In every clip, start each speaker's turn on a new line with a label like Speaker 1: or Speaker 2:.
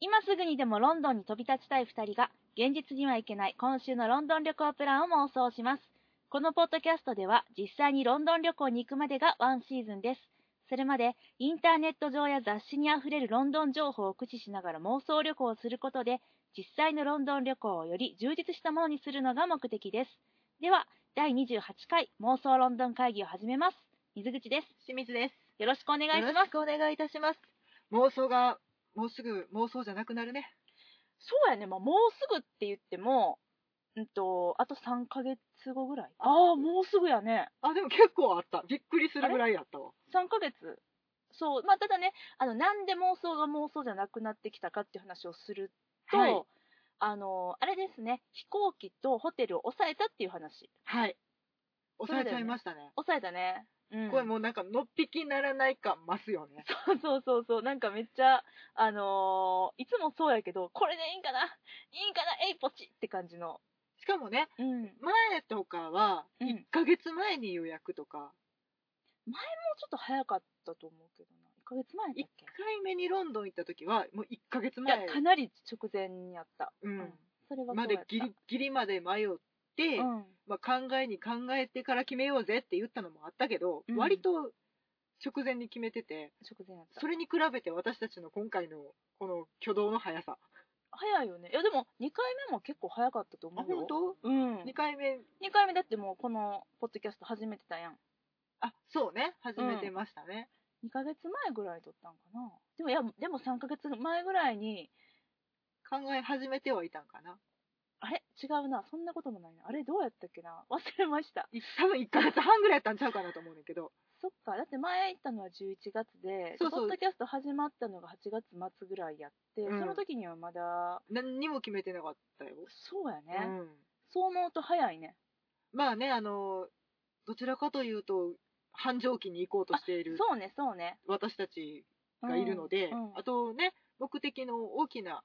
Speaker 1: 今すぐにでもロンドンに飛び立ちたい2人が現実には行けない今週のロンドン旅行プランを妄想しますこのポッドキャストでは実際にロンドン旅行に行くまでがワンシーズンですそれまでインターネット上や雑誌にあふれるロンドン情報を駆使しながら妄想旅行をすることで実際のロンドン旅行をより充実したものにするのが目的ですでは第28回妄想ロンドン会議を始めます水口です
Speaker 2: 清水です。
Speaker 1: よろしくお願いし
Speaker 2: よろ
Speaker 1: ま
Speaker 2: し
Speaker 1: す
Speaker 2: くお願いいたします。妄想がもうすぐ妄想じゃなくなるね。
Speaker 3: そうやね、まあ、もうすぐって言っても、うんと、あと3ヶ月後ぐらい。ああ、もうすぐやね。
Speaker 2: あでも結構あった。びっくりするぐらいやったわ。
Speaker 3: 3ヶ月。そう。まあ、ただね、あの、なんで妄想が妄想じゃなくなってきたかっていう話をすると、
Speaker 2: はい
Speaker 3: あの、あれですね、飛行機とホテルを抑えたっていう話。
Speaker 2: はい。抑えちゃいましたね。
Speaker 3: 抑えたね。うん。
Speaker 2: これもうなんかのっぴきならない感増すよね。
Speaker 3: そう そうそうそう。なんかめっちゃ、あのーいつもそうやけど、これでいいんかないいんかなえいぽちって感じの。
Speaker 2: しかもね、
Speaker 3: うん。もう
Speaker 2: 前とかは
Speaker 3: うん
Speaker 2: 1ヶ月前に予約とか、
Speaker 3: ちょっと早かったと思うけどな。1ヶ月前だっ
Speaker 2: 1
Speaker 3: け
Speaker 2: 回目にロンドン行った時はもう1ヶ月
Speaker 3: いや
Speaker 2: 前、
Speaker 3: かなり直前にやった。
Speaker 2: う、
Speaker 3: うんそれはそうや
Speaker 2: ま
Speaker 3: っ
Speaker 2: で
Speaker 3: た
Speaker 2: ギリギリまで迷って、
Speaker 3: うん。
Speaker 2: まあ、考えに考えてから決めようぜって言ったのもあったけど、
Speaker 3: うん
Speaker 2: 割と直前に決めてて
Speaker 3: 直前やった
Speaker 2: そ。れに比べて私たちの今回のこの挙動の速さ
Speaker 3: 早いよね。いや、でも、2回目も結構早かったと思うよ。
Speaker 2: 当
Speaker 3: うん。
Speaker 2: 2回目
Speaker 3: 2回目だってもう、この、ポッドキャスト始めてたやん。
Speaker 2: あそうね始めてましたね、
Speaker 3: 2ヶ月前ぐらい撮ったんかな。でも、いや、でも3ヶ月前ぐらいに、
Speaker 2: 考え始めてはいたんかな
Speaker 3: あれ違うな。そんなこともないな。あれどうやったっけな忘れました。
Speaker 2: い 多分1ヶ月半ぐらいやったんちゃうかなと思うねんだけど
Speaker 3: そっか。だって前行ったのは11月で、
Speaker 2: そうそう
Speaker 3: ポッドキャスト始まったのが8月末ぐらいやって、
Speaker 2: うん
Speaker 3: その時にはまだ、
Speaker 2: 何にも決めてなかったよ、
Speaker 3: そうやね。
Speaker 2: うん、
Speaker 3: そう思うと早いね。
Speaker 2: まあねあのどちらかというと繁盛期に行こうとしている
Speaker 3: そうね、そうね。
Speaker 2: 私たちがいるので、
Speaker 3: うんうん
Speaker 2: あとね目的の大きな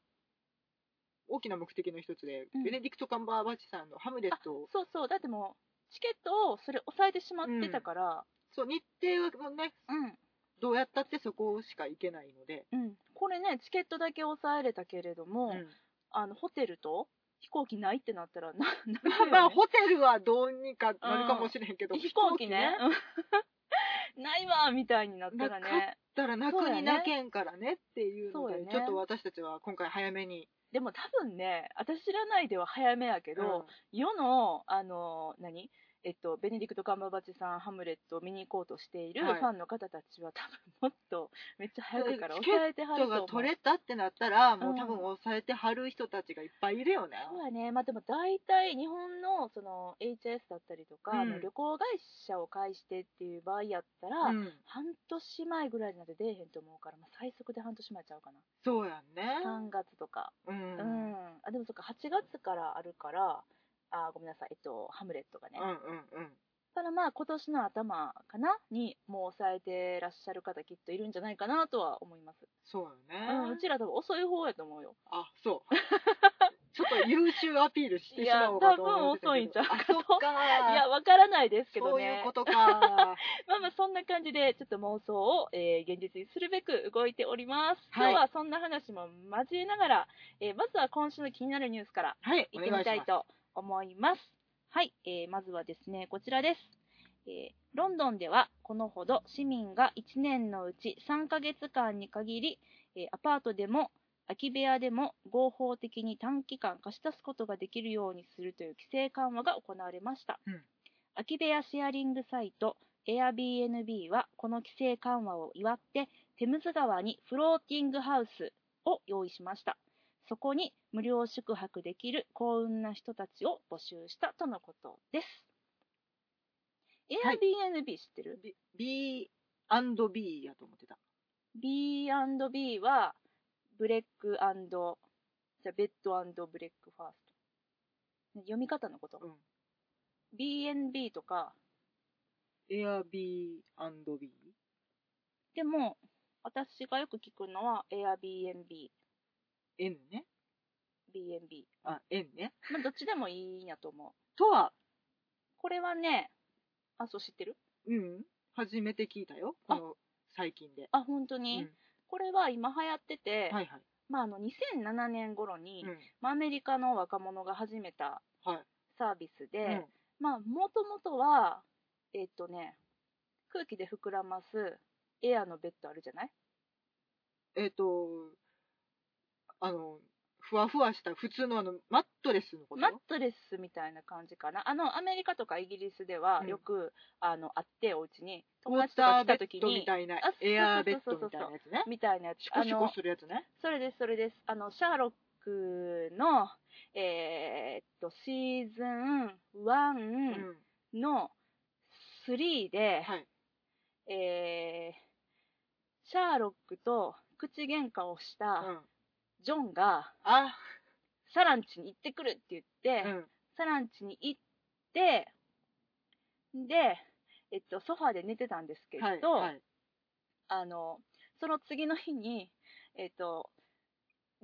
Speaker 2: 大きな目的の一つで、
Speaker 3: うん
Speaker 2: ベネディクト・カンバーバッチさんの「ハムレットを
Speaker 3: そうそう、だってもう、チケットをそれ抑えてしまってたから、」
Speaker 2: そう日程はもうね
Speaker 3: うん、
Speaker 2: どうやったってそこしか行けないので、
Speaker 3: うん、これね、チケットだけ抑えれたけれども、
Speaker 2: うん
Speaker 3: あの、ホテルと飛行機ないってなったら、な、なる
Speaker 2: まあ
Speaker 3: よね
Speaker 2: まあホテルはどうにかなるかもしれへんけど、
Speaker 3: 飛行機ね
Speaker 2: だ。
Speaker 3: うん ないわ、みたいになったら
Speaker 2: なかっ
Speaker 3: ね。
Speaker 2: ったらなくになけんからねっていうので
Speaker 3: そうやね
Speaker 2: ちょっと私たちは今回早めに、
Speaker 3: でも多分ね、私知らないでは早めやけど、世の、あの、何えっと、ベネディクト・カンバーバッチさん、ハムレットを見に行こうとしているフ
Speaker 2: はい
Speaker 3: ァンの方たちは、多分もっと、 めっちゃ早くから
Speaker 2: チケット
Speaker 3: 抑えてはる
Speaker 2: 人
Speaker 3: と思
Speaker 2: が
Speaker 3: う。
Speaker 2: 取れたってなったら、もう多
Speaker 3: う
Speaker 2: 分
Speaker 3: ん
Speaker 2: 抑えてはる人たちがいっぱいいるよね。
Speaker 3: そうやね、まあ、でも大体日本のその HIS だったりとか、
Speaker 2: うん
Speaker 3: あの旅行会社を介してっていう場合やったら、
Speaker 2: うん
Speaker 3: 半年前ぐらいになって出えへんと思うから、まあ、最速で半年前ちゃうかな、
Speaker 2: そうやんね。
Speaker 3: 3月とか、
Speaker 2: う
Speaker 3: うんんあでもそっか、8月からあるから、あごめんなさい、えっと、ハムレットがね、
Speaker 2: うん
Speaker 3: だ
Speaker 2: うん
Speaker 3: からまあ今年の頭かなにもう抑えてらっしゃる方、きっといるんじゃないかなとは思います、
Speaker 2: そうよ
Speaker 3: う
Speaker 2: ね、
Speaker 3: ん、うちら多分遅い方やと思うよ、
Speaker 2: あそうちょっと優秀アピールしてしまおうかと思ってたけど
Speaker 3: いや多分遅いん ちゃうか
Speaker 2: あ
Speaker 3: と
Speaker 2: そっか
Speaker 3: いや、わからないですけ
Speaker 2: そ
Speaker 3: ど
Speaker 2: う
Speaker 3: ね。
Speaker 2: いうことか
Speaker 3: まあまあそんな感じでちょっと妄想を、えー現実にするべく動いております、
Speaker 2: はい
Speaker 3: 今日はそんな話も交えながら、えーまずは今週の気になるニュースから
Speaker 2: はい
Speaker 3: いってみたい
Speaker 2: お願しま
Speaker 3: と思いますはい、えーまずはですねこちらですえーロンドンではこのほど市民が1年のうち3ヶ月間に限り、えーアパートでも空き部屋でも合法的に短期間貸し出すことができるようにするという規制緩和が行われました、
Speaker 2: うん
Speaker 3: 空き部屋シェアリングサイト Airbnb はこの規制緩和を祝ってテムズ川にフローティングハウスを用意しましたそこに無料宿泊できる幸運な人たちを募集したとのことです。
Speaker 2: はい
Speaker 3: Airbnb 知ってる、
Speaker 2: す B B&B やと思ってた
Speaker 3: ?B&B はブレックじゃあベッドブレックファースト。読み方のこと。
Speaker 2: うん
Speaker 3: B&B とか、
Speaker 2: Airbnb
Speaker 3: でも私がよく聞くのは Airbnb、
Speaker 2: N ね
Speaker 3: B&B。
Speaker 2: あ N ね
Speaker 3: まあどっちでもいいんやと思う。
Speaker 2: とは
Speaker 3: これはね、あ、そう知ってる
Speaker 2: うん初めて聞いたよこの最近で
Speaker 3: あ、本当に、
Speaker 2: うん
Speaker 3: これは今流行ってて、
Speaker 2: はいはい
Speaker 3: まあ、あの2007年頃に、
Speaker 2: うん
Speaker 3: まあ、アメリカの若者が始めた
Speaker 2: はい
Speaker 3: サービスで、
Speaker 2: うん
Speaker 3: まあもともとはえっとね空気で膨らますエアのベッドあるじゃない
Speaker 2: えっ、と、あの、ふわふわした普通のあの、マットレスのこと
Speaker 3: マットレスみたいな感じかなあのアメリカとかイギリスでは
Speaker 2: うん
Speaker 3: よく、あの会ってお家に
Speaker 2: ウ
Speaker 3: 友
Speaker 2: ォー
Speaker 3: 達と
Speaker 2: タ
Speaker 3: か
Speaker 2: ー
Speaker 3: 来
Speaker 2: ベ
Speaker 3: た
Speaker 2: ッ
Speaker 3: 時
Speaker 2: ドみ
Speaker 3: に
Speaker 2: たいな
Speaker 3: あ、
Speaker 2: エアーベッ
Speaker 3: そう
Speaker 2: ド
Speaker 3: そうそうそう
Speaker 2: みたいなやつね。
Speaker 3: みたいなやつ
Speaker 2: シコ
Speaker 3: あ
Speaker 2: シコ
Speaker 3: の
Speaker 2: するやつね。
Speaker 3: それですそれですあのシャーロックのえーっとシーズン
Speaker 2: う
Speaker 3: 1
Speaker 2: ん。
Speaker 3: の3で、
Speaker 2: はい。
Speaker 3: えーシャーロックと口喧嘩をし
Speaker 2: う
Speaker 3: た
Speaker 2: ん。
Speaker 3: ジョンが
Speaker 2: あ、
Speaker 3: サランチに行ってくるって言って、
Speaker 2: うん。
Speaker 3: サランチに行ってで、えっと、ソファーで寝てたんですけど、
Speaker 2: はい。はい。
Speaker 3: あのその次の日に、 えっと、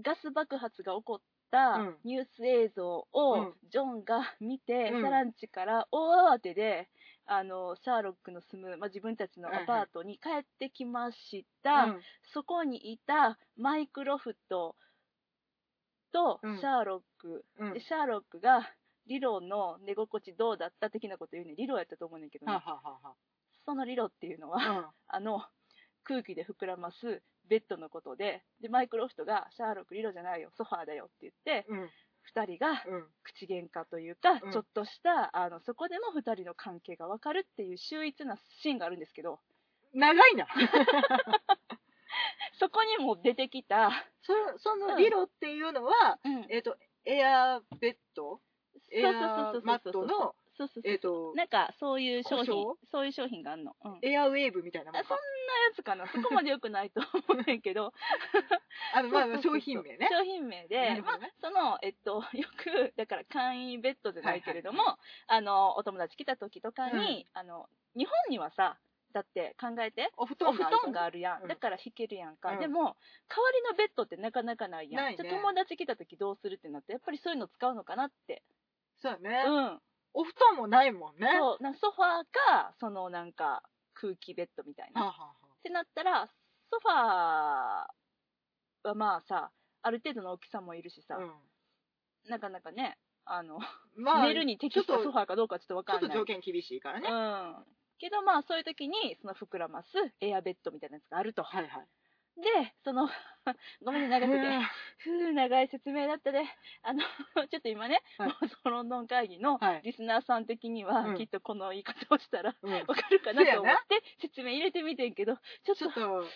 Speaker 3: ガス爆発が起こった
Speaker 2: うん
Speaker 3: ニュース映像
Speaker 2: う
Speaker 3: を
Speaker 2: ん
Speaker 3: ジョンが見て、
Speaker 2: うん
Speaker 3: サランチから大慌てであのシャーロックの住む、まあ、自分たちのアパートに帰ってきました、
Speaker 2: うん
Speaker 3: そこにいたマイク・ロフトと
Speaker 2: うん
Speaker 3: シャーロック、
Speaker 2: うん
Speaker 3: でシャーロックがリロの寝心地どうだった的なこと言うねリロやったと思うねんけどね、
Speaker 2: ははは
Speaker 3: そのリロっていうのは
Speaker 2: はは。
Speaker 3: あの空気で膨らますベッドのことででマイクロフトが「シャーロックリロじゃないよソファーだよ」って言って
Speaker 2: うん。うん。
Speaker 3: 2人が
Speaker 2: うん。
Speaker 3: 口喧嘩というか、
Speaker 2: うん
Speaker 3: ちょっとしたあのそこでも2人の関係が分かるっていう秀逸なシーンがあるんですけど
Speaker 2: 長いな。
Speaker 3: そこにも出てきた、
Speaker 2: そそ
Speaker 3: う
Speaker 2: の
Speaker 3: ん
Speaker 2: リロっていうのは、
Speaker 3: うん
Speaker 2: えっ、と、エアーベッドエ
Speaker 3: そ
Speaker 2: ア
Speaker 3: うそうそうそうそう
Speaker 2: ーマット
Speaker 3: そ
Speaker 2: の、
Speaker 3: うそうそう
Speaker 2: えっ、と、
Speaker 3: なんかそういう商
Speaker 2: 故
Speaker 3: 品
Speaker 2: 障
Speaker 3: そういう商品があるの、うん、
Speaker 2: エアウェーブみたいなもん
Speaker 3: あそ
Speaker 2: か
Speaker 3: んな。やつかなそこまでよくないと思うんやけど
Speaker 2: あの、 まあまあ、
Speaker 3: そうそうそ
Speaker 2: 商
Speaker 3: う
Speaker 2: 品名ね。
Speaker 3: 商品名で、
Speaker 2: なる
Speaker 3: ま
Speaker 2: ほ
Speaker 3: あ
Speaker 2: どね、
Speaker 3: その、えっと、 よく、だから簡易ベッドじゃないけれども、
Speaker 2: はい
Speaker 3: あの、お友達来た時とかに、あの、日本にはさ、だって考えて、
Speaker 2: お布
Speaker 3: お
Speaker 2: 団
Speaker 3: 布
Speaker 2: がある
Speaker 3: 団があるやん。
Speaker 2: うん
Speaker 3: だから引けるやんか。
Speaker 2: うん
Speaker 3: でも、代わりのベッドってなかなかないやん。
Speaker 2: ないね
Speaker 3: じゃあ友達来た時どうするってなって、やっぱりそういうの使うのかなって。
Speaker 2: そう
Speaker 3: う
Speaker 2: ね、
Speaker 3: ん。
Speaker 2: お布団もないもんね。は
Speaker 3: そう、なんかソファーか、そのなんか空気ベッドみたい
Speaker 2: あ
Speaker 3: な。
Speaker 2: は
Speaker 3: っ
Speaker 2: あはあ
Speaker 3: てなったら、ソファーはまあさ、ある程度の大きさもいるしさ、なかなかね、あの、
Speaker 2: うんまあ、
Speaker 3: 寝るに適したソファーかどうかちょっとわ
Speaker 2: ちょ
Speaker 3: か
Speaker 2: っと
Speaker 3: んない。
Speaker 2: 条件厳しいからね。
Speaker 3: うん。けどまあそういう時に、その膨らますエアベッドみたいなやつがあると。
Speaker 2: はいはい。
Speaker 3: で、その、 ごめんね、長くて。ふう、長い説明だったね。あの、 ちょっと今ね、
Speaker 2: はい
Speaker 3: もうそのロンドン会議の
Speaker 2: はい。
Speaker 3: リスナーさん的には、
Speaker 2: うん
Speaker 3: きっとこの言い方をしたら、
Speaker 2: うん
Speaker 3: わかるかな
Speaker 2: そうや
Speaker 3: と
Speaker 2: な
Speaker 3: 思って説明入れてみてんけど、ちょっと、
Speaker 2: ち
Speaker 3: ちょ
Speaker 2: ょっ
Speaker 3: っ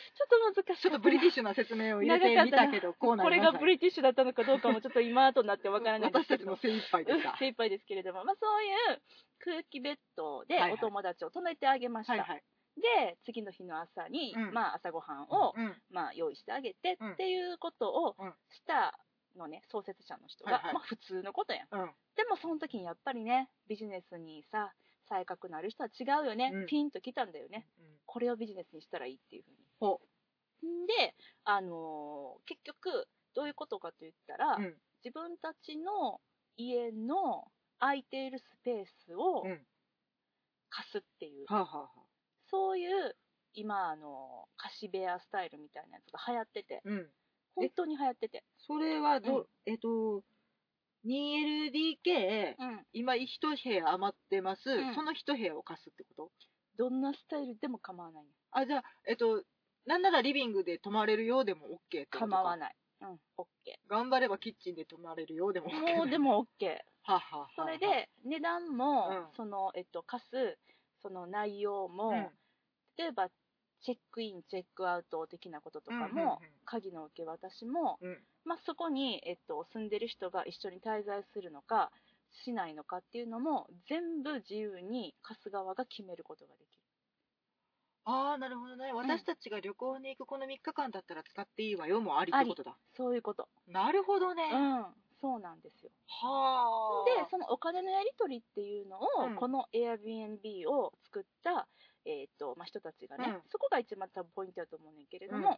Speaker 2: と、
Speaker 3: と難しい。
Speaker 2: ちょっとブリティッシュな説明を入れてみたけど、こうな
Speaker 3: こ
Speaker 2: り
Speaker 3: れ
Speaker 2: ました
Speaker 3: がブリティッシュだったのかどうかもちょっと今となってわからないんです
Speaker 2: 私
Speaker 3: け
Speaker 2: たち
Speaker 3: ど
Speaker 2: も精一杯で
Speaker 3: うん
Speaker 2: した。
Speaker 3: 精一杯ですけれども、まあ、そういう空気ベッドで
Speaker 2: はいはい
Speaker 3: お友達を泊めてあげました、
Speaker 2: はいはい。
Speaker 3: で次の日の朝に、
Speaker 2: うん
Speaker 3: まあ、朝ごはんを、
Speaker 2: うん。
Speaker 3: まあ、用意してあげて、
Speaker 2: うん
Speaker 3: っていうことを
Speaker 2: うん
Speaker 3: したのね創設者の人が、
Speaker 2: はいはい
Speaker 3: まあ、普通のことやん
Speaker 2: うん。
Speaker 3: でもその時にやっぱりねビジネスにさ才覚のある人は違うよね、
Speaker 2: うん
Speaker 3: ピンときたんだよねこれをビジネスにしたらいいっていうふうに
Speaker 2: ほ
Speaker 3: んで、あのー結局どういうことかと言ったら、
Speaker 2: うん。うん。
Speaker 3: 自分たちの家の空いているスペースを
Speaker 2: うん
Speaker 3: 貸すっていう、
Speaker 2: はあはあはあ。
Speaker 3: そういう今あの貸し部屋スタイルみたいなやつが流行ってて
Speaker 2: うん。
Speaker 3: 本当に流行ってて、
Speaker 2: それは
Speaker 3: うん
Speaker 2: ど、えっと、2LDK、
Speaker 3: うん、
Speaker 2: 今一部屋余ってます、
Speaker 3: ん
Speaker 2: その一部屋を貸すってこと
Speaker 3: どんなスタイルでも構わない
Speaker 2: あ、じゃあ、えっと、なんならリビングで泊まれるようでも OK ってことか
Speaker 3: 構わない、うん、OK
Speaker 2: 頑張ればキッチンで泊まれるようでも OK。
Speaker 3: もうでも OK
Speaker 2: はあはあはあ
Speaker 3: それ、で値段も、
Speaker 2: うん
Speaker 3: そのえっと貸すその内容も、
Speaker 2: うん
Speaker 3: 例えばチェックインチェックアウト的なこととかも、
Speaker 2: うんうんうん
Speaker 3: 鍵の受け渡しも、
Speaker 2: うん
Speaker 3: まあ、そこに、えっと、住んでる人が一緒に滞在するのかしないのかっていうのも全部自由に貸す側が決めることができる
Speaker 2: ああ、なるほどね。私たちが旅行に行くこの3日間だったら使っていいわよもありってことだ。
Speaker 3: そういうこと、
Speaker 2: なるほどね。
Speaker 3: うん、そうなんですよ
Speaker 2: はあ。
Speaker 3: でそのお金のやり取りっていうのを、
Speaker 2: うん
Speaker 3: この Airbnb を作った、えーとまあ、人たちがね、
Speaker 2: うん
Speaker 3: そこが一番多分ポイントだと思うねんけれども、
Speaker 2: うん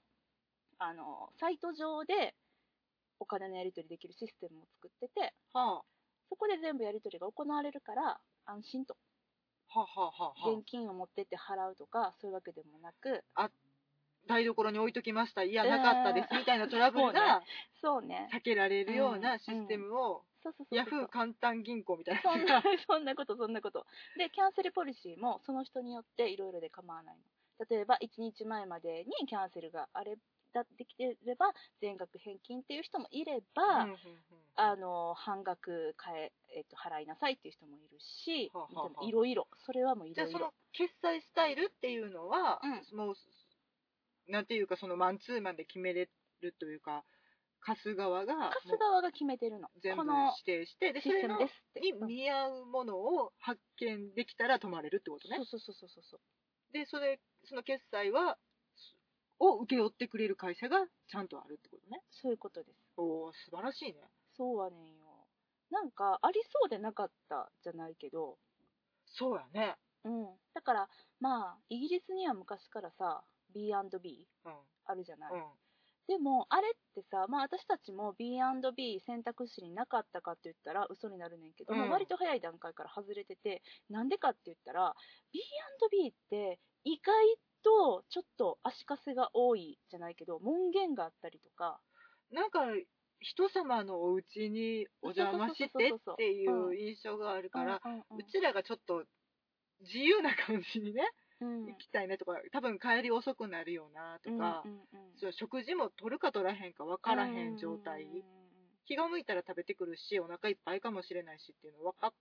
Speaker 3: あのサイト上でお金のやり取りできるシステムを作ってて
Speaker 2: は
Speaker 3: そこで全部やり取りが行われるから安心と
Speaker 2: あ、はあはあはあはあ
Speaker 3: 現金を持ってって払うとかそういうわけでもなく
Speaker 2: 台所に置いときましたいやなかったですみたいなトラブルが
Speaker 3: そうね。
Speaker 2: 避けられるようなシステムを
Speaker 3: そうそうそうそう。
Speaker 2: ヤフー簡単銀行みたい
Speaker 3: そ
Speaker 2: なんやつ
Speaker 3: な
Speaker 2: が
Speaker 3: そんなことそんなことでキャンセルポリシーもその人によっていろいろで構わないの例えば1日前までにキャンセルがあれだできてれば全額返金っていう人もいれば、
Speaker 2: うんうんうん
Speaker 3: あの半額返、えっと払いなさいっていう人もいるし
Speaker 2: はあはあはあ
Speaker 3: いろいろそれはもうい
Speaker 2: じゃ
Speaker 3: ろ
Speaker 2: あ
Speaker 3: い
Speaker 2: そ
Speaker 3: ろ
Speaker 2: の決済スタイルっていうのは、もうなんていうかそのマンツーマンで決めれるというか貸す側がも
Speaker 3: 貸
Speaker 2: う
Speaker 3: す側が決めてるの
Speaker 2: 全部
Speaker 3: この
Speaker 2: 指定してで
Speaker 3: シス
Speaker 2: それ
Speaker 3: テム
Speaker 2: の
Speaker 3: ですって
Speaker 2: に
Speaker 3: うん
Speaker 2: 見合うものを発見できたら泊まれるってことね
Speaker 3: そうそうそうそうそう
Speaker 2: でそれその決済はすを請け負ってくれる会社がちゃんとあるってことね
Speaker 3: そういうことです
Speaker 2: おお素晴らしいね
Speaker 3: そうはねんよなんかありそうでなかったじゃないけど
Speaker 2: そうやね
Speaker 3: うん、だからまあイギリスには昔からさ B&B
Speaker 2: うん
Speaker 3: あるじゃない、
Speaker 2: うん
Speaker 3: でもあれってさ、まあ、私たちも B&B 選択肢になかったかって言ったら嘘になるねんけど、
Speaker 2: うん
Speaker 3: まあ割と早い段階から外れててなんでかって言ったら B&B って意外とちょっと足かせが多いじゃないけど門限があったりとか
Speaker 2: なんか人様のお家にお邪魔してってい
Speaker 3: そうそうそうそうそう
Speaker 2: う印象があるから、
Speaker 3: うんうんうん
Speaker 2: うちらがちょっと自由な感じにね、
Speaker 3: うん
Speaker 2: 行きたいねとか多分帰り遅くなるよなとか、
Speaker 3: うんうんうん
Speaker 2: そう食事も取るか取らへんか分からへん状態、
Speaker 3: うんうんうん
Speaker 2: 気が向いたら食べてくるしお腹いっぱいかもしれないしっていうの分か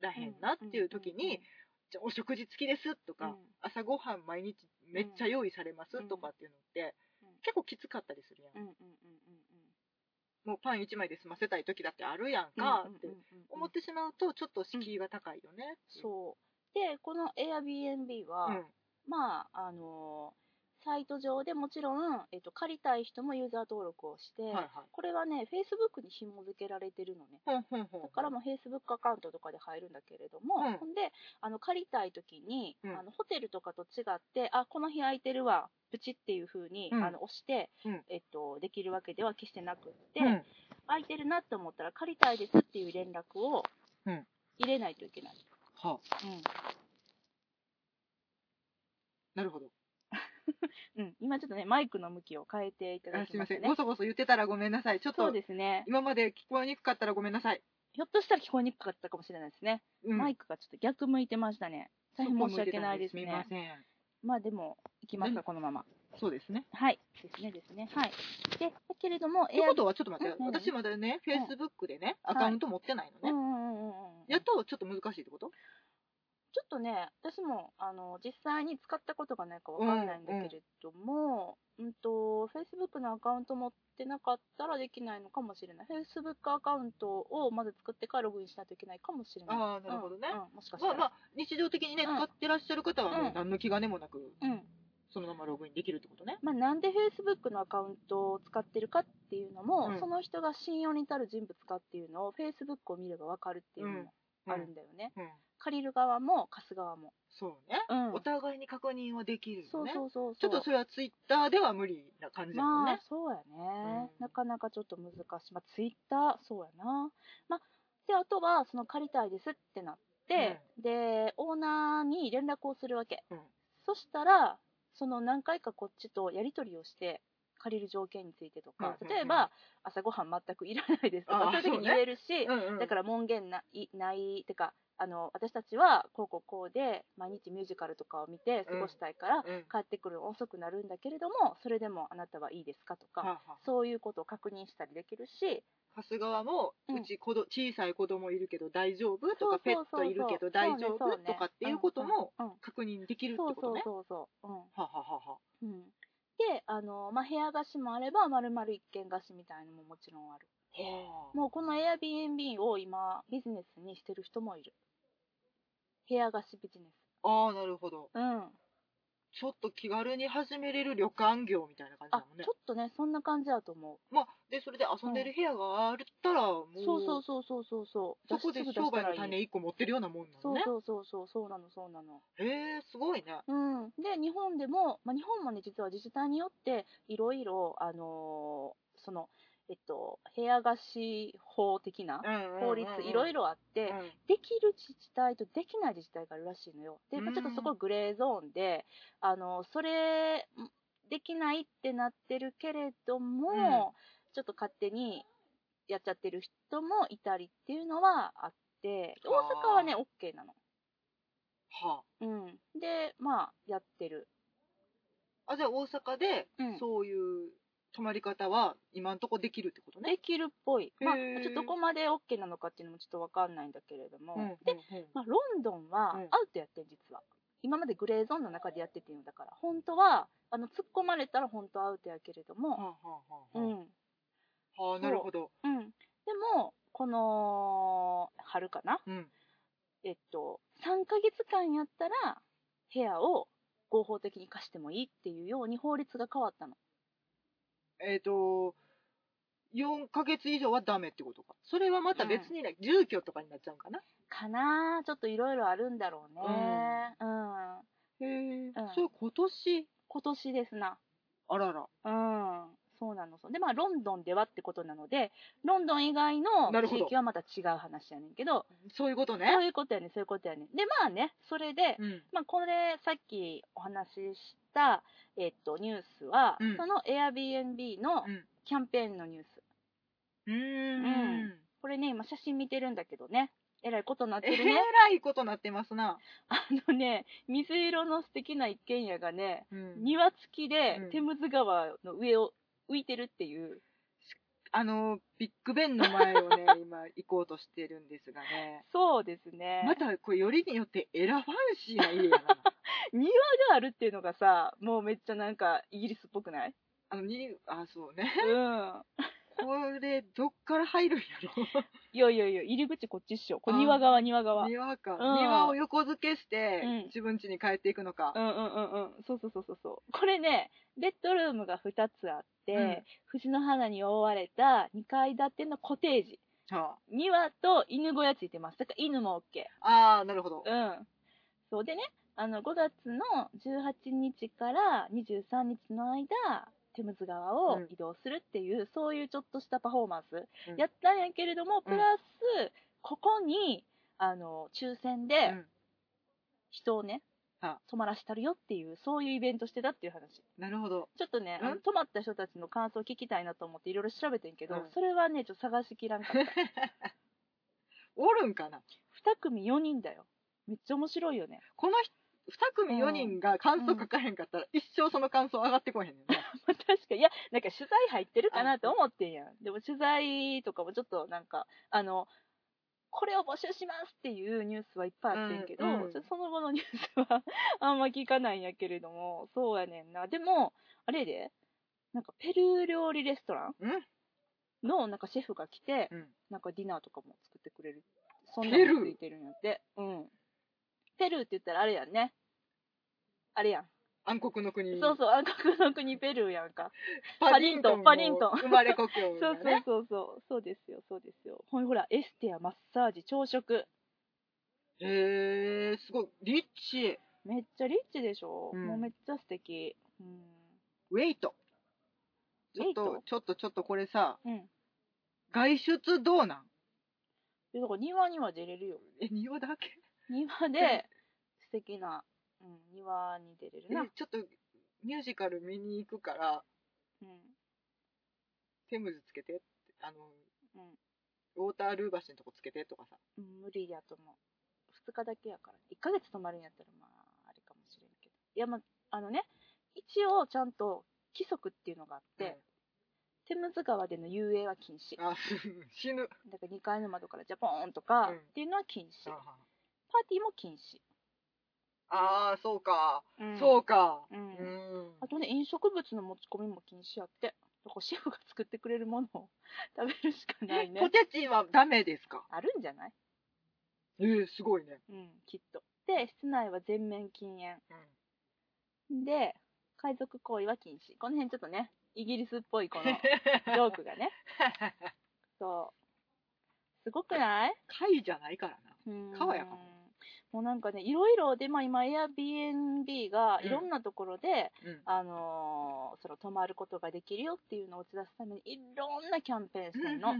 Speaker 2: らへんなっていう時に、じゃあお食事付きですとか、
Speaker 3: うん
Speaker 2: 朝ごはん毎日めっちゃ用意されますとかっていうのって、
Speaker 3: うん
Speaker 2: 結構きつかったりするやん、
Speaker 3: うんうんうんうん
Speaker 2: もうパン1枚で済ませたい時だってあるやん
Speaker 3: うん
Speaker 2: か
Speaker 3: うんうんうん
Speaker 2: って
Speaker 3: うん
Speaker 2: 思ってしまうとちょっと敷居が高いよね、う、
Speaker 3: そう。で、この Airbnb は、
Speaker 2: うん、
Speaker 3: まあ、あのーサイト上でもちろん、えっと、借りたい人もユーザー登録をして、
Speaker 2: はいはい
Speaker 3: これはね、Facebook に紐付けられてるのね。
Speaker 2: ほんほんほん
Speaker 3: だからもう Facebook アカウントとかで入るんだけれども、
Speaker 2: うん
Speaker 3: ほんで、あの借りたい時に、
Speaker 2: うん
Speaker 3: あのホテルとかと違って、あ、この日空いてるわ、プチっていう風に、
Speaker 2: うん
Speaker 3: あの押して、
Speaker 2: うん
Speaker 3: えっと、できるわけでは決してなくって、
Speaker 2: うん
Speaker 3: 空いてるなって思ったら借りたいですっていう連絡を
Speaker 2: うん
Speaker 3: 入れないといけない。
Speaker 2: はあ
Speaker 3: うん
Speaker 2: なるほど
Speaker 3: うん、今ちょっとね、マイクの向きを変えていただ
Speaker 2: あす
Speaker 3: き
Speaker 2: い
Speaker 3: ま
Speaker 2: ま
Speaker 3: し
Speaker 2: せ
Speaker 3: た
Speaker 2: ん
Speaker 3: ね
Speaker 2: ご。そごそ言ってたらごめんなさいちょっ
Speaker 3: そう
Speaker 2: と
Speaker 3: ですね。
Speaker 2: 今まで聞こえにくかったらごめんなさい、
Speaker 3: ひょっとしたら聞こえにくかったかもしれないですね。
Speaker 2: うん、
Speaker 3: マイクがちょっと逆向いてましたね。大変申し訳ないです
Speaker 2: そこ向い
Speaker 3: ね
Speaker 2: て。たんです
Speaker 3: まあでも、行きますか、このまま。
Speaker 2: みませんそうですね
Speaker 3: はい。ですね、ですね。はい。で、だけれども、
Speaker 2: ってことはちょっと待っ
Speaker 3: う
Speaker 2: て
Speaker 3: ん何
Speaker 2: 私まだねフェイスブックでね
Speaker 3: は
Speaker 2: ア
Speaker 3: い
Speaker 2: カウント持ってないの
Speaker 3: うんう
Speaker 2: ね
Speaker 3: んうんうんうん。
Speaker 2: や
Speaker 3: ち
Speaker 2: っとちょっと難しいってこと
Speaker 3: ょっとね、私も、あの、実際に使ったことがないかわかんないんだけれども、うん、と、Facebook のアカウント持ってなかったらできないのかもしれない。Facebook アカウントをまず作ってからログインしないといけないかもしれない。
Speaker 2: ああなるほどね
Speaker 3: うんうんもしかした
Speaker 2: ま
Speaker 3: ら。
Speaker 2: あまあ日常的にね
Speaker 3: うん
Speaker 2: 使ってらっしゃる方はも
Speaker 3: う
Speaker 2: うん何の気兼ねもなく
Speaker 3: うん
Speaker 2: そのままログインできるってことね
Speaker 3: まあ、なんで Facebook のアカウントを使ってるかっていうのも、
Speaker 2: うん
Speaker 3: その人が信用に至る人物かっていうのを Facebook を見ればわかるっていうのもあるんだよね、
Speaker 2: うん
Speaker 3: 借りる側も貸す側も、
Speaker 2: そうね
Speaker 3: うん
Speaker 2: お互いに確認はできる
Speaker 3: そ
Speaker 2: よ
Speaker 3: う
Speaker 2: ね
Speaker 3: そうそう
Speaker 2: ちょっとそれはツイッターでは無理な感じだもん
Speaker 3: まあ
Speaker 2: ね
Speaker 3: そうやね、
Speaker 2: うん
Speaker 3: なかなかちょっと難しいまあ Twitter そうやなまあであとはその借りたいですってなって、でオーナーに連絡をするわけ、
Speaker 2: うん
Speaker 3: そしたらその何回かこっちとやり取りをして借りる条件についてとか、
Speaker 2: うん
Speaker 3: 例えば、朝ごはん全くいらないですと
Speaker 2: あ
Speaker 3: か
Speaker 2: あ
Speaker 3: そういう時
Speaker 2: そう
Speaker 3: に
Speaker 2: ね
Speaker 3: 言えるし、
Speaker 2: うんうん
Speaker 3: だから門限ないないてかあの私たちはこうこうこうで毎日ミュージカルとかを見て過ごしたいから、
Speaker 2: うん
Speaker 3: 帰ってくるの遅くなるんだけれどもそれでもあなたはいいですかとか、
Speaker 2: はあはあ
Speaker 3: そういうことを確認したりできるし
Speaker 2: 貸す側も
Speaker 3: うん
Speaker 2: うち子ど小さい子供いるけど大丈夫と
Speaker 3: そう
Speaker 2: かペッ
Speaker 3: そうそうそう
Speaker 2: トいるけど大
Speaker 3: そうね
Speaker 2: 丈夫
Speaker 3: そうね
Speaker 2: とかっていうことも
Speaker 3: うんうんうん
Speaker 2: 確認できるって
Speaker 3: そ
Speaker 2: こ
Speaker 3: うそ
Speaker 2: と
Speaker 3: う
Speaker 2: ね
Speaker 3: そうそう、うん
Speaker 2: はははは
Speaker 3: うん、であの、まあ、部屋貸しもあればまるまる一軒貸しみたいのももちろんある
Speaker 2: は
Speaker 3: もうこの Airbnb を今ビジネスにしてる人もいる部屋貸しビジネス
Speaker 2: ああーなるほど
Speaker 3: うん
Speaker 2: ちょっと気軽に始めれる旅館業みたいな感じだ
Speaker 3: あ
Speaker 2: もんね
Speaker 3: ちょっとねそんな感じだと思う
Speaker 2: まあでそれで遊んでる部屋があったらもう
Speaker 3: そうそうそうそうそうそう。
Speaker 2: そこで商売の種一個持ってるようなもんな
Speaker 3: そ
Speaker 2: の
Speaker 3: う
Speaker 2: ね
Speaker 3: そうそうそうそうなのそうなの。
Speaker 2: へえすごいね
Speaker 3: うん。で日本でもまあ日本もね実は自治体によっていろいろあのーそのえっと部屋貸し法的な法律いろい
Speaker 2: ろ
Speaker 3: ろあってできる自治体とできない自治体があるらしいのよ。でまあちょっとそこはグレーゾーンであのそれできないってなってるけれども、
Speaker 2: うん
Speaker 3: ちょっと勝手にやっちゃってる人もいたりっていうのはあって、
Speaker 2: あ
Speaker 3: 大阪
Speaker 2: ー
Speaker 3: はね、OK なの。
Speaker 2: は
Speaker 3: うん。で、まあ、やってる。
Speaker 2: あ。あ、じゃあ大阪で
Speaker 3: うん、
Speaker 2: そういう泊まり方は今んとこできるってことね。
Speaker 3: できるっぽい。まあ、
Speaker 2: へー
Speaker 3: ちょっとどこまで OK なのかっていうのもちょっとわかんないんだけれども、
Speaker 2: うんうんうん
Speaker 3: で、まあ、ロンドンはア
Speaker 2: うん
Speaker 3: ウトやってん、実は。今までグレーゾーンの中でやっててんだから、本当は、あの、突っ込まれたら本当アウトやけれど
Speaker 2: はあ
Speaker 3: も、
Speaker 2: はあ
Speaker 3: う
Speaker 2: はあ
Speaker 3: ん。
Speaker 2: はあ、なるほど。
Speaker 3: うん。でも、この、春かな
Speaker 2: うん。
Speaker 3: えっと、3ヶ月間やったら、部屋を合法的に貸してもいいっていうように法律が変わったの。
Speaker 2: えっ、と、4ヶ月以上はダメってことか。それはまた別にね、住居とかになっちゃうんかな。
Speaker 3: かなぁちょっといろいろあるんだろうね。うん。
Speaker 2: へえ
Speaker 3: うん
Speaker 2: それ今年
Speaker 3: 今年ですな。
Speaker 2: あらら。
Speaker 3: うん。そうなの。そうで、まあ、ロンドンではってことなので、ロンドン以外の
Speaker 2: なるほ
Speaker 3: 地
Speaker 2: ど
Speaker 3: 域はまた違う話やねんけど、
Speaker 2: そういうことね。
Speaker 3: そういうことやねんそういうことやねんで、まあね、それで、
Speaker 2: うん。
Speaker 3: まあ、これ、さっきお話しした、えっと、ニュースは、
Speaker 2: うん
Speaker 3: その Airbnb の
Speaker 2: うん
Speaker 3: キャンペーンのニュース。
Speaker 2: うーん。
Speaker 3: うんこれね、今写真見てるんだけどね。えらいことになって
Speaker 2: え
Speaker 3: るね。
Speaker 2: らいことなってますな。
Speaker 3: あのね、水色の素敵な一軒家がね、
Speaker 2: うん
Speaker 3: 庭付きで
Speaker 2: うん
Speaker 3: テムズ川の上を浮いてるっていう。
Speaker 2: あの、ビッグベンの前を ね、今行こうとしてるんですがね。
Speaker 3: そうですね。
Speaker 2: またこれよりによってエラファンシーな家やな。
Speaker 3: 庭があるっていうのがさ、もうめっちゃなんかイギリスっぽくない
Speaker 2: あのに、あ、そうね。
Speaker 3: うん。
Speaker 2: これ、どっから入るんや
Speaker 3: いやいやいや、入り口こっちっしょ。これ
Speaker 2: あー
Speaker 3: 庭側、庭
Speaker 2: ろ。
Speaker 3: 側。 うん
Speaker 2: 庭か。
Speaker 3: うん
Speaker 2: 庭を横付けして
Speaker 3: うん、
Speaker 2: 自分家に帰っていくのか
Speaker 3: う。んうんうん。そうそうそうそうそう。これね、ベッドルームが2つあって、
Speaker 2: うん
Speaker 3: 藤の花に覆われた2階建てのコテージ。
Speaker 2: は
Speaker 3: 2羽と犬小屋ついてます。だから犬も OK。
Speaker 2: ああー、なるほど。
Speaker 3: うん。そうでね、あの、5月の18日から23日の間、テムズ川を移動するっていう、そういうちょっとしたパフォーマンス、
Speaker 2: うん
Speaker 3: やったんやけれども、プラス、ここに、あの、抽選で
Speaker 2: うん
Speaker 3: 人をね、
Speaker 2: あ
Speaker 3: 泊まらしたるよっていう、そういうイベントしてたっていう話。
Speaker 2: なるほど。
Speaker 3: ちょっとね、
Speaker 2: うん
Speaker 3: あの泊まった人たちの感想聞きたいなと思っていろいろ調べてんけど、
Speaker 2: うん
Speaker 3: それはね、ちょっと探しきらんか った。
Speaker 2: おるんかな
Speaker 3: 2組4人だよ。めっちゃ面白いよね。
Speaker 2: このひ二組4人が感想書かへんかったら、一生その感想上がってこへんねんな。
Speaker 3: まあ 確かに、いや、なんか取材入ってるかなと思ってんやん。でも取材とかもちょっとなんか、あの、これを募集しますっていうニュースはいっぱいあってんけど、
Speaker 2: うんうん
Speaker 3: ちょっとその後のニュースは あんま聞かないんやけれども、そうやねんな。でも、あれやで、なんかペルー料理レストラン
Speaker 2: うん
Speaker 3: のなんかシェフが来て、
Speaker 2: うん
Speaker 3: なんかディナーとかも作ってくれる。そんなのついてるんやって。うん。ペルーって言ったらあれやんね。あれやん。
Speaker 2: 暗黒の国。
Speaker 3: そうそう、暗黒の国ペルーやんか。
Speaker 2: パリントン。
Speaker 3: パリントンパリントン
Speaker 2: 生まれ故郷、ね。
Speaker 3: そうそうそうそう、そうですよ、そうですよ。ほいほら、エステやマッサージ、朝食。
Speaker 2: へえ、すごい。リッチ。
Speaker 3: めっちゃリッチでしょ、
Speaker 2: うん
Speaker 3: もうめっちゃ素敵。うん。
Speaker 2: ウェイト。ちょっ
Speaker 3: ウェイ
Speaker 2: と
Speaker 3: ト、
Speaker 2: ちょっと、ちょっとこれさ、
Speaker 3: うん。
Speaker 2: 外出どうなん
Speaker 3: で、だから庭には出れるよ。
Speaker 2: え、庭だけ
Speaker 3: 庭で、素敵な、うん、庭に出れる
Speaker 2: え
Speaker 3: な。
Speaker 2: ちょっと、ミュージカル見に行くから、
Speaker 3: うん。
Speaker 2: テムズつけてって、あの、
Speaker 3: うん
Speaker 2: ウォータールー橋のとこつけてとかさ。
Speaker 3: うん無理やと思う。2日だけやから。1ヶ月泊まるんやったら、まあ、あれかもしれんけど。いや、まあ、あのね、一応ちゃんと規則っていうのがあって、テムズ川での遊泳は禁止。
Speaker 2: うん、あ、 死ぬ。
Speaker 3: だから2階の窓からジャポーンとか
Speaker 2: うん
Speaker 3: っていうのは禁止。
Speaker 2: あ
Speaker 3: パーティーも禁止。
Speaker 2: あー、そうか。
Speaker 3: う
Speaker 2: そうか。
Speaker 3: ん。うん
Speaker 2: うん。
Speaker 3: あとね、飲食物の持ち込みも禁止やって。だからシェフが作ってくれるものを食べるしかないね
Speaker 2: ポ。テチはダメですか
Speaker 3: あるんじゃない
Speaker 2: えー、すごいね。
Speaker 3: うん、きっと。で、室内は全面禁煙。
Speaker 2: うん
Speaker 3: で、海賊行為は禁止。この辺ちょっとね、イギリスっぽいこのジョークがね。そう。すごくない
Speaker 2: 貝じゃないからな。
Speaker 3: 川
Speaker 2: 川やかも
Speaker 3: もうなんかね、いろいろで、まあ、今、Airbnb が
Speaker 2: うん
Speaker 3: いろんなところで、
Speaker 2: うん
Speaker 3: あのーその泊まることができるよっていうのを打ち出すために、いろんなキャンペーンしてるの。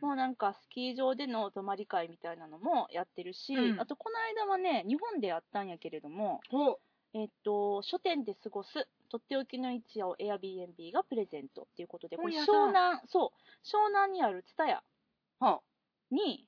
Speaker 3: もうなんかスキー場でのお泊まり会みたいなのもやってるし、
Speaker 2: うん
Speaker 3: あとこの間はね、日本でやったんやけれども、
Speaker 2: お
Speaker 3: えっと、書店で過ごすとっておきの一夜を Airbnb がプレゼントということで、これ
Speaker 2: 本屋さ
Speaker 3: 湘
Speaker 2: ん
Speaker 3: 南、そう、湘南にあるツタヤ
Speaker 2: は
Speaker 3: に、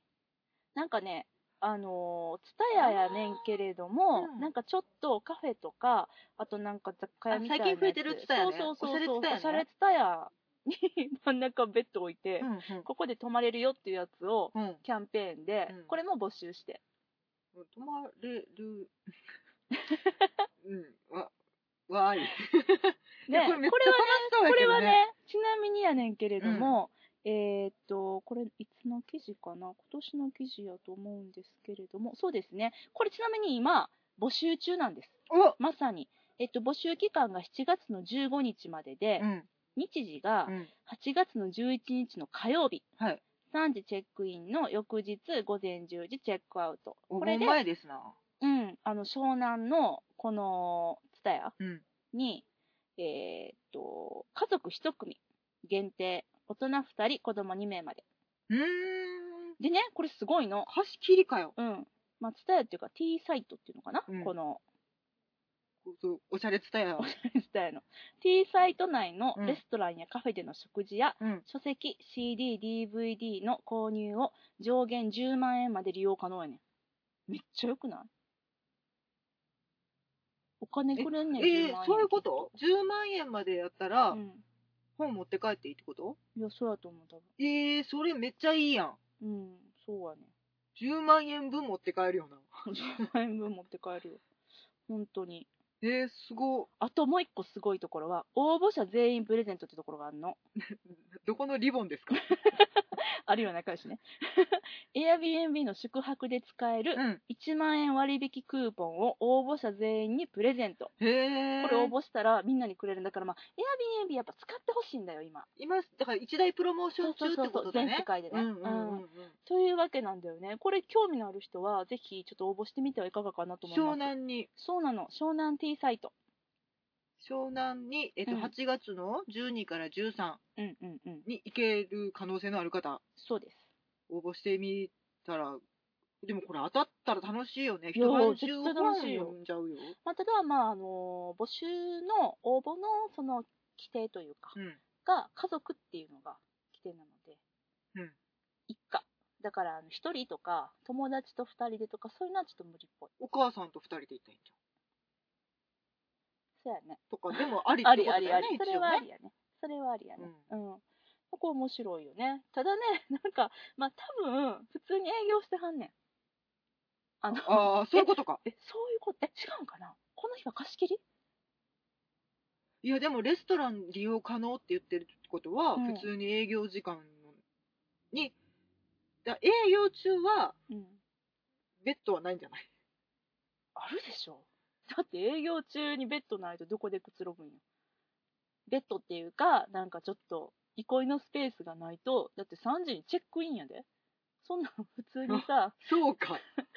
Speaker 3: なんかね、あのー、ツタヤやねんけれども、
Speaker 2: うん
Speaker 3: なんかちょっとカフェとか、あとなんか雑貨屋みたいなやつ
Speaker 2: あ最近増えてるツタヤね
Speaker 3: そうそうそうそう、
Speaker 2: おしゃれツタヤね
Speaker 3: おしゃれツタヤに 真ん中ベッド置いて、
Speaker 2: あ、うん
Speaker 3: ここで泊まれるよっていうやつを、
Speaker 2: うん、うん、
Speaker 3: キャンペーンで、
Speaker 2: うん
Speaker 3: これも募集して。
Speaker 2: 泊まれ る、うん、わ、わーい。い
Speaker 3: ね、
Speaker 2: や
Speaker 3: こ
Speaker 2: こ
Speaker 3: れ
Speaker 2: れ
Speaker 3: は
Speaker 2: め
Speaker 3: ねこ
Speaker 2: っちゃ楽しそうやけ
Speaker 3: れ
Speaker 2: ど
Speaker 3: は
Speaker 2: ね
Speaker 3: ね、ちなみにやねんけれども、えーっと、これ、いつの記事かな今年の記事やと思うんですけれども、そうですね。これちなみに今、募集中なんです。
Speaker 2: お
Speaker 3: まさに。えっと、募集期間が7月の15日までで
Speaker 2: う、ん、
Speaker 3: 日時が
Speaker 2: うん、
Speaker 3: 8月の11日の火曜日、
Speaker 2: はい。
Speaker 3: 3時チェックインの翌日午前10時チェックアウト。
Speaker 2: お
Speaker 3: これ
Speaker 2: 盆
Speaker 3: で、
Speaker 2: 前ですな。
Speaker 3: うん、あの、湘南の、この、ツタヤ
Speaker 2: うん。
Speaker 3: に、えーっと、家族一組限定、大人二人、子供二名まで。
Speaker 2: うーん。
Speaker 3: でね、これすごいの。
Speaker 2: 貸し切りかよ。
Speaker 3: うん。まあ、ツタヤっていうか T サイトっていうのかな、
Speaker 2: うん
Speaker 3: この、
Speaker 2: そうおしゃれつたや。
Speaker 3: ツタヤの。T サイト内の
Speaker 2: うん
Speaker 3: レストランやカフェでの食事や、
Speaker 2: うん。
Speaker 3: 書籍、CD、DVD の購入を上限10万円まで利用可能やねん。めっちゃよくないお金くれんねん、10
Speaker 2: え
Speaker 3: 万
Speaker 2: ー、
Speaker 3: 円
Speaker 2: そういうこと ?10 万円までやったら
Speaker 3: う、ん。
Speaker 2: 本持って帰っていいってこと
Speaker 3: いや、そうやと思う、多分。
Speaker 2: えー、それめっちゃいいやん。
Speaker 3: うん、そうやねん。
Speaker 2: 10万円分持って帰るよな。
Speaker 3: 10万円分持って帰るよ。本当に。
Speaker 2: えー、すご。
Speaker 3: あともう一個すごいところは、応募者全員プレゼントってところがあるの。
Speaker 2: どこのリボンですか
Speaker 3: あるいは仲良しね。Airbnb の宿泊で使える
Speaker 2: うん。
Speaker 3: 1万円割引クーポンを応募者全員にプレゼント。
Speaker 2: へえ。
Speaker 3: これ応募したらみんなにくれるんだから、まあ、Airbnb やっぱ使ってほしいんだよ、今。
Speaker 2: 今、だから一大プロモーション中ってことだ
Speaker 3: 全世
Speaker 2: ね。
Speaker 3: 界でね。
Speaker 2: うんうんうんうん。
Speaker 3: というわけなんだよね。これ興味のある人は、ぜひちょっと応募してみてはいかがかなと思います。
Speaker 2: 湘。南に、
Speaker 3: そうなの。湘南 T サイト。
Speaker 2: 湘南に、えっと、
Speaker 3: うん
Speaker 2: 8月の12から13
Speaker 3: うんうんうん。
Speaker 2: に行ける可能性のある方、
Speaker 3: そうです。
Speaker 2: 応募してみたら、でもこれ当たったら楽しいよね。
Speaker 3: いや
Speaker 2: 一晩中
Speaker 3: 絶対
Speaker 2: 本
Speaker 3: 楽しいよ
Speaker 2: 読んじゃうよ。
Speaker 3: まあ、ただ、まああの募集の応募のその規定というか、
Speaker 2: うん。
Speaker 3: が家族っていうのが規定なので、
Speaker 2: うん
Speaker 3: 一家。だから、あの一人とか、友達と二人でとか、そういうのはちょっと無理っぽい。
Speaker 2: お母さんと二人で行ったらいいんじゃん。
Speaker 3: そうやね。
Speaker 2: とか、でもありっ
Speaker 3: あ
Speaker 2: て
Speaker 3: り
Speaker 2: こと
Speaker 3: あ
Speaker 2: だ
Speaker 3: りあ
Speaker 2: よ
Speaker 3: り
Speaker 2: ね。。
Speaker 3: それはあり
Speaker 2: 一
Speaker 3: やね。それはありや
Speaker 2: 応
Speaker 3: ね
Speaker 2: ね。。
Speaker 3: うん。ここ面白いよね。ただね、 なんか、まあ多分、普通に営業してはんねん。あの、
Speaker 2: ああ、そういうことか。
Speaker 3: え、そういうこと、え、違うんかなこの日は貸し切り
Speaker 2: いや、でもレストラン利用可能って言ってるってことは、
Speaker 3: うん
Speaker 2: 普通に営業時間に、だ営業中は
Speaker 3: うん。
Speaker 2: ベッドはないんじゃない
Speaker 3: あるでしょだって営業中にベッドないとどこでくつろぐんよベッドっていうかなんかちょっと憩いのスペースがないとだって3時にチェックインやでそんなん普通にさ
Speaker 2: そうか。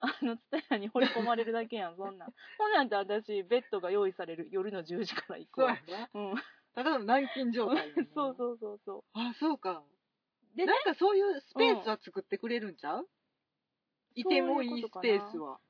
Speaker 3: あの蔦屋に掘り込まれるだけやんそんなんほんなんて私ベッドが用意される夜の10時から行く
Speaker 2: そうや
Speaker 3: わ
Speaker 2: な。
Speaker 3: うん、
Speaker 2: ただの軟禁状態、。
Speaker 3: そうそうそうそう
Speaker 2: あ、そうか。
Speaker 3: うでね
Speaker 2: なんかそういうスペースは作ってくれるんちゃう、いてもいいスペースは。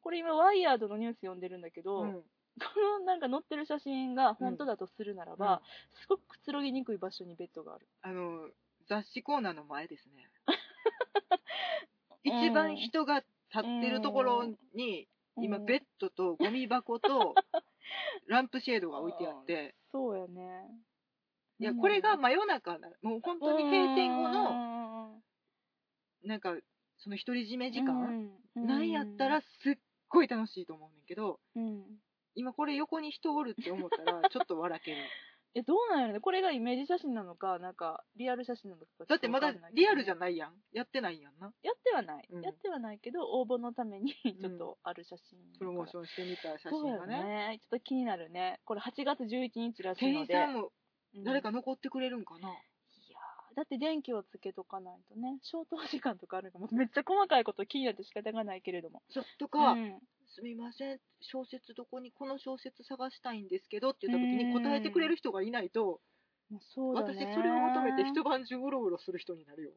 Speaker 3: これ今ワイヤードのニュース読んでるんだけど、
Speaker 2: うん
Speaker 3: このなんか載ってる写真が本当だとするならば、すごくくつろぎにくい場所にベッドがある
Speaker 2: あの、雑誌コーナーの前ですね。
Speaker 3: うん
Speaker 2: 一番人が立ってるところに、今、ベッドとゴミ箱 と、ランプシェードが置いてあって、
Speaker 3: そうやね
Speaker 2: いや、これが真夜中な、もう本当に閉店後の、
Speaker 3: の
Speaker 2: なんか、その独り占め時間、なんやった、
Speaker 3: う
Speaker 2: らすっごい楽しいと思うねんだけど、
Speaker 3: んうん
Speaker 2: 今これ横に人おるって 思ったら、ちょっと笑ける。
Speaker 3: えどうなんやろねこれがイメージ写真なのかなんかリアル写真なのか
Speaker 2: だってまだリアルじゃないやん。やってないやんな。
Speaker 3: やってはない、
Speaker 2: うん
Speaker 3: やってはないけど応募のためにちょっ
Speaker 2: う
Speaker 3: とある写真、
Speaker 2: プロモーションしてみた写
Speaker 3: そう
Speaker 2: 真
Speaker 3: や
Speaker 2: がね。
Speaker 3: ねちょっと気になるねこれ8月11日らしい
Speaker 2: 店
Speaker 3: の
Speaker 2: 員
Speaker 3: で
Speaker 2: さんも誰
Speaker 3: う
Speaker 2: か
Speaker 3: ん
Speaker 2: 残ってくれるんかな、
Speaker 3: いやーだって電気をつけとかないとね消灯時間とかあるかもめっちゃ細かいこと気になって仕方がないけれども
Speaker 2: ちょっとか、
Speaker 3: うん
Speaker 2: すみません、小説どこに、この小説探したいんですけどって言った時に答えてくれる人がいないと、
Speaker 3: もうそうだ
Speaker 2: 私
Speaker 3: ね
Speaker 2: それを求めて一晩中うろうろする人になるよ。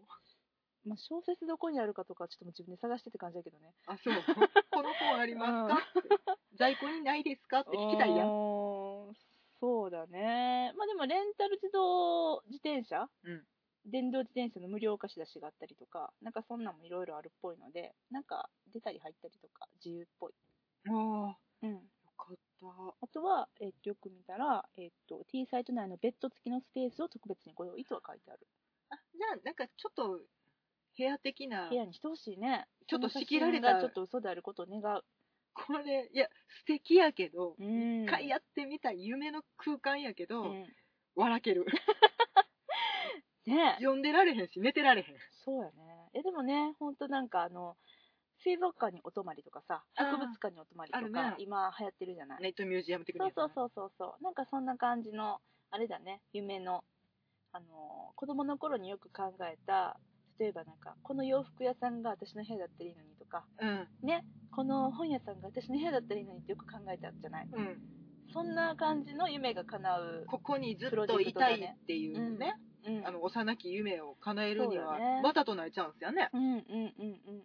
Speaker 3: まあ、小説どこにあるかとかちょっともう自分で探してって感じだけどね
Speaker 2: あ、そう。この本ありますかって。在庫にないですかって聞きたいや。
Speaker 3: うんーんそうだね。まあでも、レンタル自動自転車、
Speaker 2: うん
Speaker 3: 電動自転車の無料貸し出しがあったりとか、なんかそんなんもいろいろあるっぽいので、なんか出たり入ったりとか自由っぽい。
Speaker 2: ああ、
Speaker 3: うん。
Speaker 2: よかった。
Speaker 3: あとは、えっとよく見たら、えっと、T サイト内のベッド付きのスペースを特別にご用意とは書いてある。
Speaker 2: あじゃあ、なんかちょっと、部屋的な
Speaker 3: 部、屋にしてほしいね。
Speaker 2: ちょっと
Speaker 3: その
Speaker 2: 仕切られた
Speaker 3: 写真がちょっと嘘であることを願う。
Speaker 2: これ、いや、素敵やけど、
Speaker 3: うん
Speaker 2: 一回やってみたい夢の空間やけど、
Speaker 3: うん
Speaker 2: 笑ける。
Speaker 3: ねえ
Speaker 2: 呼んでられへんし、寝てられへん。
Speaker 3: そうやね。え、でもね、ほんとなんかあの、水族館にお泊まりとかさ、
Speaker 2: あー
Speaker 3: 博物館にお泊まりと
Speaker 2: ある
Speaker 3: か
Speaker 2: ね、
Speaker 3: 今流行ってるじゃない。
Speaker 2: ネットミュージアム的な
Speaker 3: そう
Speaker 2: やつ
Speaker 3: そ
Speaker 2: な
Speaker 3: うそうそうそう。なんかそんな感じの、あれだね、夢の、あのー子供の頃によく考えた、例えばなんか、この洋服屋さんが私の部屋だったらいいのにとか、
Speaker 2: うん、
Speaker 3: ね、この本屋さんが私の部屋だったらいいのにってよく考えたじゃない。
Speaker 2: うん。
Speaker 3: そんな感じの夢が叶う。
Speaker 2: ここにずっといたいっていうね、
Speaker 3: うん
Speaker 2: あの幼き夢を叶えるには
Speaker 3: そうだね、
Speaker 2: またとないチャンスやね。
Speaker 3: うんうんうんうん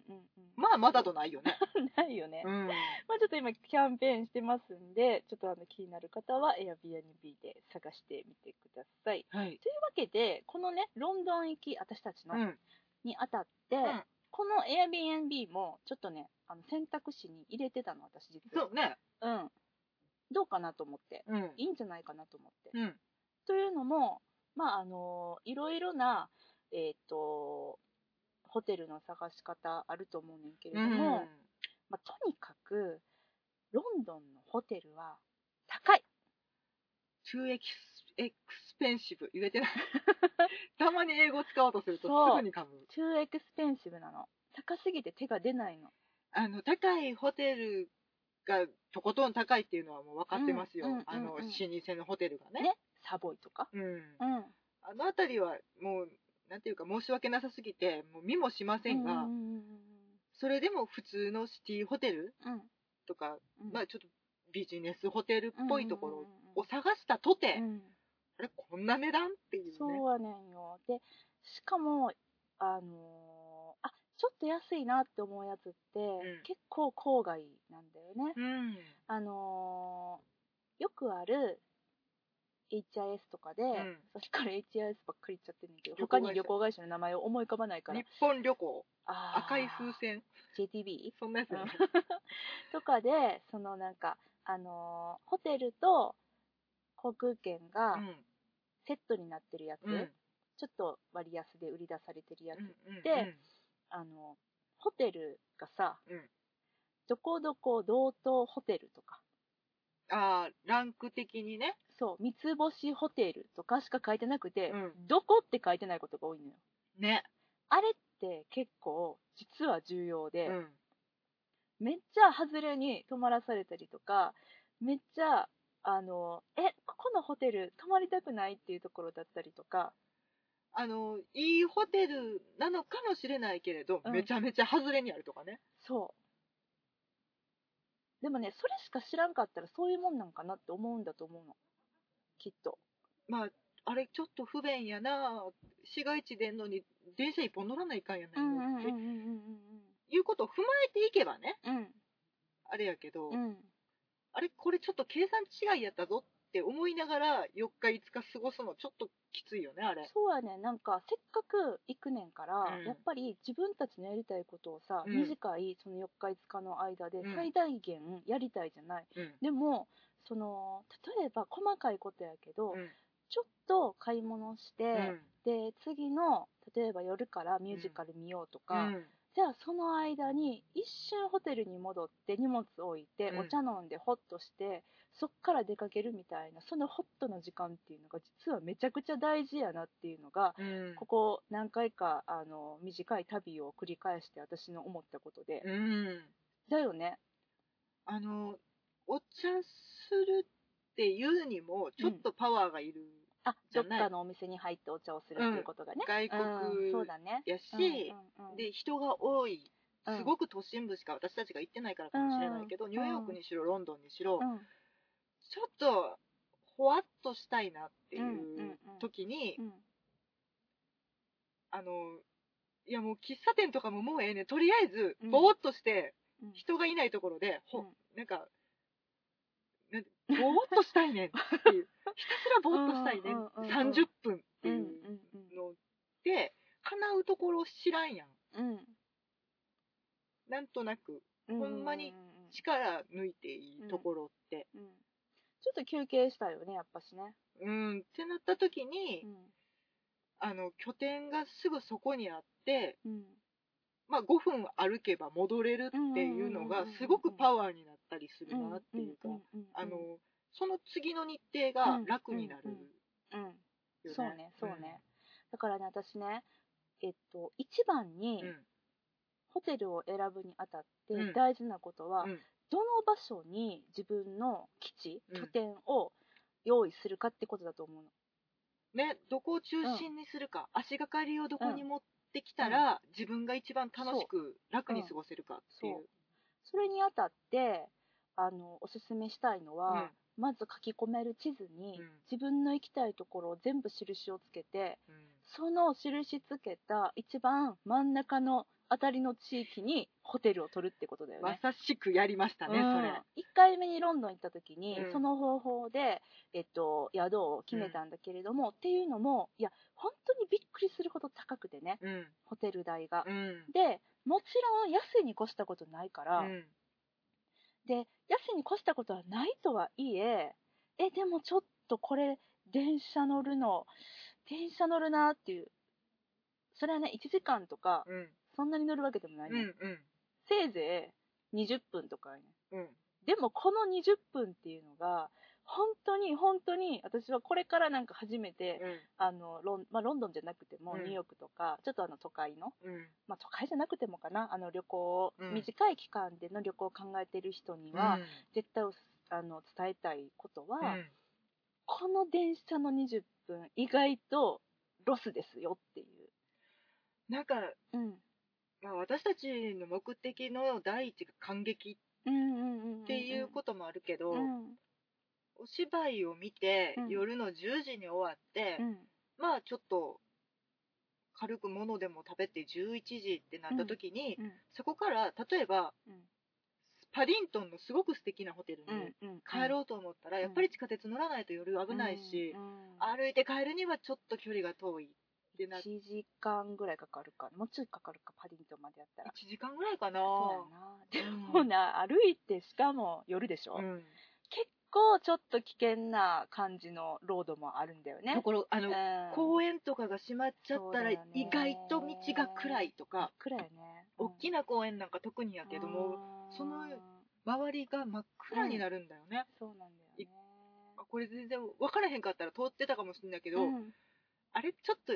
Speaker 3: うんうん。
Speaker 2: まあ、まだとないよね。
Speaker 3: ないよね。
Speaker 2: うん。
Speaker 3: まあ、ちょっと今キャンペーンしてますんで、ちょっとあの気になる方は Airbnb で探してみてください。
Speaker 2: はい。
Speaker 3: というわけで、このね、ロンドン行き、私たちの、
Speaker 2: うん。
Speaker 3: にあたって、
Speaker 2: ん
Speaker 3: この Airbnb もちょっとね、あの選択肢に入れてたの、私実
Speaker 2: そ
Speaker 3: は。
Speaker 2: うね。
Speaker 3: うん。どうかなと思って。
Speaker 2: うん。
Speaker 3: いいんじゃないかなと思って。
Speaker 2: うん。
Speaker 3: というのも、まあ、あの、いろいろな、えっ、と、ホテルの探し方あると思うねんけれ
Speaker 2: う
Speaker 3: ども、
Speaker 2: ん。
Speaker 3: まあ、とにかくロンドンのホテルは高い
Speaker 2: too ex- expensive 言えてない たまに英語使おうとすると
Speaker 3: そう
Speaker 2: すぐに噛む
Speaker 3: 中エクスペンシブなの高すぎて手が出ないの
Speaker 2: あの高いホテルがとことん高いっていうのはもう分かってますよ、
Speaker 3: うんうんうんうん
Speaker 2: あの老舗のホテルがね
Speaker 3: ねサボイとか
Speaker 2: うん、
Speaker 3: うん
Speaker 2: あの辺りはもうなんていうか申し訳なさすぎてもう見もしませんが、
Speaker 3: うんうん
Speaker 2: それでも普通のシティホテル
Speaker 3: うん
Speaker 2: とか、
Speaker 3: うん
Speaker 2: まあ、ちょっとビジネスホテルっぽいところを
Speaker 3: お
Speaker 2: 探したとて、
Speaker 3: うん
Speaker 2: あれこんな値段っていうね
Speaker 3: そうはねんよでしかもあのーあちょっと安いなって思うやつって、
Speaker 2: ん
Speaker 3: 結構郊外なんだよね、
Speaker 2: うん
Speaker 3: あのーよくある HIS とかで、
Speaker 2: ん
Speaker 3: さっきから HIS ばっかり言っちゃってるんだけど、
Speaker 2: 旅行
Speaker 3: 他
Speaker 2: 会社
Speaker 3: に旅行会社の名前を思い浮かばないから
Speaker 2: 日、本旅行
Speaker 3: あー
Speaker 2: 赤い風船
Speaker 3: JTB
Speaker 2: そんなやつだね
Speaker 3: とかで、そのなんか、あのーホテルと航空券がセットになってるやつ、
Speaker 2: うんうん
Speaker 3: ちょっと割安で売り出されてるやつ、
Speaker 2: うん
Speaker 3: であのホテルがさ、
Speaker 2: うん
Speaker 3: どこどこ同等ホテルとか、
Speaker 2: ああランク的にね
Speaker 3: そう、三つ星ホテルとかしか書いてなくて、
Speaker 2: うん
Speaker 3: どこって書いてないことが多いのよ。
Speaker 2: ね、
Speaker 3: あれって結構実は重要で、
Speaker 2: うん、
Speaker 3: めっちゃ外れに泊まらされたりとか、めっちゃ、あの、え、ここのホテル泊まりたくないっていうところだったりとか、
Speaker 2: あのいいホテルなのかもしれないけれど、
Speaker 3: うん
Speaker 2: めちゃめちゃ外れにあるとかね
Speaker 3: そう。でもね、それしか知らんかったらそういうもんなんかなって思うんだと思うの。きっと。
Speaker 2: まああれちょっと不便やな市街地出んのに電車一本乗らないかんやないのっていうことを踏まえていけばね
Speaker 3: うん。
Speaker 2: あれやけど、
Speaker 3: うん。
Speaker 2: あれこれちょっと計算違いやったぞって思いながら4日5日過ごすのちょっときついよねあれ
Speaker 3: そうやね、なんかせっかく行くねんから、
Speaker 2: うん
Speaker 3: やっぱり自分たちのやりたいことをさ、
Speaker 2: うん
Speaker 3: 短いその4日5日の間で
Speaker 2: うん
Speaker 3: 最大限やりたいじゃない。
Speaker 2: うん
Speaker 3: でもその例えば細かいことやけど、
Speaker 2: うん
Speaker 3: ちょっと買い物して、
Speaker 2: うん
Speaker 3: で次の例えば夜からミュージカル見ようとか、
Speaker 2: うん
Speaker 3: じゃあその間に一瞬ホテルに戻って荷物置いて、
Speaker 2: うん
Speaker 3: お茶飲んでホッとしてそっから出かけるみたいなそのホッとの時間っていうのが実はめちゃくちゃ大事やなっていうのが。
Speaker 2: うん
Speaker 3: ここ何回かあの短い旅を繰り返して私の思ったことで、
Speaker 2: うん
Speaker 3: だよね
Speaker 2: あの、お茶するっていうにも、ちょっとパワーがいる
Speaker 3: あ
Speaker 2: じ
Speaker 3: ど
Speaker 2: ゃ
Speaker 3: っ
Speaker 2: ない
Speaker 3: かのお店に入ってお茶をするっていうことがね、
Speaker 2: 外国
Speaker 3: うんそうだね。
Speaker 2: やし、
Speaker 3: うんうんうん
Speaker 2: で、人が多い。
Speaker 3: うん
Speaker 2: すごく都心部しか私たちが行ってないからかもしれないけど、
Speaker 3: ん
Speaker 2: ニューヨークにしろ、ロンドンにしろ、
Speaker 3: うん
Speaker 2: ちょっと、ほわっとしたいなってい
Speaker 3: んうんうん
Speaker 2: う時に、
Speaker 3: うん
Speaker 2: あの、いやもう喫茶店とかももうええねんとりあえず
Speaker 3: うん、
Speaker 2: ぼーっとして、
Speaker 3: うん
Speaker 2: 人がいないところで、ほ
Speaker 3: うん
Speaker 2: なんか、ねぼーっとしたいねんって いうひたすらぼーっとしたいね
Speaker 3: う
Speaker 2: ん
Speaker 3: んうんうんうん
Speaker 2: 30分って
Speaker 3: う
Speaker 2: い
Speaker 3: んうん
Speaker 2: うので叶うところ知らんやん
Speaker 3: うん
Speaker 2: なんとなく
Speaker 3: うん
Speaker 2: ほんまに力抜いていいところって
Speaker 3: うんちょっと休憩したいよねやっぱしね
Speaker 2: うんってなった時に
Speaker 3: う
Speaker 2: あの拠点がすぐそこにあって
Speaker 3: んうん
Speaker 2: まあ、5分歩けば戻れるっていうの
Speaker 3: うん
Speaker 2: が
Speaker 3: うんうんうんうん
Speaker 2: すごくパワーになったりする
Speaker 3: うん
Speaker 2: なっていうか、
Speaker 3: んんん
Speaker 2: あのその次の日程が楽になるよね。
Speaker 3: うんそうねそうね、だからね私ねえっと一番
Speaker 2: うん。
Speaker 3: に
Speaker 2: うん
Speaker 3: ホテルを選ぶにあたっ
Speaker 2: う
Speaker 3: て
Speaker 2: ん
Speaker 3: 大事なことは、
Speaker 2: うん
Speaker 3: どの場所に自分の基地
Speaker 2: うん
Speaker 3: 拠点を用意するかってことだと思うの
Speaker 2: ね、どこを中心にするか、足がかりをどこに持ってきたら、自分が一番楽しく楽に過ごせるかっていう。
Speaker 3: それにあたってあのおすすめしたいの
Speaker 2: うん
Speaker 3: は、まず書き込める地図に、
Speaker 2: うん
Speaker 3: 自分の行きたいところを全部印をつけて
Speaker 2: うん
Speaker 3: その印つけた一番真ん中のあたりの地域にホテルを取るってことだよ
Speaker 2: ま
Speaker 3: ね。
Speaker 2: さしくやりました
Speaker 3: う
Speaker 2: ね、
Speaker 3: ん
Speaker 2: それ。
Speaker 3: 1回目にロンドン行った時に、
Speaker 2: うん
Speaker 3: その方法で、えっと、宿を決めたんだけれども、っていうのもいや本当にびっくりするほど高くてね
Speaker 2: うん。
Speaker 3: ホテル代が。
Speaker 2: うん。
Speaker 3: でもちろん安いに越したことないから、
Speaker 2: うん
Speaker 3: で安に越したことはないとはいええでもちょっとこれ電車乗るの電車乗るなっていうそれはね1時間とか
Speaker 2: うん。
Speaker 3: そんなに乗るわけでもない、
Speaker 2: う
Speaker 3: ね
Speaker 2: ん。うん。
Speaker 3: せいぜい20分とかやね
Speaker 2: うん。
Speaker 3: でもこの20分っていうのが本当に本当に私はこれからなんか初めてあのロン,、まあ、ロンドンじゃなくても
Speaker 2: うん
Speaker 3: ニューヨークとか、ちょっとあの都会の、
Speaker 2: うん。
Speaker 3: まあ、都会じゃなくてもかなあの旅行を、
Speaker 2: うん
Speaker 3: 短い期間での旅行を考えてる人には、
Speaker 2: うん
Speaker 3: 絶対おすあの伝えたいことは、
Speaker 2: うん
Speaker 3: この電車の20分意外とロスですよってい
Speaker 2: なんか、
Speaker 3: う、うん、
Speaker 2: まあ、私たちの目的の第一が感激
Speaker 3: うんうんうん
Speaker 2: っていうこともあるけど、
Speaker 3: とうん
Speaker 2: お芝居を見て、
Speaker 3: うん
Speaker 2: 夜の10時に終わって、
Speaker 3: うん
Speaker 2: まあちょっと軽くものでも食べて11時ってなった時に、
Speaker 3: うん
Speaker 2: そこから例えば、
Speaker 3: うん
Speaker 2: パリントンのすごく素敵なホテル
Speaker 3: うん
Speaker 2: に
Speaker 3: うん
Speaker 2: 帰ろうと思ったら、
Speaker 3: うん
Speaker 2: やっぱり地下鉄乗らないと夜危ないし、歩いて帰るにはちょっと距離が遠いってなって
Speaker 3: 1時間ぐらいかかるかもうちょいかかるかパディントンまでやったら
Speaker 2: 1時間ぐらいかな。
Speaker 3: そうやなで
Speaker 2: うん
Speaker 3: もな歩いてしかも夜でしょ、
Speaker 2: うん
Speaker 3: 結構ちょっと危険な感じのロードもあるんだよね
Speaker 2: ところあの、
Speaker 3: うん
Speaker 2: 公園とかが閉まっちゃった
Speaker 3: そ
Speaker 2: ら
Speaker 3: う
Speaker 2: 意
Speaker 3: だよね
Speaker 2: 外と道が暗いとか、
Speaker 3: 暗いよね
Speaker 2: 大き
Speaker 3: な
Speaker 2: な公園なんか特にやけども、その周りが真っ暗になるんだよね、
Speaker 3: そうなんだよね
Speaker 2: い。あこれ全然分からへんかったら通ってたかもしれないけど、
Speaker 3: うん
Speaker 2: あれちょっと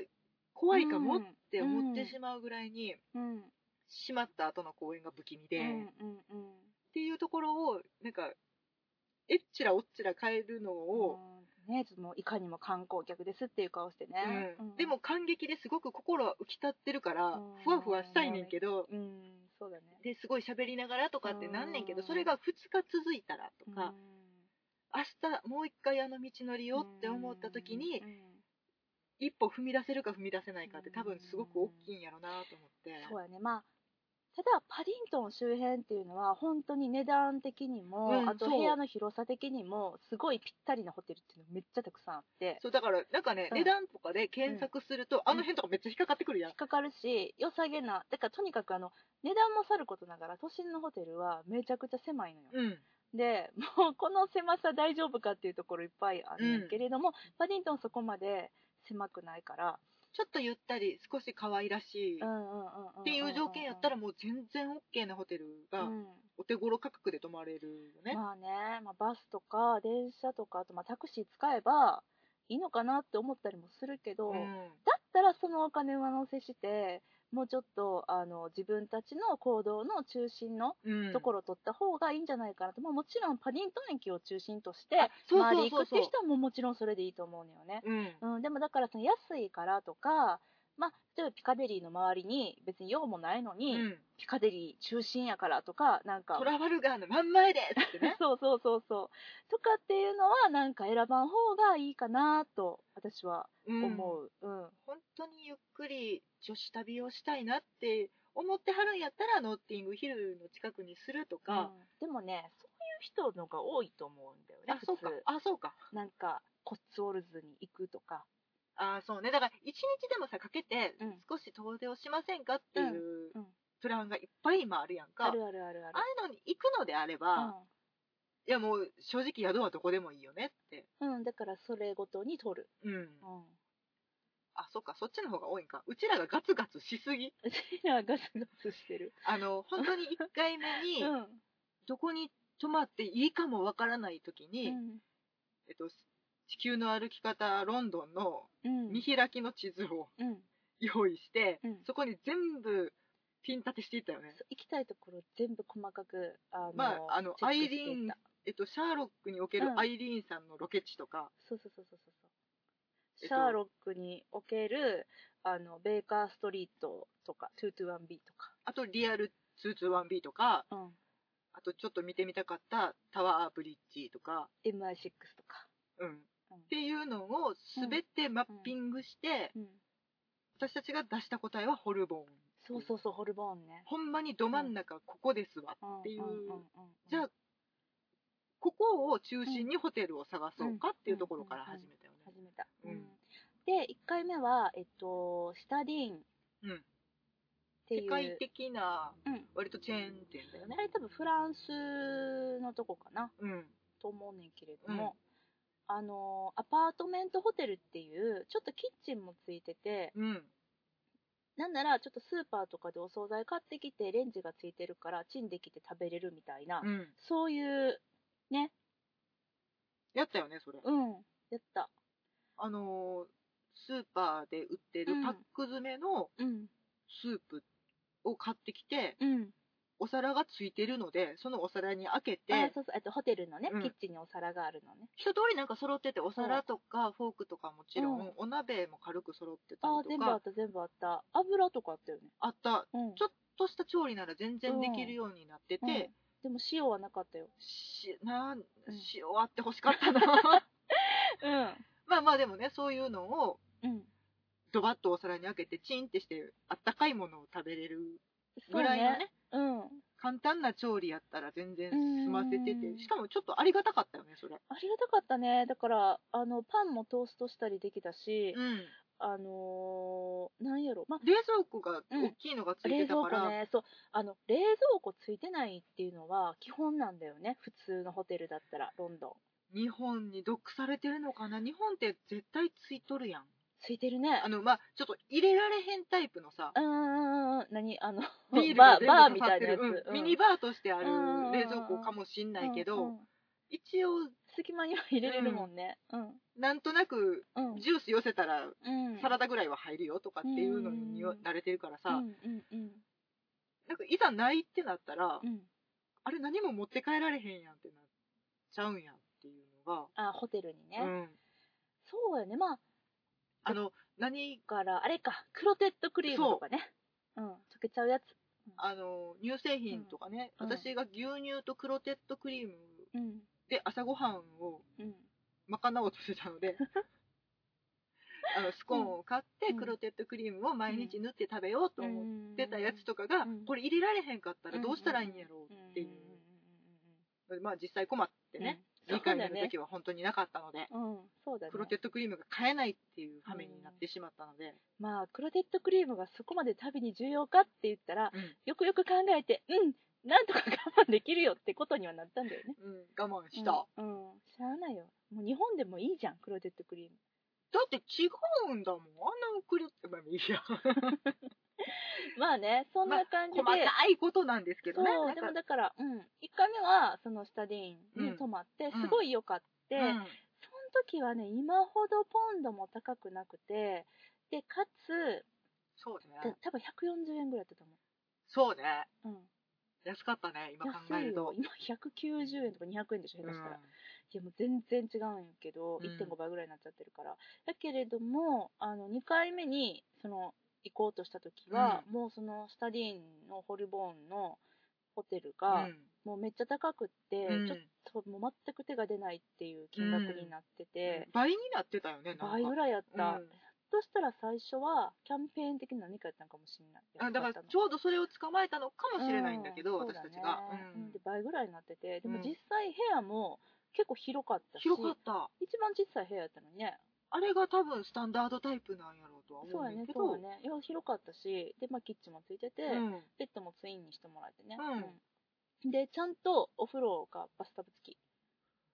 Speaker 2: 怖いかも
Speaker 3: う
Speaker 2: っ
Speaker 3: ん
Speaker 2: て思ってしまうぐらいに、
Speaker 3: うんうん
Speaker 2: 閉まった後の公園が不気味で、
Speaker 3: う
Speaker 2: っ
Speaker 3: んうんうん
Speaker 2: ていうところをなんかえっちらおっちら変えるのを、
Speaker 3: うんねちょっともういかにも観光客ですっていう顔して
Speaker 2: う
Speaker 3: ね、
Speaker 2: ん
Speaker 3: うん
Speaker 2: でも感激ですごく心は浮き立ってるから、
Speaker 3: うん
Speaker 2: ふわふわしたいねんけど、
Speaker 3: うんそうだね
Speaker 2: ですごい喋りながらとかってなんねんけど、
Speaker 3: うん
Speaker 2: それが2日続いたらとか、
Speaker 3: う
Speaker 2: 明日もう1回あの道のり
Speaker 3: ん
Speaker 2: をって思った時に、
Speaker 3: うん
Speaker 2: 一歩踏み出せるか踏み出せないかって
Speaker 3: うん
Speaker 2: 多分すごく大きいんやろなと思って、
Speaker 3: そうやねまあただパリントン周辺っていうのは本当に値段的にも、
Speaker 2: うん
Speaker 3: あと
Speaker 2: そう
Speaker 3: 部屋の広さ的にもすごいぴったりなホテルっていうのめっちゃたくさんあって
Speaker 2: そうだからなんかね、
Speaker 3: うん
Speaker 2: 値段とかで検索すると、あの辺とかめっちゃ引っかかってくるやん
Speaker 3: 引っ、かかるし良さげなだからとにかくあの値段もさることながら都心のホテルはめちゃくちゃ狭いのよ、
Speaker 2: うん
Speaker 3: でもうこの狭さ大丈夫かっていうところいっぱいあるんだけれども、パディントンそこまで狭くないから、
Speaker 2: ちょっとゆったり少し可愛らしい、
Speaker 3: うん
Speaker 2: っ
Speaker 3: うんうんんんん
Speaker 2: ていう条件やったらもう全然 OK なホテル
Speaker 3: う
Speaker 2: が
Speaker 3: ん
Speaker 2: お手頃価格で泊まれるよね、
Speaker 3: まあね、まあ、バスとか電車とかあとまあタクシー使えばいいのかなって思ったりもするけど、
Speaker 2: う
Speaker 3: だっ
Speaker 2: ん
Speaker 3: たらそのお金上乗せしてもうちょっとあの自分たちの行動の中心の
Speaker 2: うん
Speaker 3: ところを取った方がいいんじゃないかなと、まあ、もちろんパディントン駅を中心として
Speaker 2: あそうそうそうそう
Speaker 3: 周り行くっていう人はもうもちろんそれでいいと思うのよね。
Speaker 2: うん
Speaker 3: うん、でもだからその安いからとか、まあ、例えばピカデリーの周りに別に用もないの
Speaker 2: う
Speaker 3: に、
Speaker 2: ん、
Speaker 3: ピカデリー中心やからとかなんか
Speaker 2: トラファルガーの真ん前ですって ね
Speaker 3: そうそうそうそうとかっていうのはなんか選ばん方がいいかなと私は
Speaker 2: うん
Speaker 3: 思う、うん
Speaker 2: 本当にゆっくり女子旅をしたいなって思ってはるんやったらノッティングヒルの近くにすると
Speaker 3: うん
Speaker 2: か、
Speaker 3: でもねそうい人のが多いと思うんだよね
Speaker 2: あ、そうか
Speaker 3: 普通。
Speaker 2: あ、そうか。
Speaker 3: なんかコッツウォルズに行くとか
Speaker 2: あーそうね。だから、一日でもさ、かけて
Speaker 3: うん、
Speaker 2: 少し遠出をしませんかっていう
Speaker 3: うんうん
Speaker 2: プランがいっぱい今あるやんか。
Speaker 3: あるあるあるある
Speaker 2: ああいうのに行くのであれば、いやもう正直宿はどこでもいいよねって。
Speaker 3: うん、うん、だからそれごとに取る、
Speaker 2: うん。
Speaker 3: うん、
Speaker 2: あ、そっか、そっちの方が多いんか。うちらがガツガツしすぎ。
Speaker 3: うちらはガツガツしてる、
Speaker 2: あの、本当に1回目
Speaker 3: う
Speaker 2: に、
Speaker 3: ん
Speaker 2: どこに泊まっていいかもわからない時に、
Speaker 3: うん
Speaker 2: えっと、地球の歩き方ロンドンの
Speaker 3: うん
Speaker 2: 見開きの地図を
Speaker 3: うん、
Speaker 2: 用意して、
Speaker 3: うん
Speaker 2: そこに全部ピン立てしていったよね。
Speaker 3: そう行きたいところ全部細かくあの、
Speaker 2: まああの
Speaker 3: チェックしていった
Speaker 2: えっと、シャーロックにおける
Speaker 3: うん
Speaker 2: アイリーンさんのロケ地とか、
Speaker 3: そうそうそうそうそう
Speaker 2: えっと
Speaker 3: シャーロックにおけるあのベーカーストリートとか 221B とか、
Speaker 2: あとリアル 221B とか、
Speaker 3: うん、
Speaker 2: あとちょっと見てみたかったタワーブリッジとか、
Speaker 3: MI6 とか、
Speaker 2: うん。っ
Speaker 3: うん
Speaker 2: ていうのを全てマッピングして、
Speaker 3: うん、
Speaker 2: 私たちが出した答えはホルボン。
Speaker 3: そうそうそうホルボーンね、
Speaker 2: ほんまにど真ん中ここですわ。
Speaker 3: うん、
Speaker 2: っていうん
Speaker 3: んんん
Speaker 2: じゃあ、ここを中心にホテルを探そうかっていうところから始めたよね。
Speaker 3: 始めた、
Speaker 2: うん
Speaker 3: で1回目は、えっと、シタディーンっ
Speaker 2: うん。
Speaker 3: ていう
Speaker 2: 世界的な
Speaker 3: うん、
Speaker 2: 割とチェーン店だよね
Speaker 3: あ。れ多分フランスのとこかな
Speaker 2: うん。
Speaker 3: と思うねんけれども、あのアパートメントホテルっていうちょっとキッチンもついてて
Speaker 2: うん。
Speaker 3: なんならちょっとスーパーとかでお惣菜買ってきてレンジがついてるからチンできて食べれるみたいな、
Speaker 2: うん。
Speaker 3: そういう
Speaker 2: やったよね、それ。
Speaker 3: うんやった
Speaker 2: あのースーパーで売ってるパック詰めの
Speaker 3: うん
Speaker 2: スープを買ってきて、
Speaker 3: うん
Speaker 2: お皿がついてるので、そのお皿に開け
Speaker 3: あ
Speaker 2: て、
Speaker 3: そうそうえっとホテルのね、
Speaker 2: うん
Speaker 3: キッチンにお皿があるのね
Speaker 2: 一通りなんか揃ってて、お皿とかフォークとかもちろん、
Speaker 3: うん
Speaker 2: お鍋も軽く揃ってた
Speaker 3: ああ
Speaker 2: り
Speaker 3: 全
Speaker 2: と
Speaker 3: 部あ
Speaker 2: か
Speaker 3: っ、た全部あった油とかあったよね
Speaker 2: あった、
Speaker 3: うん
Speaker 2: ちょっとした調理なら全然できるようになってて、
Speaker 3: うんでも塩はなかったよ
Speaker 2: しなん
Speaker 3: うん
Speaker 2: 塩あってほしかった な。まあまあでもね、そういうのを、
Speaker 3: うんうん
Speaker 2: ドバッとお皿に開けて、チンってして、あったかいものを食べれる
Speaker 3: そう
Speaker 2: ぐらいのね、
Speaker 3: うん
Speaker 2: 簡単な調理やったら全然済ませて
Speaker 3: うん
Speaker 2: て、しかもちょっとありがたかったよね、それ。
Speaker 3: ありがたかったねだからあのパンもトーストしたりできたし、
Speaker 2: うん。
Speaker 3: あのーなんやろまあ
Speaker 2: 冷蔵庫が大きいのがつい
Speaker 3: 冷
Speaker 2: てた
Speaker 3: 蔵
Speaker 2: か
Speaker 3: 庫
Speaker 2: ら、
Speaker 3: ねそうあの冷蔵庫ついてないっていうのは基本なんだよね普通のホテルだったらロンドン
Speaker 2: 日本に毒されてるのかな日本って絶対ついとるやん。
Speaker 3: ついてるね
Speaker 2: あの、まあ、ちょっと入れられへんタイプのさ、
Speaker 3: うんうんうんうん何あの
Speaker 2: ビール
Speaker 3: バー
Speaker 2: が全部
Speaker 3: バー
Speaker 2: 刺
Speaker 3: み
Speaker 2: さ
Speaker 3: た
Speaker 2: っ
Speaker 3: い
Speaker 2: て
Speaker 3: なや
Speaker 2: る
Speaker 3: つ、、
Speaker 2: うんミニバーとしてある
Speaker 3: うん
Speaker 2: 冷蔵庫かもしんない
Speaker 3: うん
Speaker 2: け
Speaker 3: う
Speaker 2: ど
Speaker 3: ん、
Speaker 2: 一応、
Speaker 3: 隙間には入れれるもんねうん
Speaker 2: なんとなく
Speaker 3: うん
Speaker 2: ジュース寄せたら
Speaker 3: うん
Speaker 2: サラダぐらいは入るよとかっていうのに
Speaker 3: うん
Speaker 2: 慣れてるから
Speaker 3: う
Speaker 2: さ、
Speaker 3: んうんうん
Speaker 2: なんかいざないってなったら
Speaker 3: う、ん
Speaker 2: あれ何も持って帰られへんやんってなっちゃうんやっていうの
Speaker 3: あホテルにね、
Speaker 2: が、うん、
Speaker 3: そうよねまあ
Speaker 2: あの何
Speaker 3: だからあれかクロテッドクリームとかねうん溶けちゃうやつ
Speaker 2: あの乳製品とかね、
Speaker 3: うん
Speaker 2: 私が牛乳とクロテッドクリーム
Speaker 3: うん
Speaker 2: で朝ごはんを
Speaker 3: うん
Speaker 2: 賄おうとしてたの であのスコーンを買って
Speaker 3: うん
Speaker 2: クロテッドクリームを毎日塗って食べようと思ってたやつとかが、
Speaker 3: うん
Speaker 2: これ入れられへんかったらどうしたらいいんやろうっていう、まあ実際困ってね、
Speaker 3: うん
Speaker 2: 2
Speaker 3: そう
Speaker 2: 回目
Speaker 3: だ
Speaker 2: の
Speaker 3: ね
Speaker 2: 時は本当になかったので、
Speaker 3: うんそうだね
Speaker 2: クロテッドクリームが買えないっていう羽目になってしまったので、
Speaker 3: まあクロテッドクリームがそこまで旅に重要かって言ったら
Speaker 2: うん
Speaker 3: よくよく考えてうんなんとか我慢できるよってことにはなったんだよね
Speaker 2: うん、我慢した、
Speaker 3: うん、うんしゃあないよもう日本でもいいじゃんクロテッドクリーム
Speaker 2: だって違うんだもんあんなクロまあいい や
Speaker 3: まあねそんな感じで、
Speaker 2: 細かいことなんですけどね
Speaker 3: そう
Speaker 2: なん
Speaker 3: で
Speaker 2: か
Speaker 3: もだから、うん、1回目はそのスタディーンに泊まって、
Speaker 2: うん
Speaker 3: すごい良かった、
Speaker 2: う
Speaker 3: そ
Speaker 2: ん
Speaker 3: の時はね今ほどポンドも高くなくてでかつ
Speaker 2: そう
Speaker 3: た
Speaker 2: ね
Speaker 3: 多分140円ぐらいだったと
Speaker 2: そうね
Speaker 3: 思う、
Speaker 2: 安かったね
Speaker 3: うん、
Speaker 2: 今考え
Speaker 3: 安い
Speaker 2: ると
Speaker 3: よ今190円とか200円でしょ下手したら、
Speaker 2: うん
Speaker 3: いやもう全然違うんやけど、
Speaker 2: うん
Speaker 3: 1.5倍ぐらいになっちゃってるからだけれどもあの2回目にその行こうとした時は、もうそのスタディーンのホルボーンのホテルが、もうめっちゃ高くって、
Speaker 2: うん
Speaker 3: ちょっともう全く手が出ないっていう金額になってて、
Speaker 2: 倍になってたよねなんか
Speaker 3: 倍ぐらいやった、
Speaker 2: うん
Speaker 3: としたら最初はキャンペーン的な何かやったのかもしれない。
Speaker 2: あだからち
Speaker 3: ょ
Speaker 2: ょうどそれを捕まえたのかもしれないんだけど、
Speaker 3: うん
Speaker 2: 私たちが、
Speaker 3: そうだね
Speaker 2: うん
Speaker 3: で倍ぐらいになってて、でも
Speaker 2: うん
Speaker 3: 実際部屋も結構広かったし、
Speaker 2: 広かった
Speaker 3: 一番小さい部屋やったのにね。
Speaker 2: あれが多分スタンダードタイプなんやろうとは思
Speaker 3: そう
Speaker 2: う
Speaker 3: や
Speaker 2: ん
Speaker 3: ね
Speaker 2: だ、けど
Speaker 3: そうやね。いや、広かったし、で、まあ、キッチンもついてて、
Speaker 2: うん
Speaker 3: ベッドもツインにしてもらえてね。
Speaker 2: うん
Speaker 3: うんで、ちゃんとお風呂がバスタブ付き。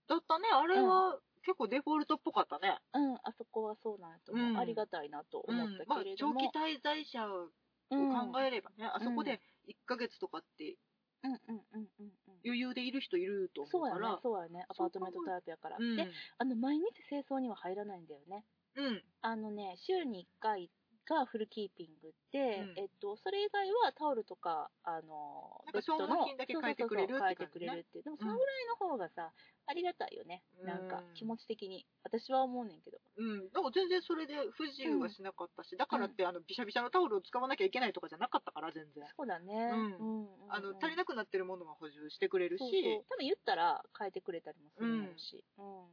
Speaker 2: だったねあれは結構デフォルトっぽかったね、
Speaker 3: うん、あそこはそうなんやと思う。
Speaker 2: うん
Speaker 3: ありがたいなと
Speaker 2: うん
Speaker 3: 思った
Speaker 2: まあ
Speaker 3: けれ、ど
Speaker 2: 長
Speaker 3: も。
Speaker 2: 期滞在者を考えればね、あそこで1ヶ月とかって
Speaker 3: うんうんうんうんうんうん。
Speaker 2: 余裕でいる人いると
Speaker 3: そ
Speaker 2: 思
Speaker 3: う
Speaker 2: う
Speaker 3: や
Speaker 2: か
Speaker 3: ね
Speaker 2: ら、
Speaker 3: そうやね。アパートメントタイプやから。
Speaker 2: うん
Speaker 3: で、あの、毎日清掃には入らないんだよね。
Speaker 2: うん
Speaker 3: あのね、週に1回がフルキーピングで、
Speaker 2: うん
Speaker 3: えっと、それ以外はタオルとか、あの
Speaker 2: な
Speaker 3: ベ
Speaker 2: ん、か
Speaker 3: ッド
Speaker 2: 消
Speaker 3: の
Speaker 2: 耗品だけ変えてくれる
Speaker 3: そうそうそう変えて
Speaker 2: って感
Speaker 3: く
Speaker 2: じ
Speaker 3: れ
Speaker 2: ね
Speaker 3: るっていう。でも、そのぐらいの方がさ、ありがたいよね。なんか、気持ち的に。私は思うねんけど。
Speaker 2: うん、でも全然それで不自由はしなかったし、だからってあのびしゃびしゃのタオルを使わなきゃいけないとかじゃなかったから全然、
Speaker 3: そうだね。
Speaker 2: うん
Speaker 3: うんうん
Speaker 2: あの足りなくなってるものは補充してくれるし
Speaker 3: そうそう多分言ったら変えてくれたりもするだろうし、うんっ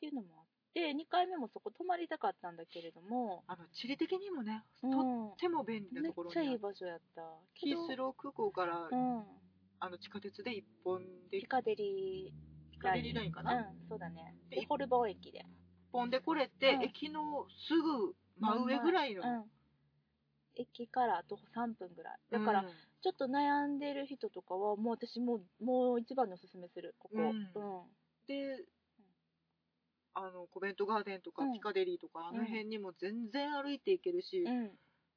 Speaker 3: ていうのもあって2回目もそこ泊まりたかったんだけれども、
Speaker 2: あの地理的にもね
Speaker 3: う
Speaker 2: と
Speaker 3: ん
Speaker 2: っても便利な
Speaker 3: めっ
Speaker 2: ところ
Speaker 3: ちゃ
Speaker 2: にあ
Speaker 3: いい
Speaker 2: る
Speaker 3: 場所やったけ
Speaker 2: キ
Speaker 3: ど
Speaker 2: ースロー空港から、
Speaker 3: うん、
Speaker 2: あの地下鉄で1本
Speaker 3: ピ
Speaker 2: でピ
Speaker 3: カデリー
Speaker 2: カデリーラインかな、
Speaker 3: うんそうだね
Speaker 2: で
Speaker 3: でホルボン駅で
Speaker 2: 1本で来れて、
Speaker 3: うん
Speaker 2: 駅のすぐ真上ぐらいの、
Speaker 3: うん駅からあと3分ぐらいだから、
Speaker 2: うん
Speaker 3: ちょっと悩んでる人とかはもう私もうもう一番のおすすめするここ、
Speaker 2: うん
Speaker 3: うん
Speaker 2: であのコベントガーデンとか
Speaker 3: うん
Speaker 2: ピカデリーとか、あの辺にも全然歩いていけるし、
Speaker 3: うん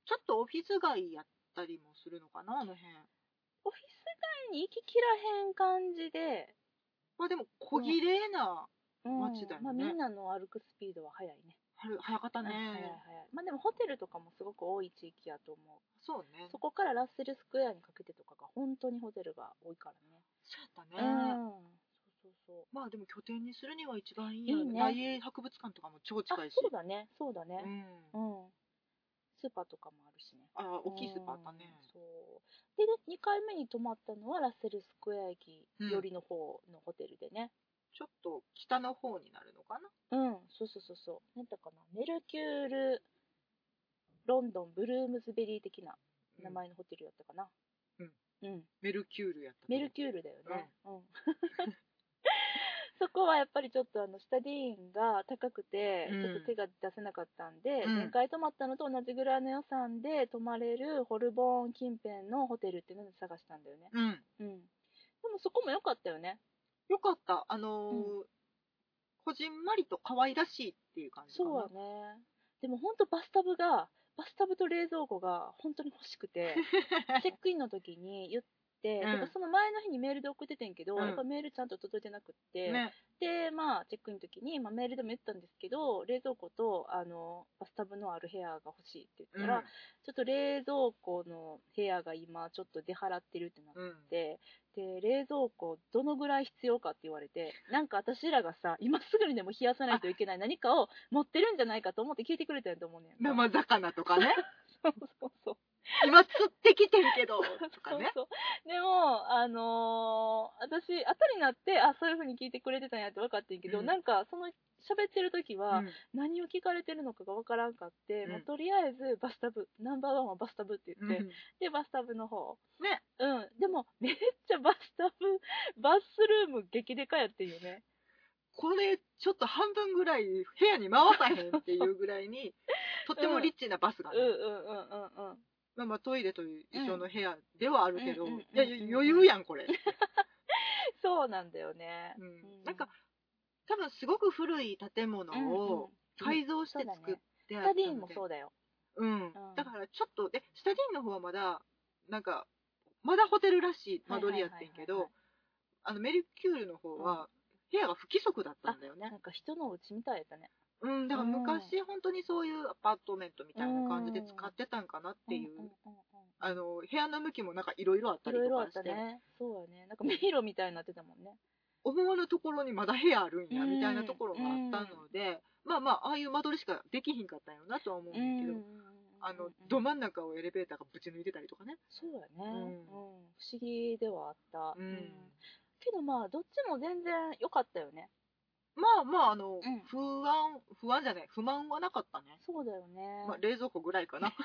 Speaker 2: ちょっとオフィス街やったりもするのかなあの辺
Speaker 3: オフィス街に行ききらへん感じで、
Speaker 2: まあでも小綺麗な、
Speaker 3: うん
Speaker 2: 街だよね
Speaker 3: まあ、みんなの歩くスピードは速いね
Speaker 2: はる早かった
Speaker 3: うん
Speaker 2: ね、
Speaker 3: 早い早いまあでもホテルとかもすごく多い地域やと思う
Speaker 2: そうね
Speaker 3: そこからラッセルスクエアにかけてとかが本当にホテルが多いからね
Speaker 2: そ
Speaker 3: う
Speaker 2: うやったね、
Speaker 3: んそうそう
Speaker 2: まあでも拠点にするには一番いいよ
Speaker 3: いい
Speaker 2: ね
Speaker 3: ね
Speaker 2: 大英博物館とかも超
Speaker 3: そう
Speaker 2: 近い
Speaker 3: あ
Speaker 2: し
Speaker 3: そうだねそうだ
Speaker 2: う
Speaker 3: ね
Speaker 2: ん
Speaker 3: うん、スーパーとかもあるしね
Speaker 2: あ大きいスーパーあったね
Speaker 3: うんそうでね2回目に泊まったのはラッセルスクエア駅寄りの方のホテルでね
Speaker 2: ちょっと北の方になるのかな
Speaker 3: うん、そうそうそうそう何だったかなメルキュールロンドンブルームズベリー的な名前のホテルだったかな
Speaker 2: うん、
Speaker 3: うん、
Speaker 2: メルキュールやった
Speaker 3: メルキュールだよね。うん そこはやっぱりちょっとあのスタディーンが高くて、
Speaker 2: うん
Speaker 3: ちょっと手が出せなかったんで、
Speaker 2: うん
Speaker 3: 前回泊まったのと同じぐらいの予算で泊まれるホルボン近辺のホテルっていうのを探したんだよね。
Speaker 2: うん
Speaker 3: うん、でもそこも良かったよね。
Speaker 2: よかったあのーこじんまりと可愛らしいっていう感じかな
Speaker 3: そうはね。でも本当バスタブが、バスタブと冷蔵庫が本当に欲しくて、 チェックインの時に言って、
Speaker 2: うん
Speaker 3: だからその前の日にメールで送っててんけど、
Speaker 2: うん
Speaker 3: やっぱメールちゃんと届いてなくって、
Speaker 2: ね
Speaker 3: で、まあ、チェックインの時に、まあ、メールでも言ったんですけど、冷蔵庫と、あの、バスタブのある部屋が欲しいって言
Speaker 2: う
Speaker 3: っ
Speaker 2: ん
Speaker 3: たら、ちょっと冷蔵庫の部屋が今、ちょっと出払ってるってなっ
Speaker 2: うん
Speaker 3: て、で、冷蔵庫どのぐらい必要かって言われて、なんか私らがさ、今すぐにでも冷やさないといけない何かを持ってるんじゃないかと思って聞いてくれたんやと思うねん。
Speaker 2: 生魚とかね
Speaker 3: そうそうそう。
Speaker 2: 今釣ってきてんけどとかね
Speaker 3: そうそうでも、あのー私、後になって、あ、そういう風に聞いてくれてたんやって分かってんけど、
Speaker 2: うん
Speaker 3: なんか、その、喋ってる時は、
Speaker 2: うん
Speaker 3: 何を聞かれてるのかが分からんかって、
Speaker 2: うん
Speaker 3: もうとりあえずバスタブ、ナンバーワンはバスタブって言って、
Speaker 2: うん
Speaker 3: で、バスタブの方。
Speaker 2: ね。
Speaker 3: うん。でも、めっちゃバスタブ、 バスルーム激でかやってんよね。
Speaker 2: これちょっと半分ぐらい部屋に回さへんっていうぐら いにとってもリッチなバスが
Speaker 3: う
Speaker 2: ね、
Speaker 3: んうんうんうんうん。
Speaker 2: まあ、まあトイレという一緒の部屋ではあるけど、
Speaker 3: うんうんうんうん
Speaker 2: いや余裕やん これ、
Speaker 3: そうなんだよね。
Speaker 2: う、
Speaker 3: うん
Speaker 2: なんか、多分すごく古い建物
Speaker 3: うんうん
Speaker 2: を改造して作って
Speaker 3: スタ
Speaker 2: あったの
Speaker 3: デ
Speaker 2: で
Speaker 3: ィーンもそうだよ。
Speaker 2: うん
Speaker 3: ん、
Speaker 2: だからちょっとでスタディーンの方はまだなんかまだホテルらしい間取りやって
Speaker 3: は
Speaker 2: んけ
Speaker 3: いはいはいはい
Speaker 2: どあのメルキュールの方は部屋が不規則だったんだよね
Speaker 3: なんか人のうちみたいやったね。
Speaker 2: うん、だから昔、本当にそういうアパートメントみたいな感じで
Speaker 3: うん
Speaker 2: 使ってたんかなっていう、
Speaker 3: んんんうん
Speaker 2: あの部屋の向きもなんかいろいろあった
Speaker 3: い
Speaker 2: り
Speaker 3: ろい
Speaker 2: と
Speaker 3: ろあ
Speaker 2: か
Speaker 3: っ
Speaker 2: したて、
Speaker 3: ね。そうやね。なんか迷路みたいになってたもんね。
Speaker 2: 思わぬところにまだ部屋あるんや
Speaker 3: うん
Speaker 2: みたいなところがあったので、まあまあ、ああいう間取りしかできひんかったんやなとは思う
Speaker 3: うんうん
Speaker 2: だ
Speaker 3: ん
Speaker 2: け
Speaker 3: う
Speaker 2: ど
Speaker 3: ん、
Speaker 2: あのど真ん中をエレベーターがぶち抜いてたりとかね、
Speaker 3: そうやね、う
Speaker 2: うんん
Speaker 3: 不思議ではあった、
Speaker 2: うん
Speaker 3: けどまあどっちも全然良かったよね
Speaker 2: まあまあ、あの、
Speaker 3: うん
Speaker 2: 不安、不安じゃない、不満はなかったね。
Speaker 3: そうだよね、
Speaker 2: まあ、冷蔵庫ぐらいかな。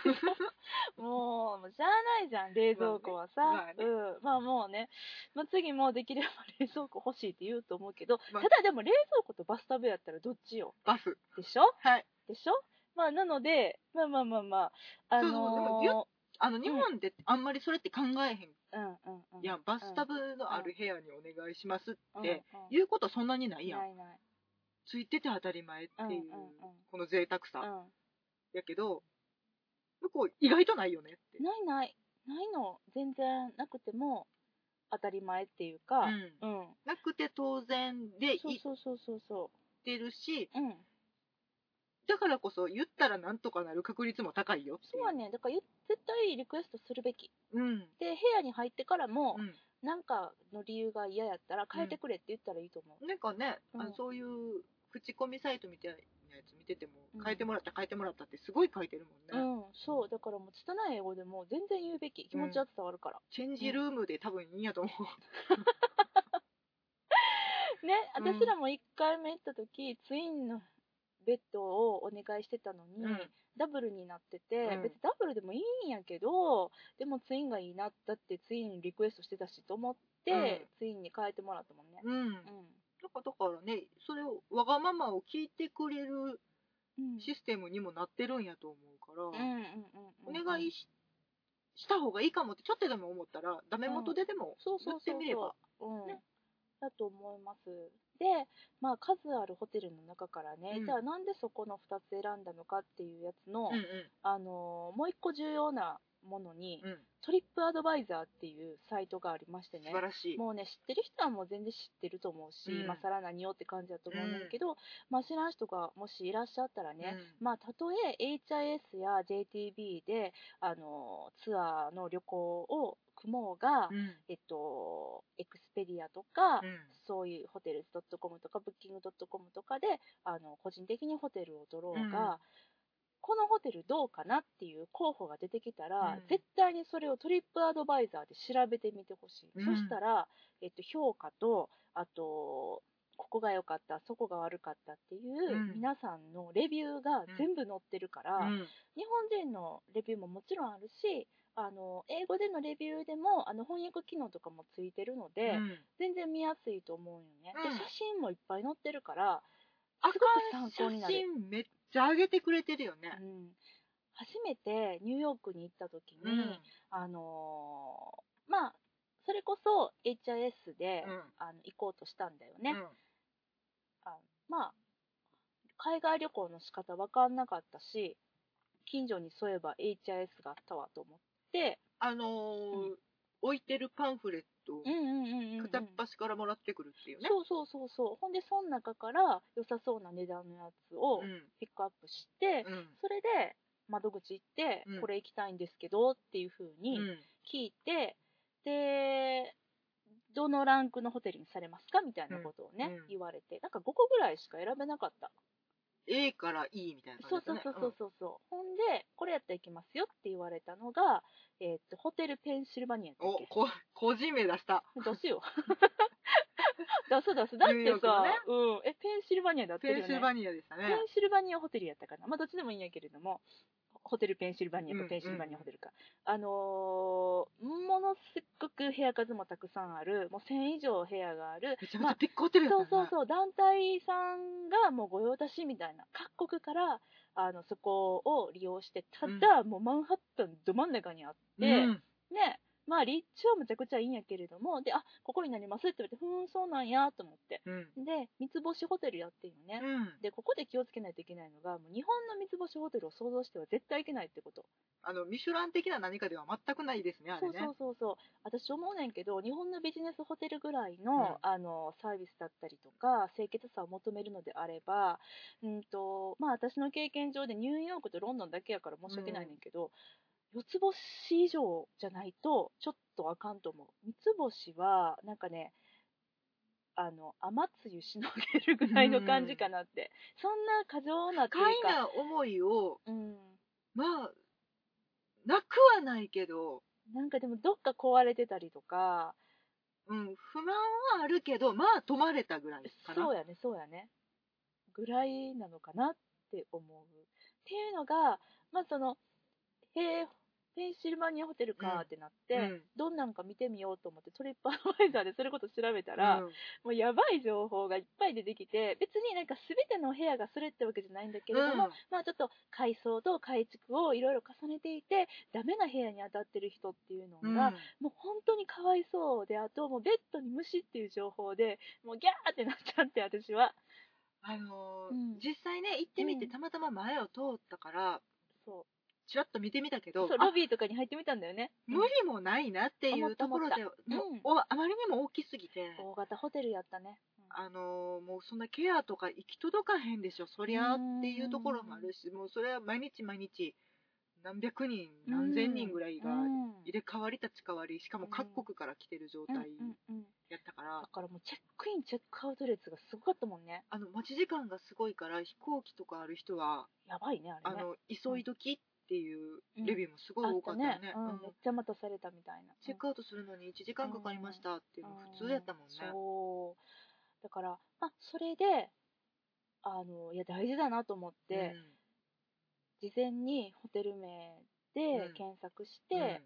Speaker 3: もうもうしゃあないじゃん冷蔵庫はさ、
Speaker 2: まあねまあね
Speaker 3: うん、まあもうね、まあ、次もうできれば冷蔵庫欲しいって言うと思うけど、
Speaker 2: まあ
Speaker 3: ただでも冷蔵庫とバスタブやったらどっちよ
Speaker 2: バス。
Speaker 3: でしょ
Speaker 2: はい。
Speaker 3: でしょまあなのでまあまあまあまああ
Speaker 2: そう
Speaker 3: の
Speaker 2: そう
Speaker 3: ー
Speaker 2: でもあの、日本であんまりそれって考えへん。
Speaker 3: うんうんうん
Speaker 2: いや、バスタブのある部屋にお願いしますって
Speaker 3: うんうん
Speaker 2: 言うことそんなにないや。
Speaker 3: なんいない
Speaker 2: ついてて当たり前っていう
Speaker 3: うんうんうん、
Speaker 2: この贅沢
Speaker 3: う
Speaker 2: さ。やけど、向こう意外とないよねって
Speaker 3: ん、。ないないないの全然なくても当たり前っていうか
Speaker 2: うん
Speaker 3: うん、
Speaker 2: なくて当然で
Speaker 3: そう
Speaker 2: 言っ
Speaker 3: そうそうそうそ
Speaker 2: てるし、
Speaker 3: ううん
Speaker 2: だからこそ言ったらなんとかなる確率も高いよってい
Speaker 3: そうはねだからゆ絶対リクエストするべき
Speaker 2: うん。
Speaker 3: で部屋に入ってからも、
Speaker 2: うん
Speaker 3: なんかの理由が嫌やったら変えてくれって言ったらいいと思う、
Speaker 2: なんかね、あの
Speaker 3: うん
Speaker 2: そういう口コミサイトみたいなやつ見てても
Speaker 3: うん、
Speaker 2: 変えてもらった、変えてもらったってすごい書いてるも
Speaker 3: うん
Speaker 2: ね。
Speaker 3: ん、そうだからもう拙い英語でも全然言うべき気持ちは伝わるから、
Speaker 2: チェンジルームで多分いいんやと思う。
Speaker 3: ね
Speaker 2: うん
Speaker 3: 私らも1回目行った時ツインのベッドをお願いしてたのに、
Speaker 2: うん
Speaker 3: ダブルになってて、
Speaker 2: うん
Speaker 3: 別にダブルでもいいんやけどでもツインがいいなだってツインリクエストしてたしと思って、
Speaker 2: うん
Speaker 3: ツインに変えてもらったもんね
Speaker 2: うん。なんかだからね、それを、わがままを聞いてくれる
Speaker 3: うん、
Speaker 2: システムにもなってるんやと思う
Speaker 3: うん
Speaker 2: か
Speaker 3: うんうん
Speaker 2: ら、
Speaker 3: うん
Speaker 2: お願いしした方がいいかもってちょっとでも思ったら、ダメ元ででも
Speaker 3: そうそ
Speaker 2: 言
Speaker 3: う
Speaker 2: って
Speaker 3: そう
Speaker 2: みれば
Speaker 3: そ。う、うん
Speaker 2: ね
Speaker 3: だと思いますで、まあ、数あるホテルの中からね、
Speaker 2: うん
Speaker 3: じゃあなんでそこの2つ選んだのかっていうやつの、
Speaker 2: うん
Speaker 3: あのーもう一個重要なものに、
Speaker 2: うん。うん。
Speaker 3: トリップアドバイザーっていうサイトがありまして
Speaker 2: 素
Speaker 3: ね
Speaker 2: 晴らしい。
Speaker 3: もうね知ってる人はもう全然知ってると思うし、
Speaker 2: うん
Speaker 3: 今更何よって感じだと思うんだけど、まあ、知らん人がもしいらっしゃったらね、
Speaker 2: うん
Speaker 3: まあ、たとえ HIS や JTB であのーツアーの旅行を組もうが、
Speaker 2: うん。
Speaker 3: えっと、エクスペリアとか、
Speaker 2: うん
Speaker 3: そういうホテルズ .com とか、ブッキング .com とかで、あの、個人的にホテルを取ろうが、
Speaker 2: うん
Speaker 3: このホテルどうかなっていう候補が出てきたら、
Speaker 2: うん
Speaker 3: 絶対にそれをトリップアドバイザーで調べてみてほしい。
Speaker 2: うん
Speaker 3: そしたら、えっと、評価と、あと、ここが良かった、そこが悪かったっていう、
Speaker 2: うん
Speaker 3: 皆さんのレビューが全部載ってるから、
Speaker 2: うん。
Speaker 3: 日本人のレビューももちろんあるしあの英語でのレビューでもあの翻訳機能とかもついてるので、
Speaker 2: うん
Speaker 3: 全然見やすいと思うよね、
Speaker 2: う
Speaker 3: で
Speaker 2: ん
Speaker 3: 写真もいっぱい載ってるから
Speaker 2: あ
Speaker 3: すごく参考になる
Speaker 2: 写真めっちゃ上げてくれてるよね。
Speaker 3: うん、初めてニューヨークに行った時に、
Speaker 2: うん。うん。
Speaker 3: あのーまあそれこそ HIS で、あの行こうとしたんだよね、まあ、海外旅行の仕方わかんなかったし、近所にそういえば HIS があったわと思って、
Speaker 2: あのー
Speaker 3: う
Speaker 2: 置いてるパンフレットを
Speaker 3: うんうんうんうんうん、
Speaker 2: 片っ端からもらってくるっていうね。
Speaker 3: そうそうそうそう。ほんで、その中から良さそうな値段のやつを
Speaker 2: うん
Speaker 3: ピックアップして、
Speaker 2: うん
Speaker 3: それで窓口行って、
Speaker 2: うん
Speaker 3: これ行きたいんですけどっていう風に
Speaker 2: うん
Speaker 3: 聞いて、で、どのランクのホテルにされますかみたいなことをね、
Speaker 2: うんうん
Speaker 3: 言われて、なんか5個ぐらいしか選べなかった。
Speaker 2: A から E みたいな
Speaker 3: そ
Speaker 2: 感
Speaker 3: う
Speaker 2: じ
Speaker 3: そ
Speaker 2: だ
Speaker 3: うそ
Speaker 2: ね
Speaker 3: うそうそうそう、ほんでこれやったら行きますよって言われたのが、えーっとホテルペンシルバニアやった
Speaker 2: う
Speaker 3: っ
Speaker 2: んお
Speaker 3: け
Speaker 2: こ個人名出した。
Speaker 3: 出すよ 出そう出すだっ
Speaker 2: ニュー
Speaker 3: て
Speaker 2: ヨーク
Speaker 3: さ、
Speaker 2: のね
Speaker 3: うん、えペンシルバニアだってるよね
Speaker 2: ペンシルバニアでしたね。
Speaker 3: ペンシルバニアホテルやったかなまあどっちでもいいんやけれどもホテルペンシルバニア
Speaker 2: うんう
Speaker 3: か
Speaker 2: ん
Speaker 3: ペンシルバニアホテルか、あのーものすっごく部屋数もたくさんあるもう1000以上部屋がある
Speaker 2: めちゃめちゃピックホテルやった
Speaker 3: そ
Speaker 2: ね
Speaker 3: うそうそう、団体さんがもう御用達みたいな、各国からあのそこを利用して、ただ、もうマンハッタンど真ん中にあって、
Speaker 2: うん
Speaker 3: ね、まあ立地はむちゃくちゃいいんやけれども、で、あここになりますって言われて、ふーん、そうなんやと思って。
Speaker 2: うん
Speaker 3: で、三つ星ホテルやっていうね。
Speaker 2: うん
Speaker 3: で、ここで気をつけないといけないのが、もう日本の三つ星ホテルを想像しては絶対いけないってこと。
Speaker 2: あのミシュラン的な何かでは全くないですね、あ
Speaker 3: そ
Speaker 2: れ
Speaker 3: う
Speaker 2: ね。
Speaker 3: そうそうそう。私思うねんけど、日本のビジネスホテルぐらいの、あのサービスだったりとか、清潔さを求めるのであれば、うんとまあ私の経験上でニューヨークとロンドンだけやから申し訳ないねんけど、四つ星以上じゃないとちょっとあかんと思う。三つ星はなんかね。あの雨露しのげるぐらいの感じかなって、そんな過剰なってい
Speaker 2: 深いう
Speaker 3: か、
Speaker 2: な思いを、
Speaker 3: うん、
Speaker 2: まあ、なくはないけど、
Speaker 3: なんかでもどっか壊れてたりとか
Speaker 2: うん、不満はあるけど、まあ、止まれたぐらいかな。
Speaker 3: そうやね、そうやね。ぐらいなのかなって思う。っていうのが、まあその、へーペンシルバニアホテルかってなって、
Speaker 2: うん
Speaker 3: どんなんか見てみようと思って、トリップアドバイザーでそれこそ調べたら、
Speaker 2: うん
Speaker 3: もうやばい情報がいっぱい出てきて、別になんか全ての部屋がそれってわけじゃないんだけれども、まあちょっと改装と改築をいろいろ重ねていて、ダメな部屋に当たってる人っていうの
Speaker 2: うん
Speaker 3: が、もう本当にかわいそうで、あともうベッドに虫っていう情報で、もうギャーってなっちゃって、私は。
Speaker 2: あのー
Speaker 3: うん
Speaker 2: 実際ね行ってみて
Speaker 3: うん
Speaker 2: たまたま前を通ったから
Speaker 3: そ
Speaker 2: ちらっと見てみたけ
Speaker 3: う。
Speaker 2: ど
Speaker 3: そう、
Speaker 2: あ
Speaker 3: ロビーとかに入ってみたんだよね。
Speaker 2: 無理もないなってい
Speaker 3: 思っ
Speaker 2: う
Speaker 3: た
Speaker 2: ところで、
Speaker 3: た
Speaker 2: もう
Speaker 3: うん
Speaker 2: おあまりにも大きすぎて、
Speaker 3: 大型ホテルやったね。
Speaker 2: あのーもうそんなケアとか行き届かへんでしょそりゃっていうところもあるしもうそれは毎日毎日何百人何千人ぐらいが
Speaker 3: うん
Speaker 2: 入れ替わり立ち替わりしかも各国から来てる
Speaker 3: う
Speaker 2: 状
Speaker 3: ん
Speaker 2: 態
Speaker 3: うんうん
Speaker 2: やったから、
Speaker 3: だからもうチェックイン、チェックアウト列がすごかったもんね。
Speaker 2: あの待ち時間がすごいから飛行機とかある人は、
Speaker 3: やばいね、あ
Speaker 2: あ
Speaker 3: れね。
Speaker 2: の急い時っていうレビューもすごい
Speaker 3: あ
Speaker 2: 多
Speaker 3: っ
Speaker 2: か
Speaker 3: た
Speaker 2: ったよね
Speaker 3: ね。うん
Speaker 2: うん
Speaker 3: めっちゃ待たされたみたいな。
Speaker 2: チェックアウトするのに1時間かかりましたっていうの普通やったもんね、
Speaker 3: そうだから、まあ、それであのいや大事だなと思って、事前にホテル名で
Speaker 2: うん
Speaker 3: 検索し
Speaker 2: うん、
Speaker 3: て、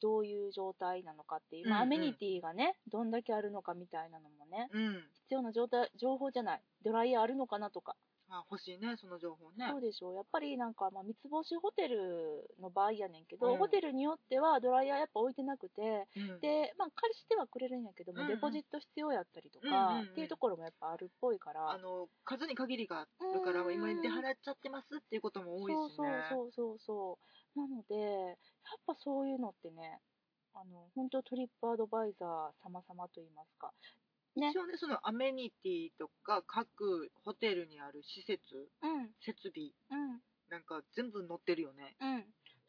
Speaker 3: どういう状態なのかっていう、
Speaker 2: うん
Speaker 3: まあ、
Speaker 2: う
Speaker 3: ア
Speaker 2: ん
Speaker 3: メニティがねどんだけあるのかみたいなのもね
Speaker 2: うん、
Speaker 3: 必要な状態情報じゃないドライヤーあるのかなとか、
Speaker 2: あ欲しいねその情報ね
Speaker 3: どうでしょうやっぱりなんか、まあ、三つ星ホテルの場合やねんけど、
Speaker 2: うん
Speaker 3: ホテルによってはドライヤーやっぱ置いてなくて
Speaker 2: うん
Speaker 3: で、まあ、借りしてはくれるんやけども、
Speaker 2: うんうん
Speaker 3: デポジット必要やったりとか、
Speaker 2: うんうんうん
Speaker 3: っていうところもやっぱあるっぽいから、
Speaker 2: あの数に限りがあるから
Speaker 3: うん
Speaker 2: 今出払っちゃってますっていうことも多いしね
Speaker 3: そうそうそうそうそうなのでやっぱそういうのってねあの本当トリップアドバイザー様々と言いますかね
Speaker 2: 一応ねそのアメニティとか各ホテルにある施設
Speaker 3: うん
Speaker 2: 設備
Speaker 3: うん
Speaker 2: なんか全部載ってるよね
Speaker 3: うん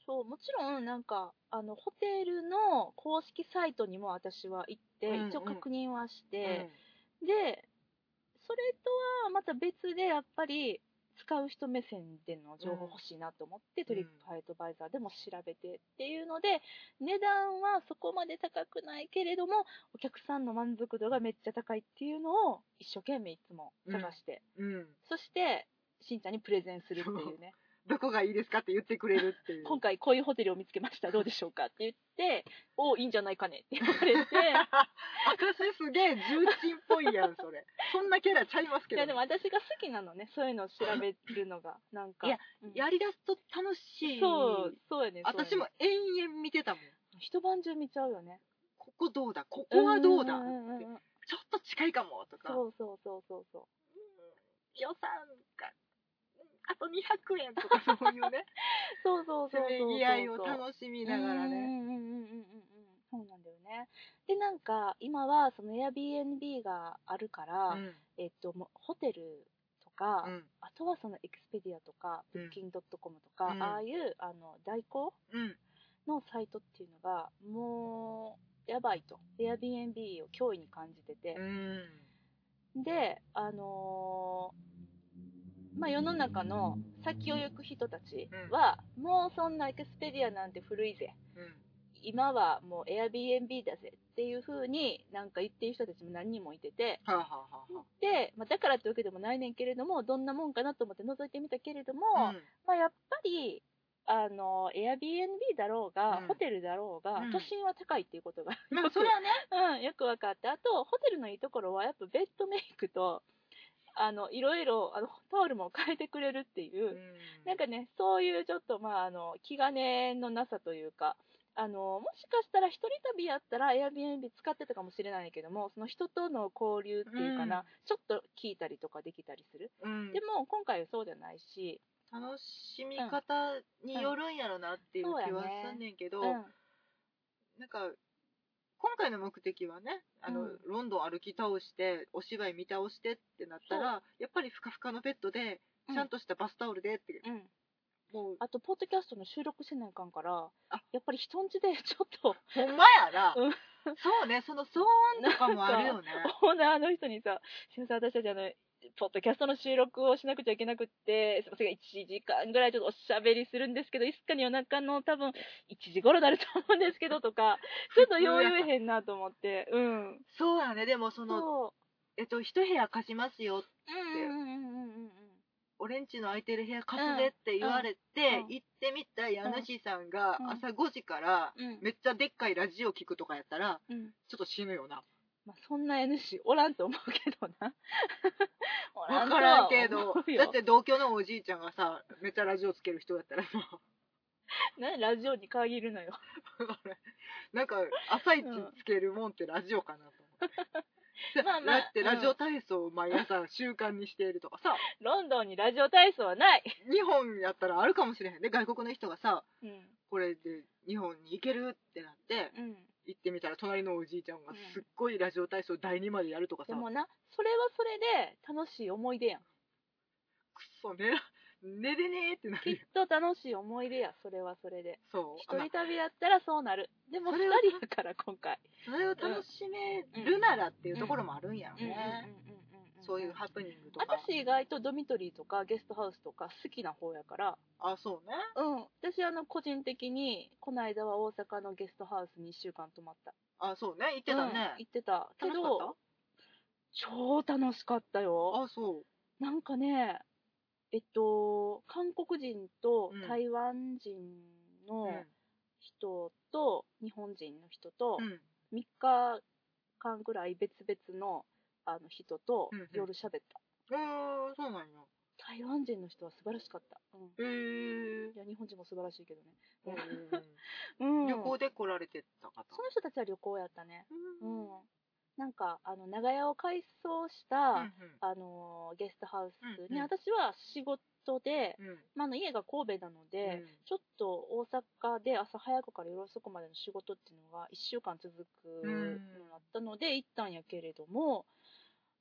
Speaker 3: そうもちろんなんかあのホテルの公式サイトにも私は行って、
Speaker 2: うんうん
Speaker 3: 一応確認はして、でそれとはまた別でやっぱり使う人目線での情報欲しいなと思って、トリップアドバイザーでも調べてっていうので値段はそこまで高くないけれどもお客さんの満足度がめっちゃ高いっていうのを一生懸命いつも探して、
Speaker 2: うん、うん
Speaker 3: そしてしんちゃんにプレゼンするっていうね
Speaker 2: どこがいいですかって言ってくれるって いう
Speaker 3: 今回こういうホテルを見つけましたどうでしょうかって言っ ておいいんじゃないかねって言われて
Speaker 2: 私すげえ重鎮っぽいやんそれそんなキャラちゃいますけ
Speaker 3: い
Speaker 2: ど
Speaker 3: やでも私が好きなのねそういうのを調べるのがなんか
Speaker 2: い
Speaker 3: うん
Speaker 2: やりだすと楽しい
Speaker 3: そう、そうやね。そうやね
Speaker 2: 私も延々見てたもん
Speaker 3: 一晩中見ちゃうよね。
Speaker 2: ここどうだここはどうだ
Speaker 3: んんうんうん
Speaker 2: ちょっと近いかもとか
Speaker 3: そうそうそうそうそ
Speaker 2: 予算がうんあと200円 とかそういうね
Speaker 3: う。そうそうそうそうそう。
Speaker 2: せめぎ合いを楽しみながら
Speaker 3: う
Speaker 2: ね
Speaker 3: んうんうんうんうんうん。そうなんだよね。でなんか今はその Airbnb があるから、えっともうホテルとか、
Speaker 2: うん
Speaker 3: あとはそのエクスペディアとか、
Speaker 2: う
Speaker 3: ブ
Speaker 2: ん
Speaker 3: ッキンドットコムとか、
Speaker 2: うん
Speaker 3: ああいうあの代行
Speaker 2: うん
Speaker 3: のサイトっていうのがもうやばいと Airbnb を脅威に感じてて、
Speaker 2: うん
Speaker 3: で、あのーまあ、世の中の先を行く人たちは、もうそんなエクスペディアなんて古いぜ。今はもう Airbnb だぜっていう風になんか言ってる人たちも何人もいてて、
Speaker 2: はあはあは
Speaker 3: で、まあ、だからってわけでもないねんけれども、どんなもんかなと思って覗いてみたけれども、
Speaker 2: あはあ
Speaker 3: まあ、やっぱり、あの、Airbnb だろうが、
Speaker 2: うん
Speaker 3: ホテルだろうが、
Speaker 2: うん
Speaker 3: 都心は高いっていうことが
Speaker 2: うんまあそれはね
Speaker 3: うん、よく分かって。あと、ホテルのいいところは、やっぱベッドメイクと、あの、いろいろ、あの、タオルも変えてくれるっていう、なんかね、そういうちょっと、まあ、あの、気兼ねのなさというか、あの、もしかしたら一人旅やったら Airbnb 使ってたかもしれないけども、その人との交流っていうかな、
Speaker 2: うん
Speaker 3: ちょっと聞いたりとかできたりする。
Speaker 2: うん
Speaker 3: でも、今回はそうじゃないし、
Speaker 2: 楽しみ方によるんやろなっていう
Speaker 3: うんうん
Speaker 2: 気は
Speaker 3: そうやね
Speaker 2: すんねんけ
Speaker 3: う
Speaker 2: ど、
Speaker 3: ん、
Speaker 2: なんか今回の目的はねあの、
Speaker 3: うん
Speaker 2: ロンドン歩き倒してお芝居見倒してってなったらやっぱりふかふかのベッドで
Speaker 3: うん
Speaker 2: ちゃんとしたバスタオルでって、
Speaker 3: うん。
Speaker 2: もう
Speaker 3: あと、ポッドキャストの収録してないかんから
Speaker 2: あ、
Speaker 3: やっぱり人んちでちょっと、
Speaker 2: ほんまやな、
Speaker 3: うん
Speaker 2: そうねその騒音とかもあ るよね
Speaker 3: オーナーの人にさ、すみません、私たちあの、ポッドキャストの収録をしなくちゃいけなくって、すみません、1時間ぐらいちょっとおしゃべりするんですけど、いつかに夜中の多分1時頃になると思うんですけどと か、ちょっとよう言えへんなと思って、うん。
Speaker 2: そうやねでもその
Speaker 3: そ
Speaker 2: えっと一部屋貸しますよ
Speaker 3: う。うんうんうんうんうんうん。
Speaker 2: 俺んちの空いてる部屋貸すぜって言われて、
Speaker 3: うん
Speaker 2: 行ってみた家主さんが
Speaker 3: うん
Speaker 2: 朝5時から
Speaker 3: うん
Speaker 2: めっちゃでっかいラジオ聞くとかやったら、
Speaker 3: うん
Speaker 2: ちょっと死ぬよな。
Speaker 3: まあ、そんな N 氏おらんと思うけどな お
Speaker 2: わ
Speaker 3: と
Speaker 2: からん
Speaker 3: は
Speaker 2: けど
Speaker 3: 思う、よ
Speaker 2: だって同居のおじいちゃんがさ、めっちゃラジオつける人だったらさ、
Speaker 3: なんでラジオに限るのよ
Speaker 2: なんか朝一つけるもんってラジオかなと思って。
Speaker 3: まあまあ
Speaker 2: だってラジオ体操を毎朝習慣にしているとかさ、
Speaker 3: ロンドンにラジオ体操はない、
Speaker 2: 日本やったらあるかもしれへんで、外国の人がさ、
Speaker 3: うん
Speaker 2: これで日本に行けるってなって、
Speaker 3: うん、
Speaker 2: 行ってみたら隣のおじいちゃんが
Speaker 3: うん
Speaker 2: すっごいラジオ体操第2までやるとかさ、
Speaker 3: でもなそれはそれで楽しい思い出や ん
Speaker 2: くっそ寝ら寝れねえってな
Speaker 3: きっ
Speaker 2: る
Speaker 3: と
Speaker 2: よ
Speaker 3: 楽しい思い出やそれはそれで
Speaker 2: そう
Speaker 3: 一
Speaker 2: あまあ
Speaker 3: 人旅やったらそうなるでも
Speaker 2: そ
Speaker 3: 二
Speaker 2: れは
Speaker 3: 人やから今回
Speaker 2: それを楽しめるならっていうところもあるんやろね、そういうハプニングとか
Speaker 3: 私意外とドミトリーとかゲストハウスとか好きな方やから
Speaker 2: あそうね
Speaker 3: うん私あの個人的にこの間は大阪のゲストハウスに1週間泊まった
Speaker 2: あそうね言ってたね
Speaker 3: うん、行ってたけ
Speaker 2: 楽しか
Speaker 3: ど超楽しかった
Speaker 2: った
Speaker 3: よ
Speaker 2: あそう
Speaker 3: なんかねえっと韓国人と
Speaker 2: うん
Speaker 3: 台湾人
Speaker 2: う
Speaker 3: の
Speaker 2: ん
Speaker 3: 人と、日本人の人と、
Speaker 2: うん
Speaker 3: 3日間ぐらい別々のあの人と
Speaker 2: うんうん
Speaker 3: 夜喋った、
Speaker 2: うーんそうなんや
Speaker 3: 台湾人の人は素晴らしかった、うん、
Speaker 2: へえ
Speaker 3: いや日本人も素晴らしいけどね、
Speaker 2: うん旅
Speaker 3: 旅行
Speaker 2: 行で来られてた方
Speaker 3: その人たちは旅行やったね
Speaker 2: う
Speaker 3: うんん
Speaker 2: うん
Speaker 3: なんかあの長屋を改装した、あのーゲストハウスに、
Speaker 2: うんうん
Speaker 3: 私は仕事で、
Speaker 2: うん
Speaker 3: まあ、あの家が神戸なので、
Speaker 2: うん
Speaker 3: ちょっと大阪で朝早くから夜遅くまでの仕事っていうのが1週間続くのだったので行ったんやけれども、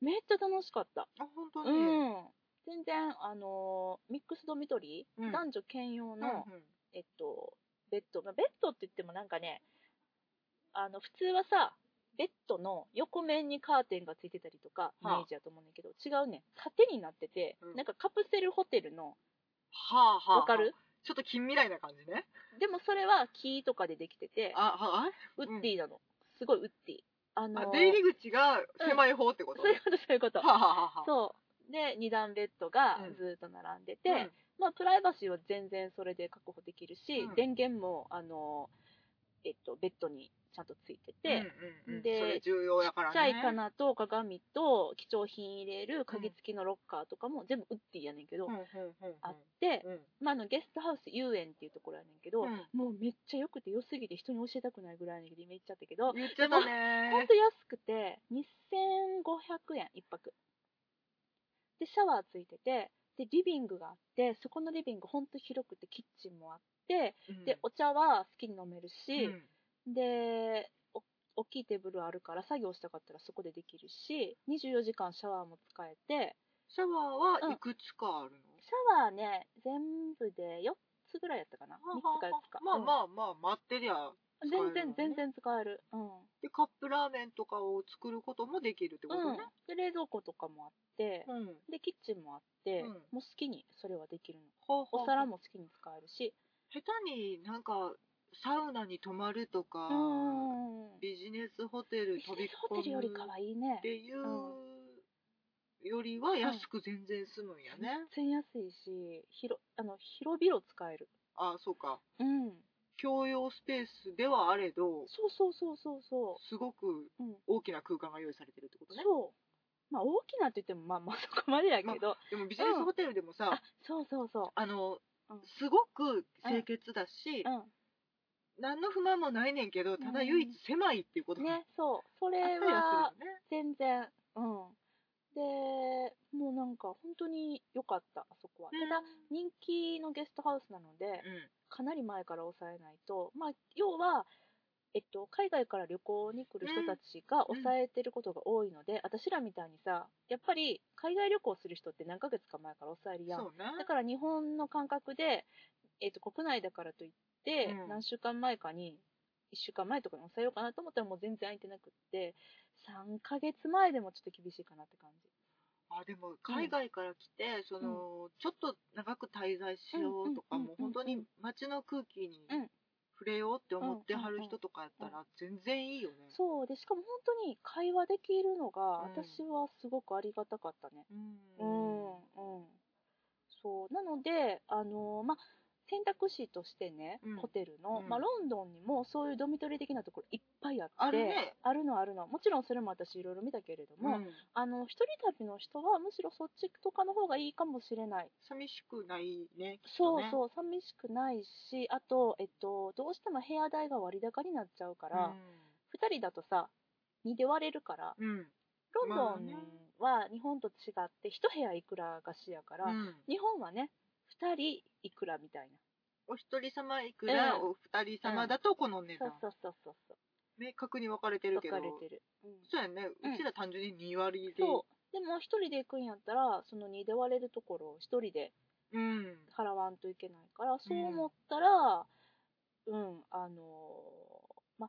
Speaker 3: めっちゃ楽しかった。
Speaker 2: あ本当
Speaker 3: う
Speaker 2: にうん
Speaker 3: ん、全然、あのーミックスドミトリー、
Speaker 2: うん
Speaker 3: 男女兼用
Speaker 2: うん
Speaker 3: の、えっと、ベッド、まあ、ベッドって言ってもなんかねあの普通はさベッドの横面にカーテンがついてたりとかイメ
Speaker 2: はあ
Speaker 3: ージやと思うんだけど、違うね縦になってて、
Speaker 2: うん
Speaker 3: なんかカプセルホテルの
Speaker 2: はあはあはあ
Speaker 3: わかる
Speaker 2: ちょっと近未来な感じね
Speaker 3: でもそれは木とかでできてて
Speaker 2: あはあ
Speaker 3: ウッディなの、すごいウッディあのー
Speaker 2: あ出入り口が狭い方ってこと、
Speaker 3: そういうことそういうこと
Speaker 2: はあはあはあ
Speaker 3: そうで2段ベッドが
Speaker 2: うん
Speaker 3: ずっと並んでて、まあ、プライバシーは全然それで確保できるし、
Speaker 2: うん
Speaker 3: 電源もあの、えっと、ベッドにちゃんとついてて、
Speaker 2: うんうんうん、
Speaker 3: で
Speaker 2: それ重要やから
Speaker 3: ち
Speaker 2: ね
Speaker 3: っちゃい棚と鏡と貴重品入れる鍵付きのロッカーとかも全部ウッディやねんけど、
Speaker 2: うんうんうんうん
Speaker 3: あって、
Speaker 2: うん
Speaker 3: まあ、あのゲストハウス遊園っていうところやねんけど、
Speaker 2: うん
Speaker 3: もうめっちゃ良くて良すぎて人に教えたくないぐらいやねんけど今言っちゃったけど、
Speaker 2: 言っちゃった
Speaker 3: ほん
Speaker 2: ね
Speaker 3: と安くて2500円一泊でシャワーついててでリビングがあってそこのリビングほんと広くてキッチンもあって
Speaker 2: うん
Speaker 3: でお茶は好きに飲める
Speaker 2: う
Speaker 3: し、
Speaker 2: ん
Speaker 3: でお大きいテーブルあるから作業したかったらそこでできるし24時間シャワーも使えて
Speaker 2: シャワーはいくつかあるの、
Speaker 3: シャワーね全部で4つぐらいやったかな3つか4つか
Speaker 2: まあ
Speaker 3: うん
Speaker 2: まあまあ待ってりゃ使えるわ
Speaker 3: 全然
Speaker 2: ね
Speaker 3: 全然使えるうん、
Speaker 2: でカップラーメンとかを作ることもできるってこと
Speaker 3: うん
Speaker 2: ね、
Speaker 3: で冷蔵庫とかもあって、
Speaker 2: うん
Speaker 3: でキッチンもあって、
Speaker 2: うん
Speaker 3: もう好きにそれはできるの
Speaker 2: ほうほう
Speaker 3: お皿も好きに使えるし
Speaker 2: 下手になんかサウナに泊まるとか、
Speaker 3: うんビ
Speaker 2: ビジネスホテル
Speaker 3: ジ
Speaker 2: 飛
Speaker 3: ネ
Speaker 2: び
Speaker 3: スホテル
Speaker 2: 込
Speaker 3: よ
Speaker 2: む
Speaker 3: りかはいいね
Speaker 2: っていうよりは安く全然済むんやね、
Speaker 3: 全然安いし広あの広々使える
Speaker 2: あそうか
Speaker 3: うん
Speaker 2: 共用スペースではあれど
Speaker 3: そうそうそうそうそう
Speaker 2: すごく
Speaker 3: うん
Speaker 2: 大きな空間が用意されてるってことね
Speaker 3: そう。まあ、大きなって言っても、まあまあ、 そこまでやけど。
Speaker 2: でもビジネスホテルでもさ、
Speaker 3: あ、そうそうそ
Speaker 2: あの
Speaker 3: うん
Speaker 2: すごく清潔だし、
Speaker 3: う。
Speaker 2: 何の不満もないねんけどただ
Speaker 3: うん
Speaker 2: 唯一狭いっていうこ
Speaker 3: う
Speaker 2: と
Speaker 3: ん。
Speaker 2: があっ
Speaker 3: ね、そう。そ
Speaker 2: たり
Speaker 3: れ
Speaker 2: は
Speaker 3: は、
Speaker 2: するよね
Speaker 3: 全然、うん。で、もうなんか、本当に良かった、あそこは。ただ、人気のゲストハウスなので、かなり前から抑えないと、まあ、要は、えっと、海外から旅行に来る人たちが抑えてることが多いので、私らみたいにさ、やっぱり海外旅行する人って何ヶ月か前から抑える
Speaker 2: うん、
Speaker 3: やん
Speaker 2: そうね
Speaker 3: だから日本の感覚で、えっと国内だからといって、
Speaker 2: うん
Speaker 3: 何週間前かに1週間前とかに抑えようかなと思ったらもう全然空いてなくって3ヶ月前でもちょっと厳しいかなって感じ
Speaker 2: あでも海外から来て、そのちょっと長く滞在しようとか、
Speaker 3: うんうんうんうん
Speaker 2: もう本当に街の空気に
Speaker 3: うん
Speaker 2: 触れようって思ってはる人とかやったら全然いいよね、
Speaker 3: そうでしかも本当に会話できるのが
Speaker 2: うん
Speaker 3: 私はすごくありがたかったね
Speaker 2: うん
Speaker 3: うんうん、そうなので、あのーまあ、選択肢としてね、
Speaker 2: うん
Speaker 3: ホテルの、
Speaker 2: うん
Speaker 3: まあ、ロンドンにもそういうドミトリー的なところいっぱいあって
Speaker 2: あるね
Speaker 3: あるのあるのもちろんそれも私いろいろ見たけれども、
Speaker 2: うん
Speaker 3: あの一人旅の人はむしろそっちとかの方がいいかもしれない
Speaker 2: 寂しくないねきっ
Speaker 3: そ
Speaker 2: と
Speaker 3: う
Speaker 2: ねう
Speaker 3: そう寂しくないしあと、えっと、どうしても部屋代が割高になっちゃうから、二2人だとさ2で割れるから
Speaker 2: うんうん
Speaker 3: ロン
Speaker 2: ま
Speaker 3: ド
Speaker 2: あね
Speaker 3: ンは日本と違って1部屋いくらがしやから、
Speaker 2: うん
Speaker 3: 日本はね2人いくらみたいな
Speaker 2: お一人様いくら、
Speaker 3: うん
Speaker 2: お二人様だとこの値
Speaker 3: そう
Speaker 2: 段、
Speaker 3: そうそうそうそう
Speaker 2: 明確に分かれてるけ
Speaker 3: 分
Speaker 2: ど
Speaker 3: かれてる、うん
Speaker 2: そうやね
Speaker 3: うん
Speaker 2: うちら単純に2割で、
Speaker 3: そうでも1人で行くんやったらその2で割れるところを1人で
Speaker 2: うん、
Speaker 3: 払わんといけないからそう思ったらうん、あのーま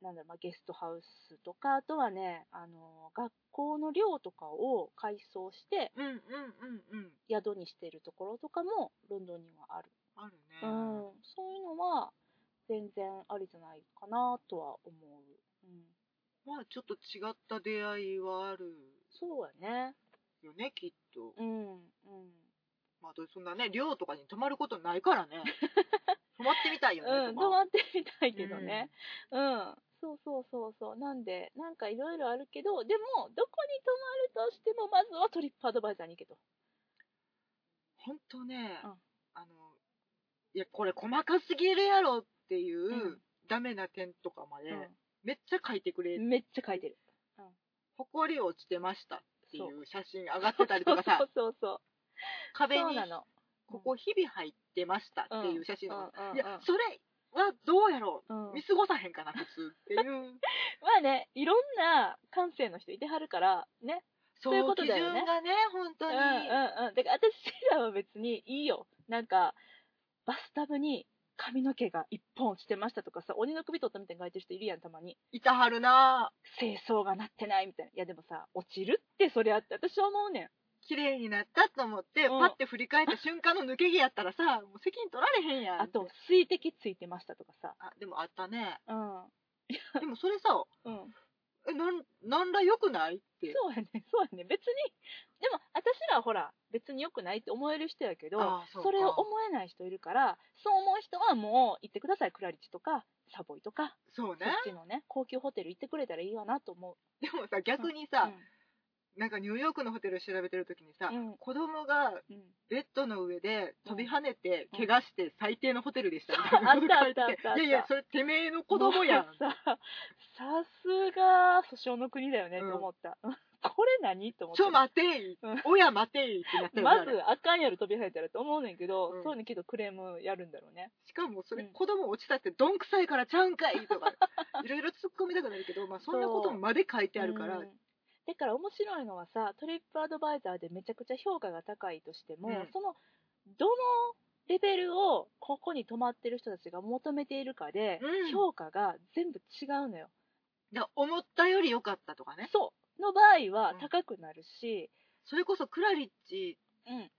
Speaker 3: なんだろうまゲストハウスとかあとはね、あのー学校の寮とかを改装して
Speaker 2: うんうんうんうん
Speaker 3: 宿にしてるところとかもロンドンにはある、
Speaker 2: あるね、
Speaker 3: うん、そういうのは全然ありじゃないかなとは思う、うん、
Speaker 2: まあちょっと違った出会いはある
Speaker 3: そうやね
Speaker 2: よねきっと、
Speaker 3: うんうん
Speaker 2: まあそんなね寮とかに泊まることないか らね泊まってみたいよね、
Speaker 3: うん、
Speaker 2: と
Speaker 3: 泊
Speaker 2: か
Speaker 3: まってみたいけどね、うん、そうそうそうそう。なんで、なんかいろいろあるけど、でも、どこに泊まるとしても、まずはトリップアドバイザーに行けと。
Speaker 2: 本当ね、
Speaker 3: うん
Speaker 2: あのいやこれ細かすぎるやろっていう、
Speaker 3: うん
Speaker 2: ダメな点とかまで、めっちゃ書いてくれ
Speaker 3: う
Speaker 2: る
Speaker 3: ん、めっちゃ書いてる。
Speaker 2: ほこり落ちてましたってい
Speaker 3: そう
Speaker 2: う写真上がってたりとかさ
Speaker 3: そうそうそう。
Speaker 2: 壁
Speaker 3: そう
Speaker 2: に
Speaker 3: なの。
Speaker 2: ここひび入ってましたっていう写真とか、
Speaker 3: うんうん
Speaker 2: い
Speaker 3: うんう
Speaker 2: や
Speaker 3: ん
Speaker 2: それはどうやろ
Speaker 3: うん、
Speaker 2: う
Speaker 3: ま
Speaker 2: 見過ごさへんかな普通っていう
Speaker 3: あね、いろんな感性の人いてはるから、ね。
Speaker 2: そ
Speaker 3: そういう
Speaker 2: う
Speaker 3: こと
Speaker 2: 基
Speaker 3: だよ
Speaker 2: 準
Speaker 3: ね
Speaker 2: がね本当
Speaker 3: うん
Speaker 2: に、
Speaker 3: うんうん。だから私らは別にいいよ。なんか、バスタブに髪の毛が一本してましたとかさ、鬼の首取ったみたいに書いてる人いるやん、たまに。
Speaker 2: いたはるな
Speaker 3: 清掃がなってないみたいな。いやでもさ、落ちるってそれあって、私は思うねん。
Speaker 2: 綺麗になったと思って、
Speaker 3: うん
Speaker 2: パッて振り返った瞬間の抜け毛やったらさもう責任取られへんやん
Speaker 3: あと、水滴ついてましたとかさ。
Speaker 2: あでもあったね
Speaker 3: うん。
Speaker 2: でもそれさ
Speaker 3: うん。
Speaker 2: えなんなんらよくないって
Speaker 3: そうやね、そうやね。別に、でも私らはほら、別に良くないって思える人やけど、
Speaker 2: ああそうか
Speaker 3: れを思えない人いるから、そう思う人はもう行ってください。クラリッチとか、サボイとか、
Speaker 2: そう
Speaker 3: そ
Speaker 2: ね
Speaker 3: っちのね、高級ホテル行ってくれたらいいわなと思う。
Speaker 2: でもさ逆
Speaker 3: う
Speaker 2: にさ
Speaker 3: ん、
Speaker 2: なんかニューヨークのホテル調べてる時にさ、
Speaker 3: うん
Speaker 2: 子供が
Speaker 3: うん
Speaker 2: ベッドの上で飛び跳ねて、
Speaker 3: うん
Speaker 2: 怪我して最低のホテルでしたみたい
Speaker 3: あ
Speaker 2: な
Speaker 3: っ
Speaker 2: こと
Speaker 3: たあっ
Speaker 2: 書 い
Speaker 3: たあってたあった
Speaker 2: ていやいやそれてめえの子供やん
Speaker 3: もう さ、さすが、訴訟の国だよねって思った。 これ何と思って。
Speaker 2: ちょ待てい、
Speaker 3: うん
Speaker 2: 親待ていってなったよね
Speaker 3: ま
Speaker 2: あれ
Speaker 3: ず、あかんやろ飛び跳ねたらと思うねんけど、
Speaker 2: うん
Speaker 3: そういうのけどクレームやるんだろうね。
Speaker 2: しかもそれ
Speaker 3: うん
Speaker 2: 子供落ちたってどんくさいからちゃうんかい とかいろいろ突っ込みたくなるけど、まあ、そんなこともまで書いてあるから
Speaker 3: うんだから面白いのはさトリップアドバイザーでめちゃくちゃ評価が高いとしても、
Speaker 2: うん
Speaker 3: そのどのレベルをここに泊まってる人たちが求めているかで、
Speaker 2: うん
Speaker 3: 評価が全部違うのよ。
Speaker 2: だ思ったより良かったとかね
Speaker 3: そうの場合は
Speaker 2: うん
Speaker 3: 高くなるし、
Speaker 2: それこそクラリッチ
Speaker 3: うんうん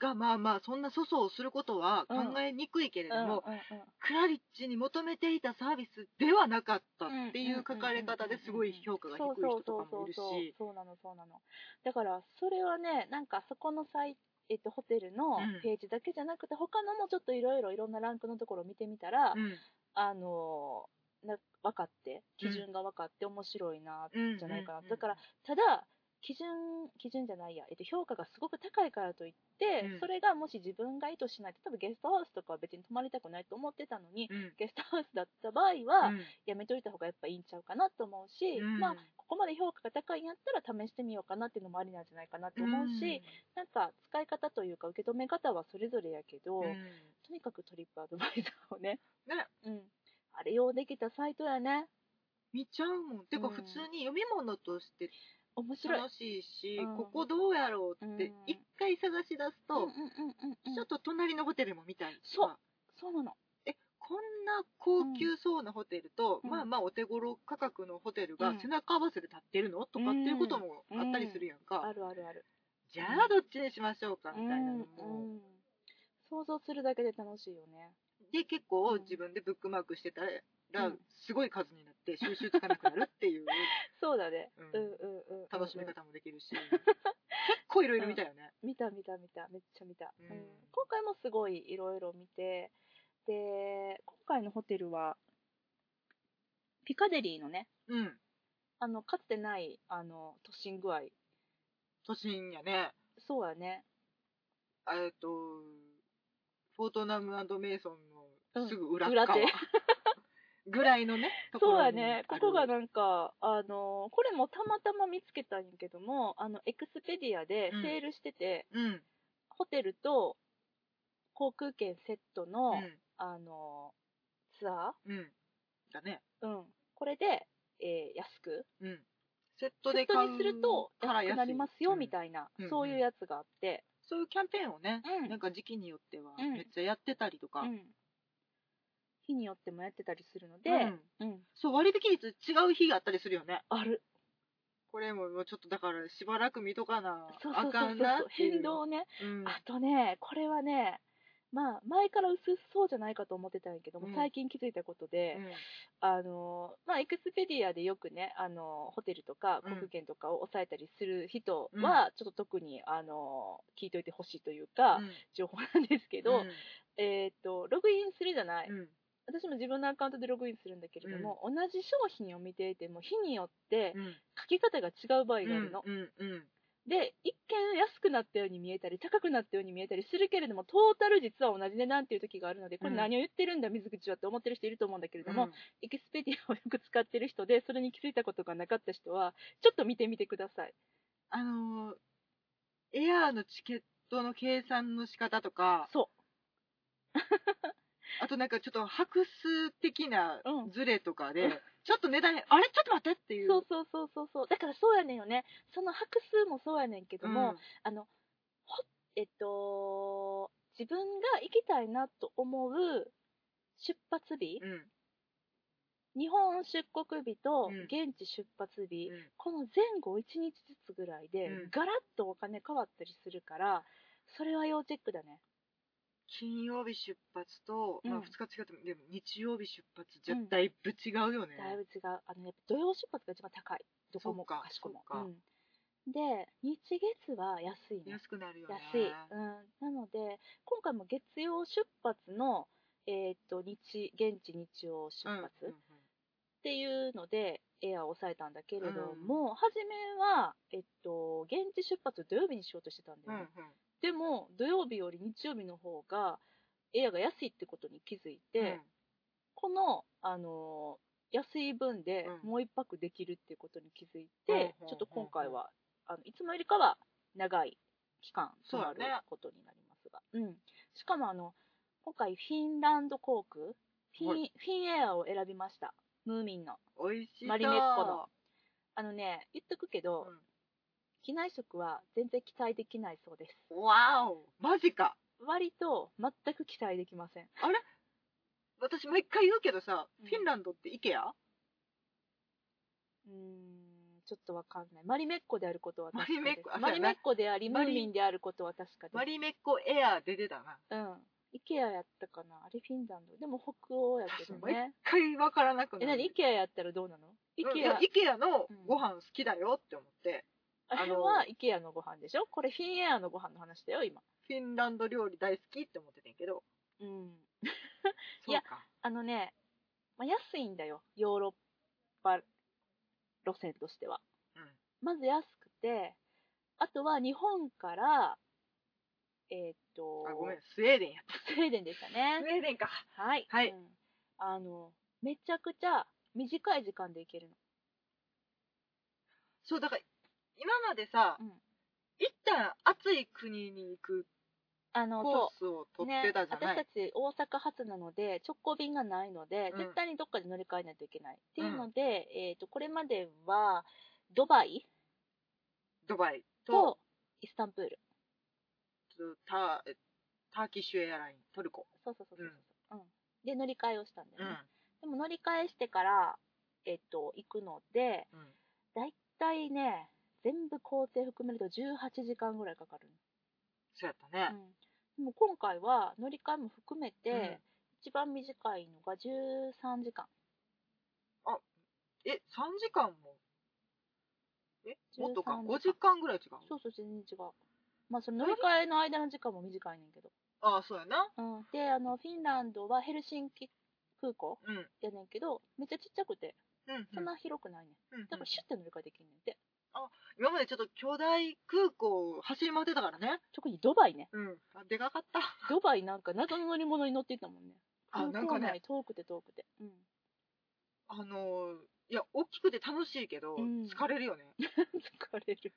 Speaker 2: がまあまあそんな粗相をすることは考えにくいけれども、
Speaker 3: うんうん
Speaker 2: クラリッチに求めていたサービスではなかったっていう書かれ方ですごい評価が低い人とかもいる
Speaker 3: そうそうそう
Speaker 2: し、
Speaker 3: そうそうなのそうなのだからそれはねなんかそこのサイえっと、ホテルの
Speaker 2: うん
Speaker 3: ページだけじゃなくて、他のもちょっといろいろいろんなランクのところを見てみたら、
Speaker 2: うん
Speaker 3: あのな分かって
Speaker 2: うん
Speaker 3: 基準が分かって面白いな、
Speaker 2: うん
Speaker 3: じゃないかな
Speaker 2: うん
Speaker 3: だからただ基準基準じゃないや、えっと、評価がすごく高いからといって、
Speaker 2: うん
Speaker 3: それがもし自分が意図しない例えばゲストハウスとかは別に泊まりたくないと思ってたのに、
Speaker 2: うんうん
Speaker 3: ゲストハウスだった場合は、
Speaker 2: うん
Speaker 3: やめといた方がやっぱいいんちゃうかなと思うし、
Speaker 2: うん
Speaker 3: まあここまで評価が高いんやったら試してみようかなっていうのもありなんじゃないかなと思うし、なんか使い方というか受け止め方はそれぞれやけど、
Speaker 2: うん
Speaker 3: とにかくトリップアドバイザーをね
Speaker 2: ね
Speaker 3: うん、あれ用できたサイトやね
Speaker 2: 見ちゃうもんてか
Speaker 3: うん
Speaker 2: 普通に読み物として
Speaker 3: 面白い
Speaker 2: 楽しいし、
Speaker 3: うん
Speaker 2: ここどうやろうっ
Speaker 3: う
Speaker 2: て
Speaker 3: ん
Speaker 2: 一回探し出すと、
Speaker 3: うんうんうんうんうん
Speaker 2: ちょっと隣のホテルも見たりと
Speaker 3: そう
Speaker 2: か
Speaker 3: そうなの
Speaker 2: こんな高級そうなホテルと、
Speaker 3: うん
Speaker 2: まあまあお手頃価格のホテル
Speaker 3: う
Speaker 2: が
Speaker 3: ん
Speaker 2: 背中合わせで立ってるのとかっていうこともあったりするやんか、
Speaker 3: あるあるある
Speaker 2: じゃあどっちにしましょうかみたいなのも、
Speaker 3: うんうん想像するだけで楽しいよね
Speaker 2: で結構
Speaker 3: うん
Speaker 2: 自分でブックマークしてたら、
Speaker 3: うん
Speaker 2: すごい数になって収集つかなくなるって いう
Speaker 3: そうだね。
Speaker 2: う
Speaker 3: うんんうんうん。
Speaker 2: 楽しみ方もできるし、結構いろいろ見たよね。
Speaker 3: 見た見た見ためっちゃ見た、
Speaker 2: う
Speaker 3: うんん今回もすごいいろいろ見てで今回のホテルはピカデリーのね
Speaker 2: うん、
Speaker 3: あのかつてないあの都心具合
Speaker 2: 都心やね。
Speaker 3: そうやね
Speaker 2: えっと、フォートナムメイソンのすぐ裏
Speaker 3: うん裏
Speaker 2: っ
Speaker 3: 手
Speaker 2: 側ぐらいのね、 とこ
Speaker 3: そう
Speaker 2: ろ
Speaker 3: や
Speaker 2: に
Speaker 3: ね
Speaker 2: あ
Speaker 3: こ
Speaker 2: る
Speaker 3: こがなんかあのこれもたまたま見つけたんやけどもあのエクスペディアで
Speaker 2: うん
Speaker 3: セールしてて、
Speaker 2: うん、うん、
Speaker 3: ホテルと航空券セットの、あのツア
Speaker 2: うん。だね。
Speaker 3: ー、うん、これで、えー安く
Speaker 2: うん。セット
Speaker 3: セ
Speaker 2: で
Speaker 3: ット
Speaker 2: 買
Speaker 3: に
Speaker 2: う
Speaker 3: すると
Speaker 2: から
Speaker 3: 安くなりますよみ
Speaker 2: いな。
Speaker 3: た
Speaker 2: うん
Speaker 3: いな、
Speaker 2: うん
Speaker 3: そういうやつがあって、
Speaker 2: そういうキャンペーンをね、
Speaker 3: うん
Speaker 2: なんか時期によっては
Speaker 3: うん
Speaker 2: めっちゃやってたりとか。
Speaker 3: うん日によってもやってたりするので、
Speaker 2: うん
Speaker 3: うん
Speaker 2: そう、割引率違う日があったりするよね。
Speaker 3: ある
Speaker 2: これももうちょっとだからしばらく見とかな
Speaker 3: そうそ
Speaker 2: あ
Speaker 3: うそう
Speaker 2: か
Speaker 3: そ
Speaker 2: ん
Speaker 3: う
Speaker 2: なっていう。
Speaker 3: 変動ね、
Speaker 2: うん。
Speaker 3: あとねこれはねまあ前から薄そうじゃないかと思ってたんやけども、
Speaker 2: うん
Speaker 3: 最近気づいたことで、あのまあエクスペディアでよくねあのホテルとか
Speaker 2: うん
Speaker 3: 航空券とかを抑えたりする人は、ちょっと特にあの聞いといてほしいというか、
Speaker 2: うん
Speaker 3: 情報なんですけど、
Speaker 2: うん
Speaker 3: えーっとログインするじゃない、
Speaker 2: うん
Speaker 3: 私も自分のアカウントでログインするんだけれども、同じ商品を見ていても日によって
Speaker 2: うん
Speaker 3: 書き方が違う場合があるの、
Speaker 2: うんうん
Speaker 3: で一見安くなったように見えたり高くなったように見えたりするけれどもトータル実は同じ値段っていう時があるのでこれ何を言ってるんだ水口はって思ってる人いると思うんだけれ
Speaker 2: う
Speaker 3: ど
Speaker 2: ん
Speaker 3: も、エクスペディアをよく使ってる人でそれに気づいたことがなかった人はちょっと見てみてください
Speaker 2: あのーエアーのチケットの計算の仕方とか
Speaker 3: そ
Speaker 2: あとなんかちょっと白数的な
Speaker 3: うん
Speaker 2: ズレとかで、
Speaker 3: うん
Speaker 2: ちょっと値段あれちょっと待ってっていうう
Speaker 3: そうそうそうそうそうだからそうやねんよねその白数もそうやねんけども、あの、ほえっと、自分が行きたいなと思う出発日
Speaker 2: う、んうん
Speaker 3: 日本出国日と
Speaker 2: うん
Speaker 3: 現地出発日、
Speaker 2: うん
Speaker 3: この前後1日ずつぐらいで、
Speaker 2: うん
Speaker 3: ガラッとお金変わったりするから、それは要チェックだね。
Speaker 2: 金曜日出発と、まあ、
Speaker 3: うん
Speaker 2: 2日違ってもでも日曜日出発じゃ
Speaker 3: うん
Speaker 2: だいぶ違うよね、
Speaker 3: だいぶ違う。あのね、土曜出発が一番高い。どこ
Speaker 2: そ
Speaker 3: も
Speaker 2: うか
Speaker 3: かしこも。
Speaker 2: そうか
Speaker 3: うんで、日月は安いね。
Speaker 2: 安くなるよね
Speaker 3: 安い、うん、なので今回も月曜出発の、えー、と日現地日曜出
Speaker 2: うん
Speaker 3: 発っていうので、エアを抑えたんだけれども、初めは、えっと、現地出発を土曜日にしようとしてたんだ
Speaker 2: うん
Speaker 3: よ
Speaker 2: うん
Speaker 3: ね、でも土曜日より日曜日の方がエアが安いってことに気づいて、
Speaker 2: うんうん
Speaker 3: この、あのー安い分で
Speaker 2: うん
Speaker 3: もう一泊できるっていうことに気づい
Speaker 2: うんうんうん
Speaker 3: て、ちょっと今回はあのいつもよりかは長い期間泊まる
Speaker 2: そうだね
Speaker 3: ことになりますがう、ん、しかもあの今回フィンランド航空フィン,、
Speaker 2: は
Speaker 3: フィンエアを選びましたムーミンの
Speaker 2: 美味しそう
Speaker 3: マリメッコのあのね言っとくけど、
Speaker 2: うん
Speaker 3: 機内食は全然期待できないそうです
Speaker 2: わおマジか
Speaker 3: 割と全く期待できません
Speaker 2: 私毎回言うけどさ、
Speaker 3: うん
Speaker 2: フィンランドってイケア
Speaker 3: うーんちょっとわかんない。マリメッコであることは確かです
Speaker 2: マリメッコあ
Speaker 3: マリメッコであり、ム
Speaker 2: マ
Speaker 3: ー
Speaker 2: リ
Speaker 3: ミンであることは確かです。
Speaker 2: マリメッコエアーで出たな
Speaker 3: うん。イケアやったかなあれフィンランド。でも北欧やけど
Speaker 2: 確か
Speaker 3: ね。
Speaker 2: 一回わからなくな
Speaker 3: え、
Speaker 2: る
Speaker 3: なにイケアやったらどうなのイ
Speaker 2: うんい
Speaker 3: ケ
Speaker 2: や
Speaker 3: ア、
Speaker 2: イケアのご飯好きだよって思って、
Speaker 3: あれ
Speaker 2: あの
Speaker 3: はイケアのご飯でしょこれフィンエアのご飯の話だよ、今。
Speaker 2: フィンランド料理大好きって思ってたんやけど
Speaker 3: うん。
Speaker 2: そうか
Speaker 3: あのね、まあ、安いんだよ。ヨーロッパ路線としては。
Speaker 2: うん
Speaker 3: まず安くて、あとは日本から、えーっと、
Speaker 2: あごめんスウェーデンやった
Speaker 3: スウェーデンでしたね。
Speaker 2: ウェーデンか
Speaker 3: はい。
Speaker 2: はい
Speaker 3: うんあの、めちゃくちゃ短い時間で行けるの。
Speaker 2: そうだから今までさ、
Speaker 3: うん
Speaker 2: 一旦暑い国に行く
Speaker 3: あの、
Speaker 2: コー
Speaker 3: そ
Speaker 2: スを
Speaker 3: う。
Speaker 2: 取ってたじゃない、
Speaker 3: ね、私たち大阪発なので直行便がないので、
Speaker 2: うん
Speaker 3: 絶対にどっかで乗り換えないといけない、
Speaker 2: うん
Speaker 3: っていうので、えー、とこれまではドバイ
Speaker 2: ドバイと
Speaker 3: とイスタンブール
Speaker 2: タターキッシュエアライントルコ、
Speaker 3: そうそうそうそうそう、うんで乗り換えをしたんだ
Speaker 2: う
Speaker 3: よ
Speaker 2: ん
Speaker 3: ね、でも乗り換えしてから、えっと行くので
Speaker 2: うん
Speaker 3: だいたいね全部工程含めると18時間ぐらいかかるの
Speaker 2: そうやったね、
Speaker 3: うんでも今回は乗り換えも含めて、一番短いのが13時間。
Speaker 2: え、3時間もえ、もっとか、
Speaker 3: 13
Speaker 2: 5時間ぐらい違う
Speaker 3: そうそう、全然違う。まあ、その乗り換えの間の時間も短いねんけど。
Speaker 2: ああ、そうやな。
Speaker 3: うん、で、あの、フィンランドはヘルシンキ空港
Speaker 2: うん。うん
Speaker 3: やねんけど、めっちゃちっちゃくて、
Speaker 2: うん。
Speaker 3: そんな広くないねん。
Speaker 2: うんうん
Speaker 3: だからシュッて乗り換えできんねんて。
Speaker 2: 今までちょっと巨大空港を走り回ってたからね。
Speaker 3: 特にドバイね。
Speaker 2: うん。あ、でかかった。
Speaker 3: ドバイなんか謎の乗り物に乗っていったもんね。
Speaker 2: あ、なん
Speaker 3: 空
Speaker 2: か
Speaker 3: 港
Speaker 2: ね、
Speaker 3: 内遠くて遠くて。うん。
Speaker 2: あのー、いや、大きくて楽しいけど、
Speaker 3: うん
Speaker 2: 疲れるよね。
Speaker 3: 疲れる。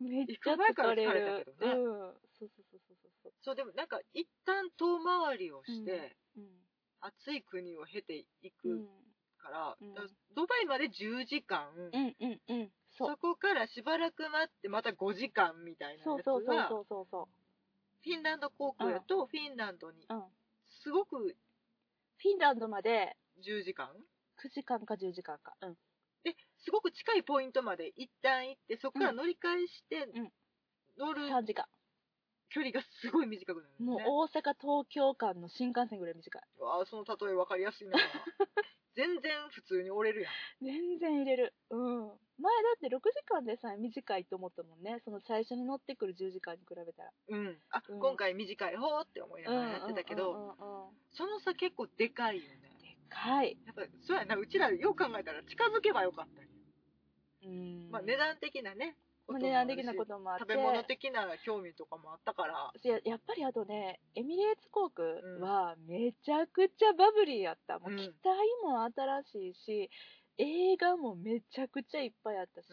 Speaker 3: めっち
Speaker 2: 行
Speaker 3: ゃ
Speaker 2: く前から
Speaker 3: 疲れ
Speaker 2: 疲
Speaker 3: る。
Speaker 2: れたけどね
Speaker 3: うん。そうそうそうそうそう。
Speaker 2: そう、でもなんか、一旦遠回りをして、
Speaker 3: うん。
Speaker 2: 暑い国を経てい
Speaker 3: うん
Speaker 2: くから、
Speaker 3: うん
Speaker 2: だからドバイまで10時間、
Speaker 3: うんうんうん。
Speaker 2: そ
Speaker 3: そう。
Speaker 2: こからしばらく待ってまた5時間みたいな
Speaker 3: そう
Speaker 2: やつ
Speaker 3: そう
Speaker 2: が
Speaker 3: そうそうそう。
Speaker 2: フィンランド航空やとフィンランドに
Speaker 3: うん。フ
Speaker 2: すごく
Speaker 3: ィンランドまで
Speaker 2: 10時間
Speaker 3: 9時間か10時間か。うん。
Speaker 2: ですごく近いポイントまで一旦行ってそこから乗り換えして
Speaker 3: うん
Speaker 2: 乗る
Speaker 3: 3時間。
Speaker 2: 距離がすごい短くなる
Speaker 3: も
Speaker 2: の
Speaker 3: う
Speaker 2: ね
Speaker 3: 大阪、東京間の新幹線ぐらい短い。
Speaker 2: うわあその例え分かり やすいな全然普通に折れるやん
Speaker 3: 全然入れる。うん。前だって6時間でさえ短いと思ったもんね。その最初に乗ってくる10時間に比べたら。
Speaker 2: うんあ、
Speaker 3: うん
Speaker 2: 今回短い方って思いながらやってたけど、
Speaker 3: うんうんうんうん
Speaker 2: その差結構でかいよね
Speaker 3: はい。
Speaker 2: やっぱそうやなうちらよく考えたら近づけばよかったんや
Speaker 3: うん
Speaker 2: まあ、値段的なね、
Speaker 3: まあ値段的なことともあっ
Speaker 2: もあ
Speaker 3: て
Speaker 2: るし食べ物的な興味とかもあったから、
Speaker 3: いややっぱりあとねエミレーツ航空はめちゃくちゃバブリーやった、もう
Speaker 2: うん
Speaker 3: 機体も新しいし映画もめちゃくちゃいっぱいあったし、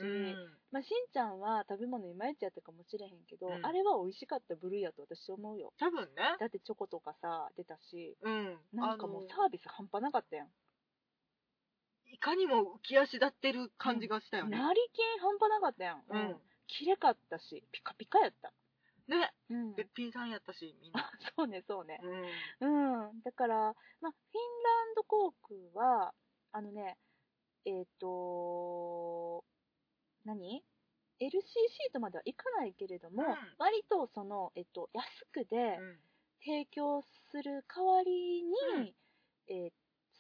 Speaker 3: まあ、しんちゃんは食べ物いまいちやったかもしれへんけど、
Speaker 2: うん
Speaker 3: あれは美味しかった部類やと私思うよ
Speaker 2: 多分ね、
Speaker 3: だってチョコとかさ出たし
Speaker 2: うん、
Speaker 3: なんかもう
Speaker 2: あの
Speaker 3: サービス半端なかったやん、
Speaker 2: いかにも浮き足立ってる感じがしたよね。
Speaker 3: 成金半端なかったやん、
Speaker 2: うん、
Speaker 3: きれかったしピカピカやった、
Speaker 2: ね、
Speaker 3: うん
Speaker 2: べっぴんさんやったし、みんな。
Speaker 3: そうねそうね、
Speaker 2: うん、
Speaker 3: うん、だから、まあ、フィンランド航空は、あのね、えっ、と何 ?LCC とまでは行かないけれども、
Speaker 2: うん
Speaker 3: 割とその、えっと、安くで
Speaker 2: うん
Speaker 3: 提供する代わりに、えー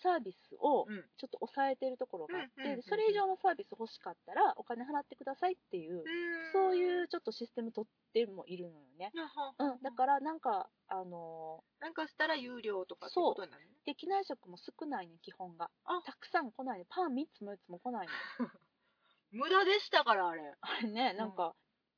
Speaker 3: サービスを
Speaker 2: うん
Speaker 3: ちょっと抑えてるところがあって、
Speaker 2: うんうんうんうん
Speaker 3: それ以上のサービス欲しかったらお金払ってくださいっていう、そういうちょっとシステム取ってもいるのよね。
Speaker 2: やは
Speaker 3: うん、だからなんか、あのー
Speaker 2: なんかしたら有料とかってことになるね。
Speaker 3: で機内食も少ないね基本が
Speaker 2: あ
Speaker 3: たくさん来ないねパン3つも4つも来ないの
Speaker 2: 無駄でしたから、あれ。
Speaker 3: あれねなんか、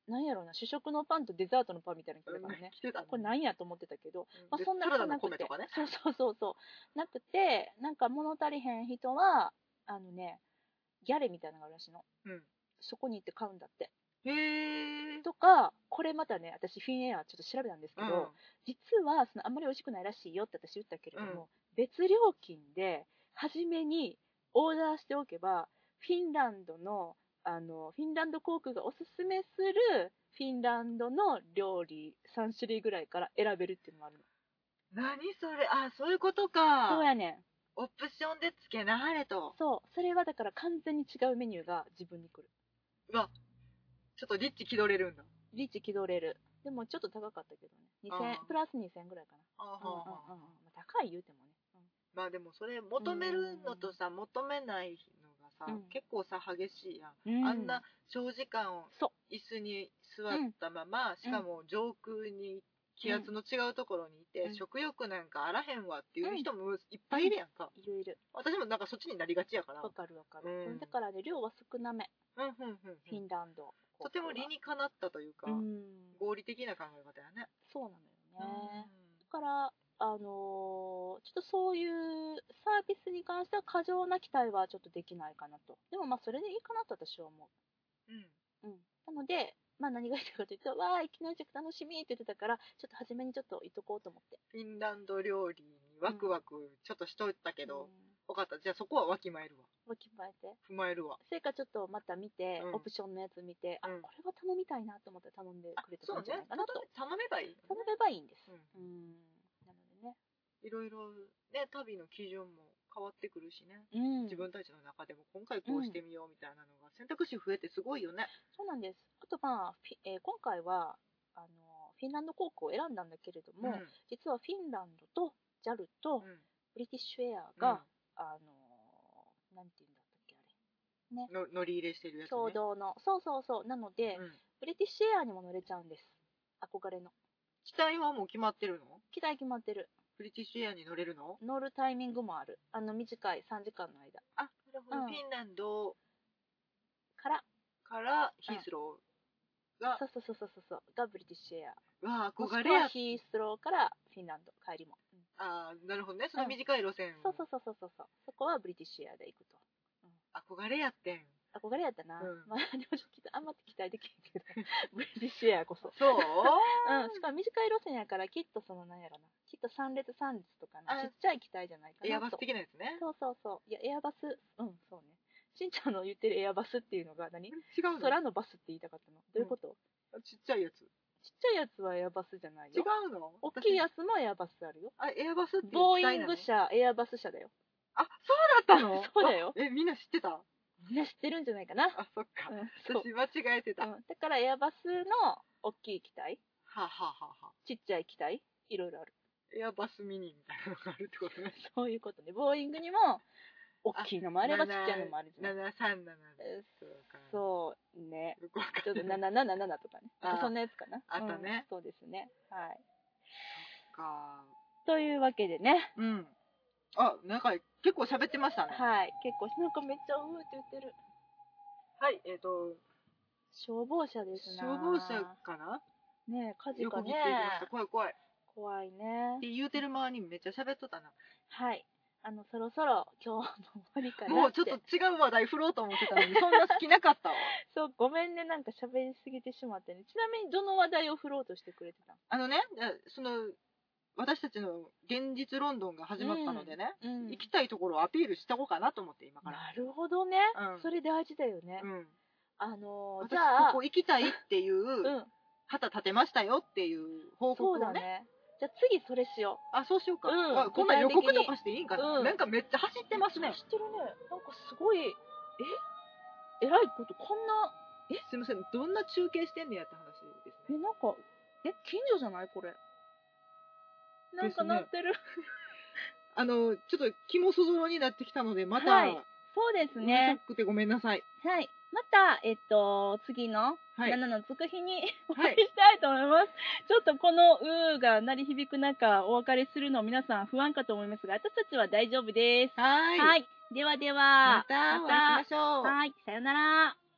Speaker 3: なんやろな主食のパンとデザートのパンみたいなの来たからね
Speaker 2: 来てたね
Speaker 3: これなんやと思ってたけど、まあ、
Speaker 2: で
Speaker 3: そんなこ
Speaker 2: サラダの
Speaker 3: なく
Speaker 2: 米
Speaker 3: て
Speaker 2: とかね。
Speaker 3: そうそうそうそうなくてなんか物足りへん人はあのねギャレみたいなのがあるらしいの、
Speaker 2: うん
Speaker 3: そこに行って買うんだって
Speaker 2: へえ。
Speaker 3: とかこれまたね私フィンエアちょっと調べたんですけ
Speaker 2: う
Speaker 3: ど、
Speaker 2: ん
Speaker 3: 実はそのあんまり美味しくないらしいよって私言ったけれども、別料金で初めにオーダーしておけばフィンランドのあのフィンランド航空がおすすめするフィンランドの料理3種類ぐらいから選べるっていうのもあるの
Speaker 2: 何それあ、そういうことか
Speaker 3: そう。やねん
Speaker 2: オプションでつけなはれと。
Speaker 3: そうそれはだから完全に違うメニューが自分に来る
Speaker 2: うわ、ちょっとリッチ気取れるんだ。
Speaker 3: リーチ気取れるでもちょっと高かったけどね
Speaker 2: あ
Speaker 3: 2000
Speaker 2: ー
Speaker 3: プラス2000ぐらいか
Speaker 2: あは
Speaker 3: な、うんうんうん
Speaker 2: は
Speaker 3: うんまあ高い言うてもね、
Speaker 2: まあでもそれ求めるのとさ求めないのがさ、
Speaker 3: うん
Speaker 2: 結構さ激しいやん、
Speaker 3: うん
Speaker 2: あんな長時間を
Speaker 3: そう
Speaker 2: 椅子に座ったまま、しかも上空に気圧の違うところにいて、
Speaker 3: うん
Speaker 2: 食欲なんかあらへんわっていう人もいっぱいいるやんか、
Speaker 3: いろいろ
Speaker 2: 私もなんかそっちになりがちやから、う
Speaker 3: わ
Speaker 2: ん
Speaker 3: かるわかる、
Speaker 2: うん
Speaker 3: うんだからね量は少なめ
Speaker 2: うんうんうん
Speaker 3: フィンランド。
Speaker 2: とても理にかなったというか、
Speaker 3: うん、
Speaker 2: 合理的な考え方やね、
Speaker 3: そうなのよね。だから、あのーちょっとそういうサービスに関しては過剰な期待はちょっとできないかなと。でもまあそれでいいかなと私は思
Speaker 2: うんうん
Speaker 3: う。うん。なので、まあ何が言いたいかというと、わー、いきなり食楽しみって言ってたから、ちょっと初めにちょっといっとこうと思って。
Speaker 2: フィンランド料理にワクワクちょっとしとったけど、
Speaker 3: うん、
Speaker 2: 分かったじゃあそこはわきまえるわ
Speaker 3: わきまえて。
Speaker 2: 踏まえるわ
Speaker 3: それかちょっとまた見て、
Speaker 2: うん
Speaker 3: オプションのやつ見て、あ、
Speaker 2: うん
Speaker 3: これは頼みたいなと思って頼んで
Speaker 2: あ
Speaker 3: くれた
Speaker 2: そう
Speaker 3: らいい
Speaker 2: ね
Speaker 3: んじゃないかなと。
Speaker 2: 頼め頼めばいい、
Speaker 3: 頼めばいいんです。
Speaker 2: うん
Speaker 3: うん。なのでね。
Speaker 2: いろいろね旅の基準も変わってくるしね、
Speaker 3: うん。
Speaker 2: 自分たちの中でも今回こうしてみようみたいなのが選択肢増えてすごいよね
Speaker 3: そうなんです。あとまあ、フィえー今回はあのフィンランド航空を選んだんだけれども、
Speaker 2: うん
Speaker 3: 実はフィンランドと JAL と、
Speaker 2: うん
Speaker 3: ブリティッシュエアが、あのーなんていうんだったっけあれ
Speaker 2: うんの乗り入れしてるやつね
Speaker 3: 共同のそうそうそうなので、
Speaker 2: うん
Speaker 3: ブリティッシュエアにも乗れちゃうんです憧れの
Speaker 2: 機体はもう決まってるの
Speaker 3: 機体決まってる
Speaker 2: ブリティッシュエアに乗れるの
Speaker 3: 乗るタイミングもあるあの短い3時間の間
Speaker 2: あなるほど、
Speaker 3: うん
Speaker 2: フィンランド
Speaker 3: から
Speaker 2: からヒースローが
Speaker 3: そうそうそうそうそうそうがブリティッシュエア
Speaker 2: わあ
Speaker 3: もし
Speaker 2: 憧
Speaker 3: く
Speaker 2: れや
Speaker 3: はヒースローからフィンランド帰りも、うん
Speaker 2: あーなるほどねその短い路線、
Speaker 3: そうそうそうそうそうそうそこはブリティッシュエアで行くと
Speaker 2: 憧れやってん
Speaker 3: 憧れやったな、
Speaker 2: うん
Speaker 3: まあ でもちょっとあんま期待できへんけど ブリティッシュエアこそ
Speaker 2: そう
Speaker 3: うん、しかも短い路線やからきっとそのなんやろなきっと3列3列とかな
Speaker 2: あ
Speaker 3: ちっちゃい機体じゃないかなと
Speaker 2: エアバス的なやつね
Speaker 3: そうそうそういやエアバスうんそうねしんちゃんの言ってるエアバスっていうのが何
Speaker 2: 違うの
Speaker 3: 空のバスって言いたかったのどういうこと、
Speaker 2: ちっちゃいやつ
Speaker 3: ちっちゃいやつはエアバスじゃない
Speaker 2: 違
Speaker 3: よ
Speaker 2: うの
Speaker 3: 大きい
Speaker 2: つ
Speaker 3: やつもエアバスあるよ
Speaker 2: あエアバスっていう機
Speaker 3: ボーイ
Speaker 2: 体
Speaker 3: ン
Speaker 2: なの
Speaker 3: グ社エアバス社だよ
Speaker 2: あそうだったの
Speaker 3: そうだよ
Speaker 2: あえみんな知ってた
Speaker 3: みんな知ってるんじゃないかな、
Speaker 2: あそっか、
Speaker 3: うんそう
Speaker 2: 私間違えてた、は
Speaker 3: うんだからエアバスの大きい機体
Speaker 2: はははは
Speaker 3: ちっちゃい機体いろいろある
Speaker 2: エアバスミニみたいなのがあるってことね
Speaker 3: そういうことねボーイングにも大きいのもあればちっちゃいのもあるじゃない
Speaker 2: 737
Speaker 3: え
Speaker 2: そうか
Speaker 3: そうね
Speaker 2: よくわ
Speaker 3: ち
Speaker 2: か
Speaker 3: ょっ
Speaker 2: ん
Speaker 3: と
Speaker 2: ない
Speaker 3: 777とかね
Speaker 2: あー
Speaker 3: そんなやつかな
Speaker 2: あったね
Speaker 3: うんそうですねはい
Speaker 2: か
Speaker 3: というわけでね
Speaker 2: うんあなんか結構喋ってましたね
Speaker 3: はい結構なんかめっちゃうーって言ってる
Speaker 2: はいえっ、と
Speaker 3: 消防車ですな
Speaker 2: 消防車かな
Speaker 3: ねえ火事
Speaker 2: よ
Speaker 3: か
Speaker 2: く見
Speaker 3: ね
Speaker 2: ていきました怖い怖いっ
Speaker 3: 怖いね
Speaker 2: て言うてる間にめっちゃ喋っとったな
Speaker 3: はいあのそろそろ今日の終わりかな
Speaker 2: もうちょってと違う話題振ろうと思ってたのにそんな好きなかったわ
Speaker 3: そうごめんねなんか喋りすぎてしまってねちなみにどの話題を振ろうとしてくれてた
Speaker 2: あのねえその私たちの現実ロンドンが始まったのでね、
Speaker 3: の、うん
Speaker 2: 行きたいところをアピールしたこうかなと思って今から、
Speaker 3: なるほどね、
Speaker 2: うん
Speaker 3: それ大事だよね、
Speaker 2: うん、
Speaker 3: あのー
Speaker 2: 私
Speaker 3: じゃあ
Speaker 2: ここ行きたいっていう
Speaker 3: うん
Speaker 2: 旗立てましたよっていう報告
Speaker 3: そう
Speaker 2: を
Speaker 3: だ
Speaker 2: ね
Speaker 3: ねじゃあ次それしよ
Speaker 2: あそうしようか、
Speaker 3: うん
Speaker 2: あこんなん予告とかしていいんかな、
Speaker 3: うん
Speaker 2: なんかめっちゃ走
Speaker 3: う
Speaker 2: ってますね
Speaker 3: 知ってるねなんかすごいええらいことこんな
Speaker 2: すいませんどんな中継してんねやって話です
Speaker 3: え
Speaker 2: ね
Speaker 3: なんかえ近所じゃないこれなんかなってる、
Speaker 2: あのちょっと気もそぞろになってきたのでまた、
Speaker 3: はいそうです
Speaker 2: うるさくてごめんなさい
Speaker 3: はいまたえっと次の
Speaker 2: はい
Speaker 3: 7のつく日に お
Speaker 2: は
Speaker 3: 会
Speaker 2: い
Speaker 3: いしたいと思います、ちょっとこの「うー」が鳴り響く中お別れするの皆さん不安かと思いますが私たちは大丈夫です
Speaker 2: はーい
Speaker 3: はい、ではでは
Speaker 2: またお会いしましょう
Speaker 3: はいさよなら